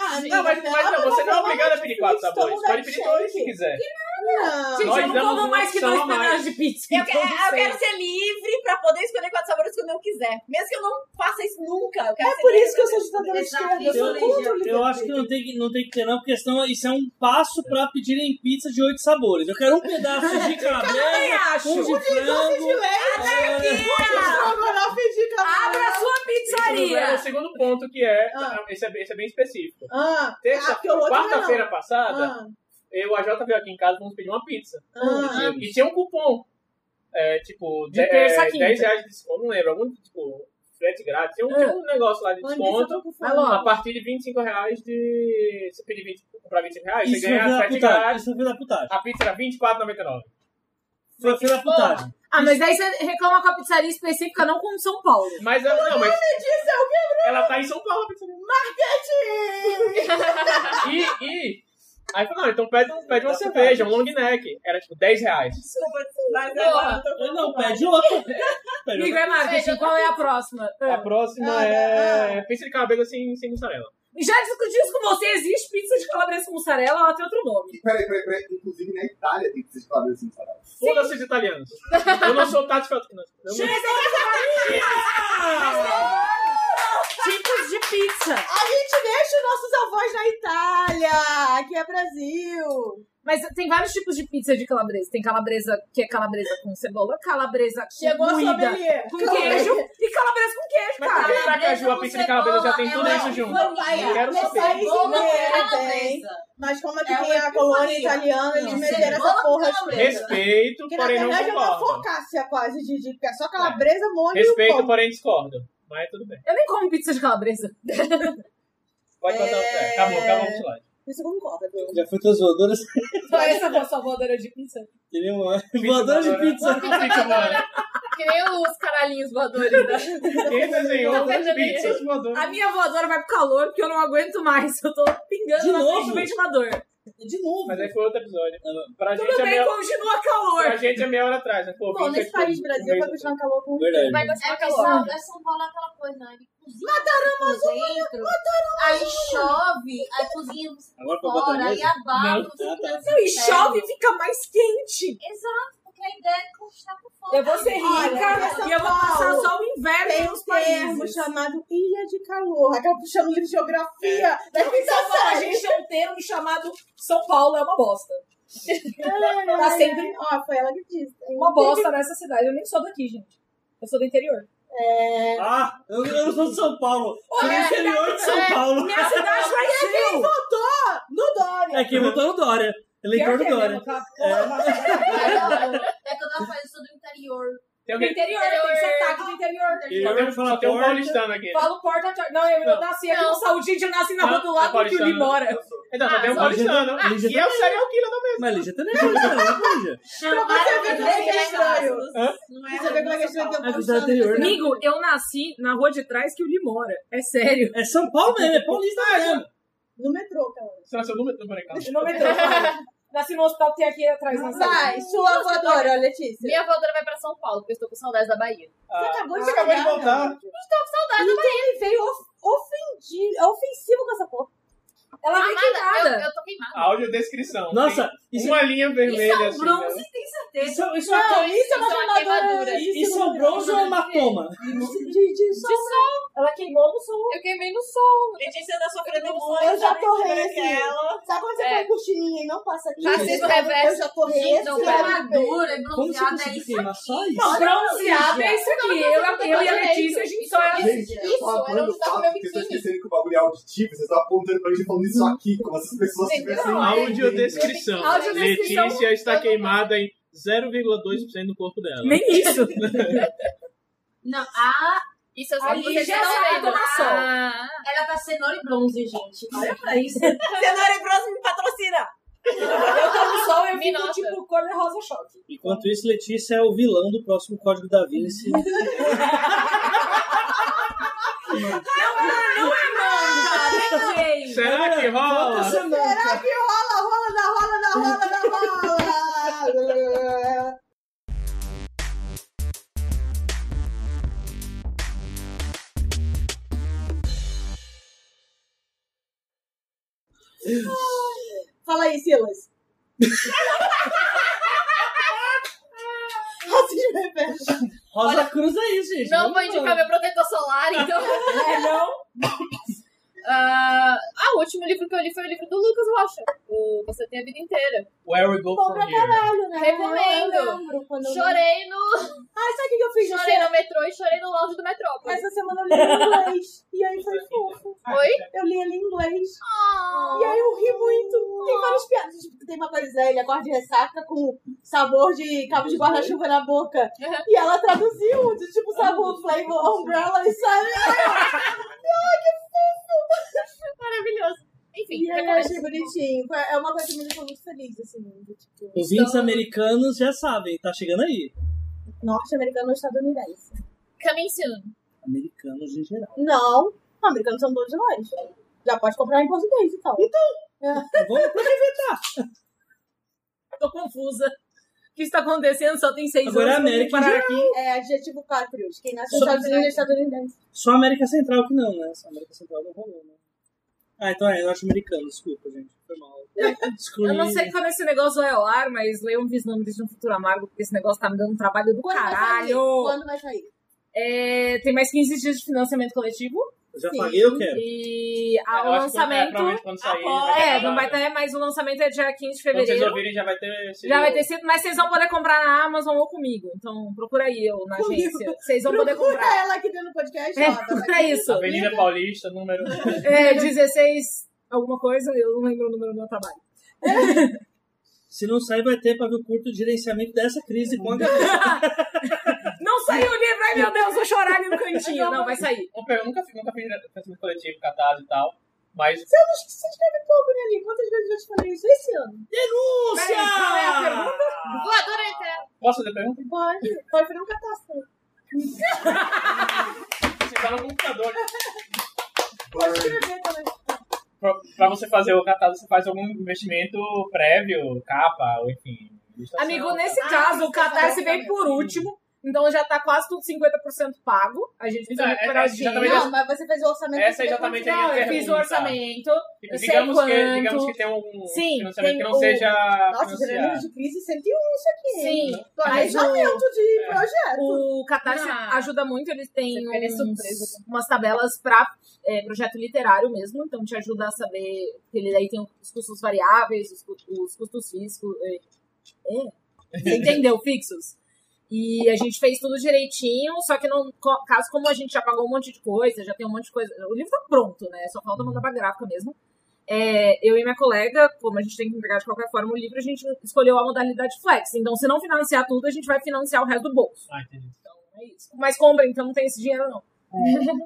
[SPEAKER 1] Ah,
[SPEAKER 5] Não, mas, mas não, você não é obrigado
[SPEAKER 1] um
[SPEAKER 5] a pedir quatro sabores. Pode pedir dois se quiser.
[SPEAKER 1] Não.
[SPEAKER 2] Gente,
[SPEAKER 5] Nós
[SPEAKER 2] eu não
[SPEAKER 5] damos
[SPEAKER 2] como
[SPEAKER 5] uma
[SPEAKER 2] mais que
[SPEAKER 5] opção
[SPEAKER 2] dois
[SPEAKER 5] a mais.
[SPEAKER 2] pedaços de pizza.
[SPEAKER 3] Eu, que-
[SPEAKER 2] então não
[SPEAKER 3] eu
[SPEAKER 2] sei.
[SPEAKER 3] quero ser livre pra poder escolher quatro sabores quando eu quiser. Mesmo que eu não faça isso nunca. Eu quero
[SPEAKER 1] É
[SPEAKER 3] ser
[SPEAKER 1] por
[SPEAKER 3] livre.
[SPEAKER 1] isso que eu sou ditadora de
[SPEAKER 4] Exato,
[SPEAKER 1] esquerda. Eu sou
[SPEAKER 8] eu-
[SPEAKER 1] contra o
[SPEAKER 8] Eu acho que
[SPEAKER 1] livre-arbítrio.
[SPEAKER 8] não tem que, não tem que ter, não, porque senão isso é um passo pra pedirem pizza de oito sabores. Eu quero um pedaço de
[SPEAKER 2] também
[SPEAKER 8] calabresa,
[SPEAKER 2] acho.
[SPEAKER 8] um de
[SPEAKER 1] Doce de
[SPEAKER 8] frango.
[SPEAKER 1] leite. Estrogonofe de
[SPEAKER 3] Ah,
[SPEAKER 1] camarão.
[SPEAKER 2] Abra a sua
[SPEAKER 5] Isso é o
[SPEAKER 2] pizzaria.
[SPEAKER 5] segundo ponto que é,
[SPEAKER 1] Ah.
[SPEAKER 5] esse é, bem- esse é bem específico.
[SPEAKER 1] Ah,
[SPEAKER 5] Terça,
[SPEAKER 1] ah, porque o outro não é
[SPEAKER 5] quarta-feira
[SPEAKER 1] não.
[SPEAKER 5] passada,
[SPEAKER 1] Ah,
[SPEAKER 5] eu, a Jota veio aqui em casa, vamos pedir uma pizza.
[SPEAKER 1] ah.
[SPEAKER 5] E tinha um cupom, é, tipo,
[SPEAKER 2] De
[SPEAKER 5] de-
[SPEAKER 2] terça a
[SPEAKER 5] é,
[SPEAKER 2] quinta.
[SPEAKER 5] 10 reais de desconto, não lembro, algum, tipo, frete grátis. Tinha um,
[SPEAKER 2] Ah.
[SPEAKER 5] tinha um negócio lá de
[SPEAKER 1] Vanessa, eu
[SPEAKER 5] desconto,
[SPEAKER 1] tô com
[SPEAKER 2] Vai
[SPEAKER 1] fome.
[SPEAKER 2] logo.
[SPEAKER 5] a partir de 25 reais de... Você pedir 20, comprar 25 reais,
[SPEAKER 8] Isso
[SPEAKER 5] você
[SPEAKER 8] foi
[SPEAKER 5] ganha
[SPEAKER 8] da
[SPEAKER 5] frete
[SPEAKER 8] putagem.
[SPEAKER 5] grátis.
[SPEAKER 8] Isso foi da putagem.
[SPEAKER 5] A pizza era R$24,99.
[SPEAKER 8] Foi foi da putagem.
[SPEAKER 2] Ah, mas daí você reclama com a pizzaria específica, não com São Paulo.
[SPEAKER 5] Mas ela, não, mas
[SPEAKER 1] Disse eu
[SPEAKER 5] ela tá em São Paulo, a pizza.
[SPEAKER 1] que
[SPEAKER 5] *laughs* E, e... Aí eu falei, não, então pede, um- pede uma cerveja, um long neck. Era tipo 10 reais.
[SPEAKER 3] Desculpa, mas
[SPEAKER 10] Porra.
[SPEAKER 3] agora eu tô com
[SPEAKER 8] Ele É, não
[SPEAKER 3] vontade.
[SPEAKER 8] pede outro. Pede
[SPEAKER 2] Amigo,
[SPEAKER 8] outro.
[SPEAKER 2] é marketing. Qual é a próxima?
[SPEAKER 5] A
[SPEAKER 2] Ah.
[SPEAKER 5] próxima
[SPEAKER 1] Ah,
[SPEAKER 5] é. Pizza de calabresa sem, sem mussarela.
[SPEAKER 2] Já discuti isso com você. Existe pizza de calabresa com mussarela? Ela tem outro nome.
[SPEAKER 11] Peraí, peraí, peraí. Inclusive na Itália tem que ser falado assim, sabe?
[SPEAKER 5] Foda-se os italianos. Eu não sou satisfeito com nós. Eu não-
[SPEAKER 2] Chega!
[SPEAKER 1] tipos de pizza. A gente deixa os nossos avós na Itália. Aqui é Brasil.
[SPEAKER 12] Mas tem vários tipos de pizza de calabresa. Tem calabresa que é calabresa com cebola, calabresa com
[SPEAKER 1] Chegou a
[SPEAKER 12] moída,
[SPEAKER 1] sommelier.
[SPEAKER 12] com
[SPEAKER 1] Calabresa.
[SPEAKER 12] queijo e calabresa com queijo,
[SPEAKER 5] Mas
[SPEAKER 12] cara.
[SPEAKER 5] por que Aracaju, a pizza de calabresa já
[SPEAKER 1] é
[SPEAKER 5] tem tudo isso junto? Eu quero saber.
[SPEAKER 1] né, Mas como aqui
[SPEAKER 13] É
[SPEAKER 1] tem
[SPEAKER 13] uma
[SPEAKER 1] a colônia
[SPEAKER 13] epifania.
[SPEAKER 1] italiano, eles
[SPEAKER 13] Não,
[SPEAKER 1] meteram essa
[SPEAKER 13] cebola
[SPEAKER 1] porra
[SPEAKER 13] com
[SPEAKER 1] de
[SPEAKER 5] Respeito,
[SPEAKER 1] Que na
[SPEAKER 5] porém não
[SPEAKER 1] verdade é uma
[SPEAKER 5] concordo.
[SPEAKER 1] focácia quase de, de é só calabresa, molho e
[SPEAKER 5] Respeito,
[SPEAKER 1] pão.
[SPEAKER 5] porém discordo. Mas tudo bem.
[SPEAKER 12] Eu nem como pizza de calabresa.
[SPEAKER 5] Pode passar o pé. Acabou, acabou o slide.
[SPEAKER 1] Isso concorda, Bruno.
[SPEAKER 8] Já foi tuas voadoras?
[SPEAKER 2] Só essa foi a sua voadora de pizza?
[SPEAKER 8] Queria *laughs* uma voadora de pizza.
[SPEAKER 4] Uma pizza voadora. Que nem os caralhinhos voadores da...
[SPEAKER 5] Quem desenhou
[SPEAKER 4] Tá
[SPEAKER 5] as
[SPEAKER 4] vendo aí?
[SPEAKER 5] pizzas
[SPEAKER 2] *laughs*
[SPEAKER 5] voadoras?
[SPEAKER 2] A minha voadora vai pro calor, porque eu não aguento mais. Eu tô pingando
[SPEAKER 8] De
[SPEAKER 2] na frente
[SPEAKER 8] novo?
[SPEAKER 2] do ventilador.
[SPEAKER 8] De novo.
[SPEAKER 5] Mas aí foi outro episódio. Pra
[SPEAKER 2] Tudo
[SPEAKER 5] gente é
[SPEAKER 2] bem,
[SPEAKER 5] meia...
[SPEAKER 2] continua
[SPEAKER 5] Pra
[SPEAKER 2] calor.
[SPEAKER 5] gente é meia hora atrás, né? Pô,
[SPEAKER 1] Bom,
[SPEAKER 5] vinte
[SPEAKER 1] nesse
[SPEAKER 5] e sete
[SPEAKER 1] país Brasil vai
[SPEAKER 5] minutos.
[SPEAKER 1] continuar calor com
[SPEAKER 8] Verdade.
[SPEAKER 4] Vai continuar
[SPEAKER 13] É que
[SPEAKER 4] calor.
[SPEAKER 13] São, é São Paulo é aquela coisa, né? Ele cozinha por dentro, aí chove, aí cozinha
[SPEAKER 8] Agora foi
[SPEAKER 13] fora,
[SPEAKER 8] botar
[SPEAKER 13] aí
[SPEAKER 8] mesmo?
[SPEAKER 13] abalo.
[SPEAKER 8] Não, tá,
[SPEAKER 2] Não, e chove e fica mais quente.
[SPEAKER 13] Exato, porque a ideia é conquistar por fora.
[SPEAKER 2] Eu vou ser
[SPEAKER 1] Olha,
[SPEAKER 2] rica né?
[SPEAKER 1] São
[SPEAKER 2] e eu vou passar
[SPEAKER 1] Paulo
[SPEAKER 2] só o inverno
[SPEAKER 1] Tem
[SPEAKER 2] nos
[SPEAKER 1] um termo
[SPEAKER 2] países.
[SPEAKER 1] chamado Ilha de Calor. Aquela puxando livro de
[SPEAKER 5] É.
[SPEAKER 1] geografia. Da
[SPEAKER 2] Em São Paulo, a gente tem um termo chamado São Paulo é uma bosta. tá sempre-
[SPEAKER 1] Ó, foi ela que disse.
[SPEAKER 2] Uma bosta nessa cidade. Eu nem sou daqui, gente. Eu sou do interior.
[SPEAKER 1] É.
[SPEAKER 8] Ah, eu, eu não sou de São Paulo. Sou do
[SPEAKER 2] Olha,
[SPEAKER 8] interior de São Paulo.
[SPEAKER 2] Minha cidade vai encher.
[SPEAKER 1] No Dória.
[SPEAKER 8] *laughs* É quem votou no Dória. Eleitor
[SPEAKER 2] é
[SPEAKER 8] do Dória.
[SPEAKER 2] tá?
[SPEAKER 8] É,
[SPEAKER 13] É que eu tava falando, eu sou do interior.
[SPEAKER 5] Tem
[SPEAKER 2] Do
[SPEAKER 5] alguém?
[SPEAKER 2] interior, tem que ser sotaque do interior.
[SPEAKER 5] Só tem,
[SPEAKER 8] Fala
[SPEAKER 5] só tem um
[SPEAKER 8] porta.
[SPEAKER 5] paulistano aqui.
[SPEAKER 2] Fala o porta Não, eu, eu nasci aqui no Saudinho, eu nasci na rua do
[SPEAKER 5] Não,
[SPEAKER 2] lado que o Li
[SPEAKER 5] paulistano.
[SPEAKER 2] mora.
[SPEAKER 5] Então, só tem um
[SPEAKER 8] só Lígia-
[SPEAKER 5] paulistano.
[SPEAKER 8] Lígia
[SPEAKER 5] E é o serial killer também.
[SPEAKER 8] Mas Lígia também é paulistana, Lígia.
[SPEAKER 1] Pra você ver como é que é estranho.
[SPEAKER 13] Não
[SPEAKER 1] Pra você ver como é que é estranho ter um
[SPEAKER 8] Paulo.
[SPEAKER 1] puxando
[SPEAKER 8] É do interior,
[SPEAKER 1] esse-
[SPEAKER 8] né?
[SPEAKER 12] Amigo, eu nasci na rua de trás que o Li mora. É sério.
[SPEAKER 8] É São Paulo mesmo, é paulista mesmo.
[SPEAKER 1] No metrô, cara.
[SPEAKER 5] Você nasceu no metrô, peraí, calma.
[SPEAKER 2] No metrô. Nasci no hospital que tem aqui atrás. na Saúde.
[SPEAKER 1] Vai, sua voadora, Letícia.
[SPEAKER 4] Minha voadora vai pra São Paulo, porque eu estou com saudades da Bahia.
[SPEAKER 1] acabou
[SPEAKER 5] Ah, Você acabou de
[SPEAKER 1] chegar,
[SPEAKER 5] voltar.
[SPEAKER 1] né? Então ele veio of- ofendido, é ofensivo com essa porra.
[SPEAKER 2] Ela vem que
[SPEAKER 4] Amada, Ah, eu,
[SPEAKER 2] nada.
[SPEAKER 4] eu tô queimada.
[SPEAKER 5] Audiodescrição.
[SPEAKER 8] Nossa,
[SPEAKER 5] Tem
[SPEAKER 8] isso é...
[SPEAKER 5] uma linha vermelha assim. né?
[SPEAKER 13] tem certeza.
[SPEAKER 8] Isso, é- isso,
[SPEAKER 1] Não,
[SPEAKER 8] é,
[SPEAKER 1] isso é uma
[SPEAKER 4] Isso é uma
[SPEAKER 1] queimadura.
[SPEAKER 4] queimadura.
[SPEAKER 8] isso é um bronze ou é um hematoma?
[SPEAKER 1] De, de, de sol.
[SPEAKER 2] é um Ela queimou no sul.
[SPEAKER 4] Eu queimei no sol.
[SPEAKER 3] Letícia tá sofrendo muito.
[SPEAKER 1] Eu já
[SPEAKER 3] tá
[SPEAKER 1] torrei
[SPEAKER 3] muito
[SPEAKER 1] esse.
[SPEAKER 3] ela.
[SPEAKER 1] Sabe quando você
[SPEAKER 4] É.
[SPEAKER 1] põe cochilinha e não passa aqui?
[SPEAKER 4] Faça esse
[SPEAKER 1] Eu já torrei esse.
[SPEAKER 13] Gente, não,
[SPEAKER 1] cara.
[SPEAKER 13] queimadura, é
[SPEAKER 8] Como você
[SPEAKER 13] bronzeada, é
[SPEAKER 8] conseguiu
[SPEAKER 13] isso.
[SPEAKER 8] queimar só isso?
[SPEAKER 2] Não, bronzeada é isso aqui. Eu, eu e a
[SPEAKER 4] direito.
[SPEAKER 2] Letícia, a gente só é.
[SPEAKER 14] Gente, eu
[SPEAKER 4] Isso, um
[SPEAKER 14] tô amando
[SPEAKER 4] eu não
[SPEAKER 14] o
[SPEAKER 4] tava
[SPEAKER 14] fato
[SPEAKER 4] meu
[SPEAKER 14] que vocês estão
[SPEAKER 4] biquíni.
[SPEAKER 14] esquecendo que o bagulho é auditivo, vocês estão apontando pra gente falando isso aqui, como se as pessoas tivessem.
[SPEAKER 5] Audiodescrição.
[SPEAKER 2] Audiodescrição.
[SPEAKER 5] Letícia está queimada em 0,2% do corpo dela.
[SPEAKER 2] Nem isso.
[SPEAKER 13] Não, a,
[SPEAKER 4] Isso eu só
[SPEAKER 2] Ali
[SPEAKER 4] vocês
[SPEAKER 2] já é
[SPEAKER 4] estão vendo.
[SPEAKER 2] água na sol.
[SPEAKER 4] Ah,
[SPEAKER 13] ela tá cenoura e bronze, gente. Olha pra isso.
[SPEAKER 3] Cenoura e bronze me patrocina.
[SPEAKER 2] *laughs* Eu tô no sol e eu
[SPEAKER 4] Me
[SPEAKER 2] fico
[SPEAKER 4] nota.
[SPEAKER 2] tipo cor de rosa choque.
[SPEAKER 8] Enquanto isso, Letícia é o vilão do próximo Código da Vinci.
[SPEAKER 1] é,
[SPEAKER 2] Não, *laughs* gente.
[SPEAKER 5] Será que rola?
[SPEAKER 1] Será que rola, rola, dá rola, dá rola, dá rola? Fala aí, Silas. Racismo reverso.
[SPEAKER 8] Rosa Cruz é isso, gente.
[SPEAKER 4] Não
[SPEAKER 8] Vamos
[SPEAKER 4] vou indicar meu protetor solar, então.
[SPEAKER 2] *laughs* É, não?
[SPEAKER 4] Ah, ah, o último livro que eu li foi o livro do Lucas Rocha, o Você Tem a Vida Inteira.
[SPEAKER 5] Where we go
[SPEAKER 1] Bom
[SPEAKER 5] from
[SPEAKER 1] pra
[SPEAKER 5] here?
[SPEAKER 1] caralho, né?
[SPEAKER 4] Recomendo.
[SPEAKER 1] Eu lembro quando eu-
[SPEAKER 4] Chorei no,
[SPEAKER 1] Ai, sabe o que que eu fiz? Eu
[SPEAKER 4] chorei
[SPEAKER 1] chorei.
[SPEAKER 4] no metrô e chorei no lounge do Metrópole.
[SPEAKER 1] Essa semana eu li em inglês. E aí foi fofo.
[SPEAKER 4] Oi?
[SPEAKER 1] Eu li ele em inglês.
[SPEAKER 4] Ah,
[SPEAKER 1] E aí eu ri muito. Tem várias piadas. Tipo, tem uma coisa, ele acorda de ressaca com sabor de cabo de guarda-chuva na boca. E ela traduziu, de, tipo, sabor flavor umbrella e sabe.
[SPEAKER 4] maravilhoso. Enfim,
[SPEAKER 1] E aí eu achei
[SPEAKER 4] recomendo.
[SPEAKER 1] bonitinho. Foi- É uma coisa que me deixou muito feliz, assim. de, Tipo,
[SPEAKER 8] Os índios americanos já sabem, tá chegando aí.
[SPEAKER 1] norte-americano ou estadunidense.
[SPEAKER 4] Coming soon.
[SPEAKER 8] Americanos em geral.
[SPEAKER 1] Não, americanos são todos nós. Já pode comprar em português, então.
[SPEAKER 8] Vamos
[SPEAKER 2] Tô confusa. O que está acontecendo? Só tem seis
[SPEAKER 8] Agora é
[SPEAKER 2] anos.
[SPEAKER 8] América em
[SPEAKER 2] Parar
[SPEAKER 8] geral.
[SPEAKER 2] aqui.
[SPEAKER 1] É adjetivo patriot. Quem nasce nos
[SPEAKER 8] Sobre-
[SPEAKER 1] Estados Unidos é estadunidense.
[SPEAKER 8] Só a América Central que não, né? Só a América Central não rolou, né? Ah, então é norte-americano, desculpa, gente. Foi mal. Desculpa.
[SPEAKER 2] Eu não sei quando esse negócio vai ao ar, mas leiam Vislumbres de um Futuro Amargo, porque esse negócio tá me dando um trabalho do
[SPEAKER 1] Quando vai sair?
[SPEAKER 2] caralho.
[SPEAKER 1] Quando vai sair?
[SPEAKER 2] É, tem mais 15 dias de financiamento coletivo.
[SPEAKER 8] Eu já
[SPEAKER 2] Sim.
[SPEAKER 8] paguei, eu quero.
[SPEAKER 2] E há o
[SPEAKER 5] Eu acho que, é,
[SPEAKER 2] lançamento.
[SPEAKER 5] provavelmente quando sair, vai ter
[SPEAKER 2] é,
[SPEAKER 5] data.
[SPEAKER 2] não vai ter, mas o lançamento é dia 15 de
[SPEAKER 5] Quando vocês
[SPEAKER 2] fevereiro.
[SPEAKER 5] ouvirem, já vai ter. sido-
[SPEAKER 2] Já vai ter sido, mas vocês vão poder comprar na Amazon ou comigo. Então procura aí eu na
[SPEAKER 1] Comigo.
[SPEAKER 2] agência. Vocês vão poder
[SPEAKER 1] Procura
[SPEAKER 2] comprar.
[SPEAKER 1] ela aqui dentro do podcast.
[SPEAKER 2] *laughs* É,
[SPEAKER 1] ó, tá
[SPEAKER 2] é isso.
[SPEAKER 5] Avenida Paulista, número. um.
[SPEAKER 2] É 16 alguma coisa, eu não lembro o número do meu trabalho.
[SPEAKER 8] Se não sair, vai ter para ver o curto de gerenciamento dessa crise com a
[SPEAKER 5] é
[SPEAKER 2] Não saiu o livro, ai meu Deus, vou chorar ali no cantinho. Não, vai sair.
[SPEAKER 5] Não, Eu nunca, fiz- nunca fiz financiamento coletivo, catado e tal. Mas
[SPEAKER 1] Você, não, você escreve pouco, né, Lin? Quantas vezes eu já te falei isso esse ano?
[SPEAKER 2] Peraí, qual é a pergunta?
[SPEAKER 4] um Voadora eterna.
[SPEAKER 5] posso fazer pergunta?
[SPEAKER 1] Pode, pode virar um catástrofe.
[SPEAKER 5] Você tá no computador.
[SPEAKER 1] Pode escrever também.
[SPEAKER 5] Pra, pra você fazer o catado, você faz algum investimento prévio, capa, ou enfim. ilustração.
[SPEAKER 2] Amigo, nesse
[SPEAKER 1] Ah,
[SPEAKER 2] caso, o
[SPEAKER 1] isso tá
[SPEAKER 2] Catarse
[SPEAKER 1] bem,
[SPEAKER 2] vem por último. Então já tá quase tudo 50% pago. A gente precisa
[SPEAKER 5] Então, é-
[SPEAKER 2] recuperar
[SPEAKER 5] é-
[SPEAKER 2] os dinheiro.
[SPEAKER 5] exatamente-
[SPEAKER 1] Não, mas você fez o orçamento.
[SPEAKER 5] tá? Essa
[SPEAKER 1] você fez
[SPEAKER 5] exatamente
[SPEAKER 1] quanto?
[SPEAKER 5] a
[SPEAKER 2] Não, eu
[SPEAKER 5] minha
[SPEAKER 2] fiz o
[SPEAKER 5] pergunta.
[SPEAKER 2] orçamento.
[SPEAKER 5] Tipo,
[SPEAKER 2] eu sei
[SPEAKER 5] digamos, que,
[SPEAKER 2] quanto.
[SPEAKER 5] digamos que tem um
[SPEAKER 2] Sim,
[SPEAKER 5] financiamento
[SPEAKER 2] tem
[SPEAKER 5] que não
[SPEAKER 2] o- é
[SPEAKER 5] seja.
[SPEAKER 1] Nossa,
[SPEAKER 5] financiado. Ah,
[SPEAKER 1] geralmente de crise 101 isso aqui. né? hein?
[SPEAKER 2] Sim, mas o-
[SPEAKER 1] Planejamento de
[SPEAKER 5] É.
[SPEAKER 1] projeto.
[SPEAKER 2] O Catarse
[SPEAKER 4] Ah.
[SPEAKER 2] ajuda muito, eles têm
[SPEAKER 4] Você pega
[SPEAKER 2] uns-
[SPEAKER 4] surpresa.
[SPEAKER 2] umas tabelas para projeto literário mesmo, então te ajuda a saber, porque ele daí tem os custos variáveis, os, cu- os custos físicos. É, é, você entendeu? Fixos. E a gente fez tudo direitinho, só que no co- caso, como a gente já pagou um monte de coisa, já tem um monte de coisa. O livro tá pronto, né? Só falta mandar pra gráfica mesmo. É, eu e minha colega, como a gente tem que entregar de qualquer forma o livro, a gente escolheu a modalidade flex. Então, se não financiar tudo, a gente vai financiar o resto do bolso.
[SPEAKER 5] Ah, entendi.
[SPEAKER 2] É isso. Mas comprem, então não tem esse dinheiro, não.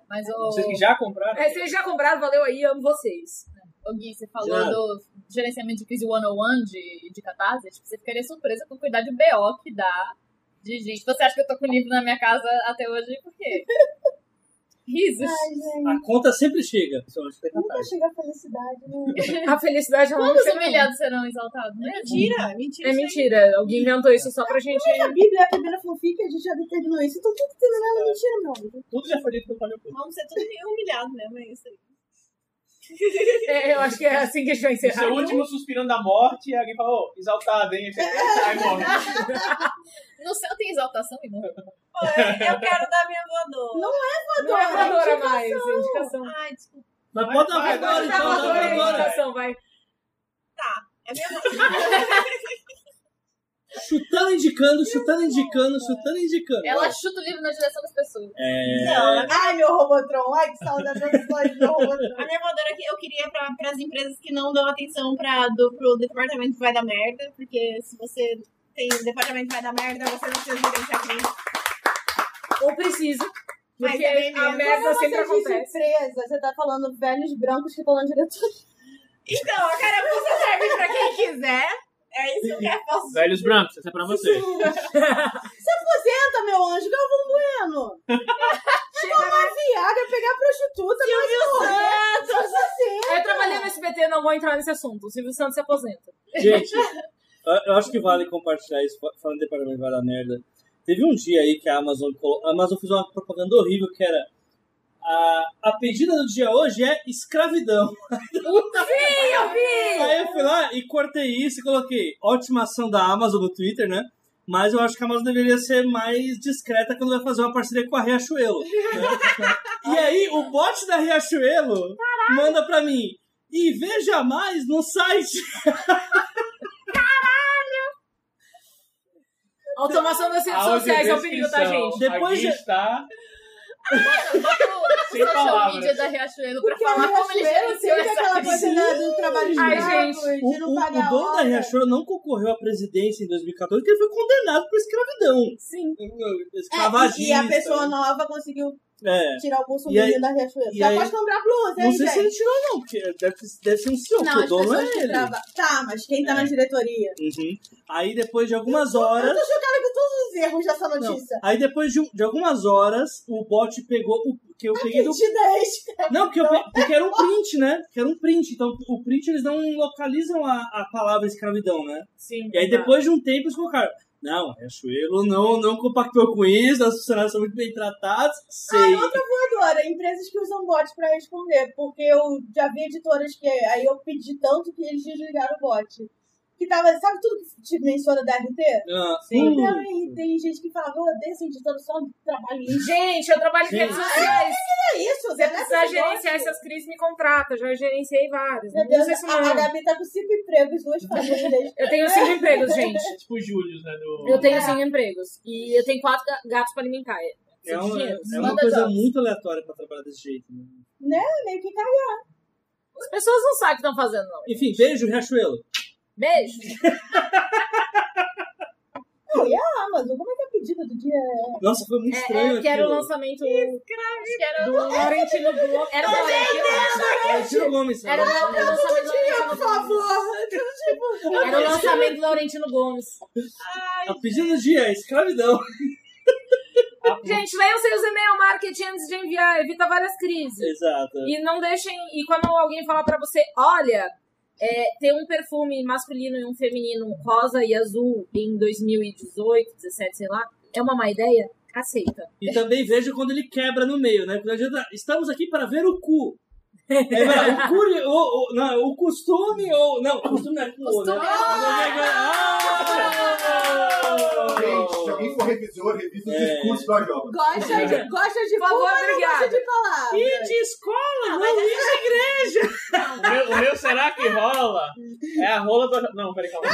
[SPEAKER 4] Mas
[SPEAKER 5] Vocês que
[SPEAKER 4] o,
[SPEAKER 5] já compraram?
[SPEAKER 2] É, vocês já compraram, valeu aí, amo vocês.
[SPEAKER 4] o Gui, você falou do gerenciamento de crise 101 de, de catarse. Tipo, você ficaria surpresa com o cuidado de BO que dá de gente. Você acha que eu tô com livro na minha casa até hoje? Por quê? Risos.
[SPEAKER 8] A conta sempre chega. Só acho que é
[SPEAKER 1] Nunca
[SPEAKER 8] capaz.
[SPEAKER 1] chega a felicidade, né?
[SPEAKER 2] A felicidade é
[SPEAKER 4] Quando os humilhados serão exaltados? né? Mesmo?
[SPEAKER 3] Mentira, mentira.
[SPEAKER 2] É
[SPEAKER 3] isso aí.
[SPEAKER 2] mentira, alguém inventou isso só pra gente.
[SPEAKER 1] A Bíblia é a primeira fanfic, a gente já determinou isso. Então tudo que tem nela é mentira, meu amigo.
[SPEAKER 5] Tudo já foi dito pelo Fábio Porto.
[SPEAKER 3] Vamos ser todos humilhados mesmo, é isso aí.
[SPEAKER 2] É, eu acho que é assim que a gente vai
[SPEAKER 5] O seu
[SPEAKER 2] encerrar.
[SPEAKER 5] último suspirando da morte, alguém falou, "Ô, exaltado, hein? Você Aí morre.
[SPEAKER 4] No céu tem exaltação e morte.
[SPEAKER 3] Pô, eu eu quero dar minha voadora.
[SPEAKER 2] Não é voadora mais, é indicação.
[SPEAKER 3] Ai, desculpa.
[SPEAKER 8] Mas pode dar
[SPEAKER 5] Vai,
[SPEAKER 8] uma
[SPEAKER 5] vai, vai,
[SPEAKER 8] voadora,
[SPEAKER 5] vai,
[SPEAKER 8] então, dá uma
[SPEAKER 5] vai, vai,
[SPEAKER 8] voadora.
[SPEAKER 2] indicação, vai.
[SPEAKER 3] É minha
[SPEAKER 8] Chutando, indicando, chutando, indicando, chutando, indicando.
[SPEAKER 4] Ela chuta o livro na direção das pessoas.
[SPEAKER 5] É.
[SPEAKER 3] voadora.
[SPEAKER 1] Ai, meu Robotron. Ai, que saudade da história de meu Robotron.
[SPEAKER 5] *laughs*
[SPEAKER 3] A minha voadora que eu queria para as empresas que não dão atenção para do pro departamento que vai dar merda, porque se você tem o departamento que vai dar merda, você não precisa gerenciar crise.
[SPEAKER 2] Ou precisa,
[SPEAKER 3] Mas
[SPEAKER 2] porque
[SPEAKER 3] é bem
[SPEAKER 2] a
[SPEAKER 3] menos.
[SPEAKER 2] merda
[SPEAKER 1] Quando
[SPEAKER 2] sempre
[SPEAKER 1] você diz
[SPEAKER 2] acontece.
[SPEAKER 1] empresa, você tá falando velhos brancos que estão na diretoria.
[SPEAKER 3] Então, a carapuça serve para quem quiser. É isso que eu
[SPEAKER 5] *laughs*
[SPEAKER 3] posso
[SPEAKER 5] Velhos brancos, essa é
[SPEAKER 1] *laughs*
[SPEAKER 5] pra você.
[SPEAKER 1] Se aposenta, meu anjo, Galvão Bueno.
[SPEAKER 5] *laughs*
[SPEAKER 1] né? Tomar Viagra, pegar prostituta, mas não é. Você aposenta.
[SPEAKER 2] Eu trabalhei no SBT, não vou entrar nesse assunto. O Silvio Santos se *laughs* aposenta.
[SPEAKER 8] Gente, eu- eu acho que vale compartilhar isso, fa- falando de departamento vai dar merda. Teve um dia aí que a Amazon, colo- a Amazon fez uma propaganda horrível que era a, a pedida do dia hoje é escravidão.
[SPEAKER 2] Sim, eu vi!
[SPEAKER 8] Aí eu fui lá e cortei isso e coloquei ótima ação da Amazon no Twitter, né? Mas eu acho que a Amazon deveria ser mais discreta quando vai fazer uma parceria com a Riachuelo. né? e aí o bot da Riachuelo manda pra mim e veja mais no site.
[SPEAKER 2] Automação das redes sociais é o perigo, tá, gente?
[SPEAKER 8] Depois
[SPEAKER 5] Aqui
[SPEAKER 8] já-
[SPEAKER 5] está
[SPEAKER 4] Bota o- o
[SPEAKER 5] Sem
[SPEAKER 4] social
[SPEAKER 5] palavras.
[SPEAKER 4] media da Riachuelo
[SPEAKER 8] Tá
[SPEAKER 4] pra
[SPEAKER 1] Porque a
[SPEAKER 4] falar como ele
[SPEAKER 1] Riachuelo
[SPEAKER 4] gerenciou
[SPEAKER 1] sempre
[SPEAKER 4] essa
[SPEAKER 1] é aquela
[SPEAKER 4] crise.
[SPEAKER 1] coisa da- do trabalho de
[SPEAKER 2] Ai,
[SPEAKER 1] brancos,
[SPEAKER 8] O,
[SPEAKER 1] de não
[SPEAKER 8] o-
[SPEAKER 1] pagar
[SPEAKER 8] o dono da
[SPEAKER 1] hora. É,
[SPEAKER 8] Riachuelo não concorreu à presidência em 2014 porque ele foi condenado por escravidão.
[SPEAKER 2] Sim.
[SPEAKER 1] É,
[SPEAKER 8] Escravagista.
[SPEAKER 1] e- e a pessoa nova conseguiu
[SPEAKER 8] É.
[SPEAKER 1] tirar o bolso
[SPEAKER 8] E aí-
[SPEAKER 1] da Riachuelo.
[SPEAKER 8] e
[SPEAKER 1] Já
[SPEAKER 8] aí-
[SPEAKER 1] pode comprar blusa,
[SPEAKER 8] Não
[SPEAKER 1] hein,
[SPEAKER 8] sei se
[SPEAKER 1] gente?
[SPEAKER 8] ele tirou, não, porque deve, deve ser um seu,
[SPEAKER 1] é. Não,
[SPEAKER 8] porque o
[SPEAKER 1] as
[SPEAKER 8] dono é
[SPEAKER 1] pessoas que
[SPEAKER 8] ele. É.
[SPEAKER 1] trabalham. Tá, mas quem tá na diretoria?
[SPEAKER 8] Uhum. Aí depois de algumas
[SPEAKER 1] Eu
[SPEAKER 8] horas.
[SPEAKER 1] tô chocada com todos os erros dessa notícia.
[SPEAKER 8] Aí depois de, um- de algumas horas, o bot pegou o que eu peguei do.
[SPEAKER 1] Mentira, é
[SPEAKER 8] Não, porque, eu pe- porque era um print, né? Porque era um print. Então, o print eles não localizam a, a palavra escravidão, né?
[SPEAKER 2] Sim.
[SPEAKER 8] E aí depois de um tempo eles colocaram. Não, Riachuelo não, não compactou com isso, as funcionários são muito bem tratados.
[SPEAKER 2] Ah,
[SPEAKER 8] Sei.
[SPEAKER 2] tá.
[SPEAKER 1] Agora, empresas que usam bots pra responder, porque eu já vi editoras que aí eu pedi tanto que eles desligaram o bot. Que que tava. Sabe tudo que te menciona da RT?
[SPEAKER 8] Ah,
[SPEAKER 1] Sim.
[SPEAKER 8] hum.
[SPEAKER 1] Tem, Então, tem gente que fala, eu odeio esse editor só de trabalho lixo.
[SPEAKER 2] Gente, eu trabalho em
[SPEAKER 8] Sim.
[SPEAKER 2] redes sociais.
[SPEAKER 1] É isso,
[SPEAKER 2] Se você
[SPEAKER 1] Zé.
[SPEAKER 2] precisar gerenciar essas crises, me contrata. Já gerenciei várias.
[SPEAKER 1] Meu
[SPEAKER 2] Não
[SPEAKER 1] Deus,
[SPEAKER 2] sei se
[SPEAKER 1] a, a
[SPEAKER 2] não.
[SPEAKER 1] Gabi tá com cinco empregos, duas famílias.
[SPEAKER 2] Eu tenho cinco empregos, gente.
[SPEAKER 5] Tipo o Júlio, né? Do...
[SPEAKER 2] Eu
[SPEAKER 1] É.
[SPEAKER 2] tenho cinco empregos. E eu tenho quatro ga- gatos pra alimentar. É,
[SPEAKER 8] É
[SPEAKER 2] são
[SPEAKER 8] uma, é
[SPEAKER 2] dinheiros.
[SPEAKER 8] uma
[SPEAKER 1] Manda
[SPEAKER 8] coisa
[SPEAKER 1] jogos.
[SPEAKER 8] muito aleatória pra trabalhar desse jeito. né?
[SPEAKER 1] É meio que caiu.
[SPEAKER 2] As pessoas não sabem o que estão fazendo, não.
[SPEAKER 8] Enfim, beijo, Riachuelo.
[SPEAKER 2] Beijo.
[SPEAKER 1] Não, e a Amazon? Como é que é a pedida do dia?
[SPEAKER 8] Nossa, foi muito estranho.
[SPEAKER 2] É, que era o
[SPEAKER 8] aquilo.
[SPEAKER 2] lançamento do Laurentino Bloch. Era o Laurentino.
[SPEAKER 8] Era o é Ciro Gomes.
[SPEAKER 2] Era o
[SPEAKER 8] sabe?
[SPEAKER 2] lan- era o lançamento do Laurentino Gomes. Era o lançamento do Laurentino Gomes.
[SPEAKER 8] A pedido do Tá dia, é escravidão. *laughs* Tá
[SPEAKER 2] Gente, leiam seus e-mail marketing antes de enviar. Evita várias crises.
[SPEAKER 8] Exato.
[SPEAKER 2] E não deixem. E quando alguém falar pra você, olha, é, tem um perfume masculino e um feminino rosa e azul em 2018, 17, sei lá, é uma má ideia? Aceita.
[SPEAKER 8] E também vejo quando ele quebra no meio, né? Porque não adianta, estamos aqui para ver o cu. Aí vai lá, o, cu o, o- não, o costume ou. Não, o costume não é cu, né? Ah!
[SPEAKER 14] Gente, se alguém for revisor, revisa os
[SPEAKER 8] É.
[SPEAKER 14] discursos da jovem.
[SPEAKER 1] Gosta de, *laughs* gosta de
[SPEAKER 2] Por favor,
[SPEAKER 1] culpa, não gosta
[SPEAKER 2] obrigada.
[SPEAKER 1] de palavra.
[SPEAKER 8] E de escola, não isso Ah! é igreja!
[SPEAKER 5] O meu, o meu será que rola? É a rola do. Não, peraí, calma.
[SPEAKER 2] É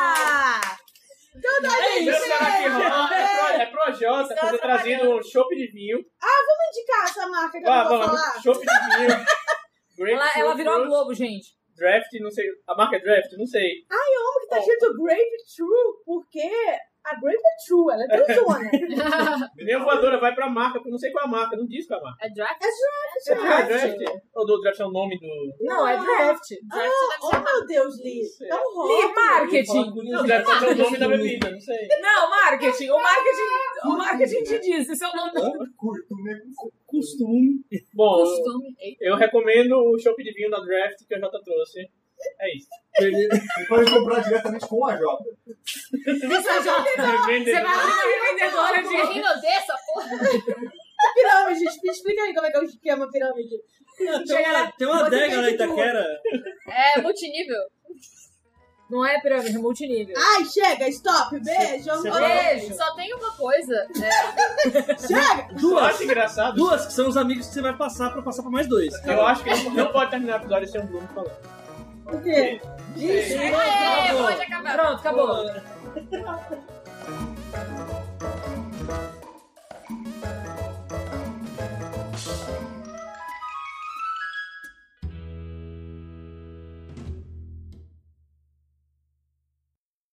[SPEAKER 1] Ah! Então tá,
[SPEAKER 5] O
[SPEAKER 1] gente.
[SPEAKER 5] meu será que rola? É, pro, é Projota,
[SPEAKER 3] Estou
[SPEAKER 5] que eu tô trazendo um chopp de vinho.
[SPEAKER 1] Vamos indicar essa marca que eu
[SPEAKER 5] Ah,
[SPEAKER 1] não vou
[SPEAKER 5] vamos,
[SPEAKER 1] falar.
[SPEAKER 5] chopp de vinho. Grapefruit
[SPEAKER 2] Ela, ela virou a
[SPEAKER 5] fruit,
[SPEAKER 2] Globo, gente.
[SPEAKER 5] Draft, não sei. A marca é Draft? Não sei.
[SPEAKER 1] Como que tá escrito Grape True? Porque a Grape é True,
[SPEAKER 5] *laughs*
[SPEAKER 1] ela é transona.
[SPEAKER 5] Pneu voadora vai pra marca, porque eu não sei qual é a marca, não diz qual é a marca.
[SPEAKER 4] É draft?
[SPEAKER 5] É Draft? Ou do Draft é o nome do.
[SPEAKER 2] Não, é draft.
[SPEAKER 1] oh, meu Deus, Li. Tá um Não
[SPEAKER 2] Li,
[SPEAKER 1] rola.
[SPEAKER 2] marketing.
[SPEAKER 5] Não, Draft é o nome da bebida, não sei.
[SPEAKER 2] Não, marketing. O marketing, o marketing te diz. Esse é o nome do
[SPEAKER 14] Curto, né?
[SPEAKER 8] Costume.
[SPEAKER 5] Bom,
[SPEAKER 4] Costume. é Eita.
[SPEAKER 5] eu recomendo o chopp de vinho da Draft que a Jota trouxe. É isso.
[SPEAKER 14] Você pode comprar diretamente com a Jota.
[SPEAKER 2] Você *laughs* vai abrir uma revendedora de.
[SPEAKER 4] Quem não dessa, porra?
[SPEAKER 1] Pirâmide, gente, explica aí como é que é o esquema pirâmide.
[SPEAKER 8] Tem uma, tem uma
[SPEAKER 1] Você
[SPEAKER 8] adega lá
[SPEAKER 1] tem
[SPEAKER 8] em
[SPEAKER 1] de tudo.
[SPEAKER 8] Itaquera.
[SPEAKER 4] É multinível.
[SPEAKER 2] Não é pirâmide, é multinível.
[SPEAKER 1] Ai, chega, stop, beijo, amor.
[SPEAKER 2] Beijo.
[SPEAKER 4] Só tem uma coisa. É,
[SPEAKER 1] Chega!
[SPEAKER 5] Eu
[SPEAKER 8] Duas.
[SPEAKER 5] acho engraçado.
[SPEAKER 8] Duas que são os amigos que você vai passar pra passar pra mais dois.
[SPEAKER 5] Eu acho que não, não pode terminar o episódio sem o Bruno falando.
[SPEAKER 1] O quê?
[SPEAKER 8] Sim,
[SPEAKER 4] é
[SPEAKER 8] acabou.
[SPEAKER 4] pode acabar.
[SPEAKER 2] Pronto, acabou.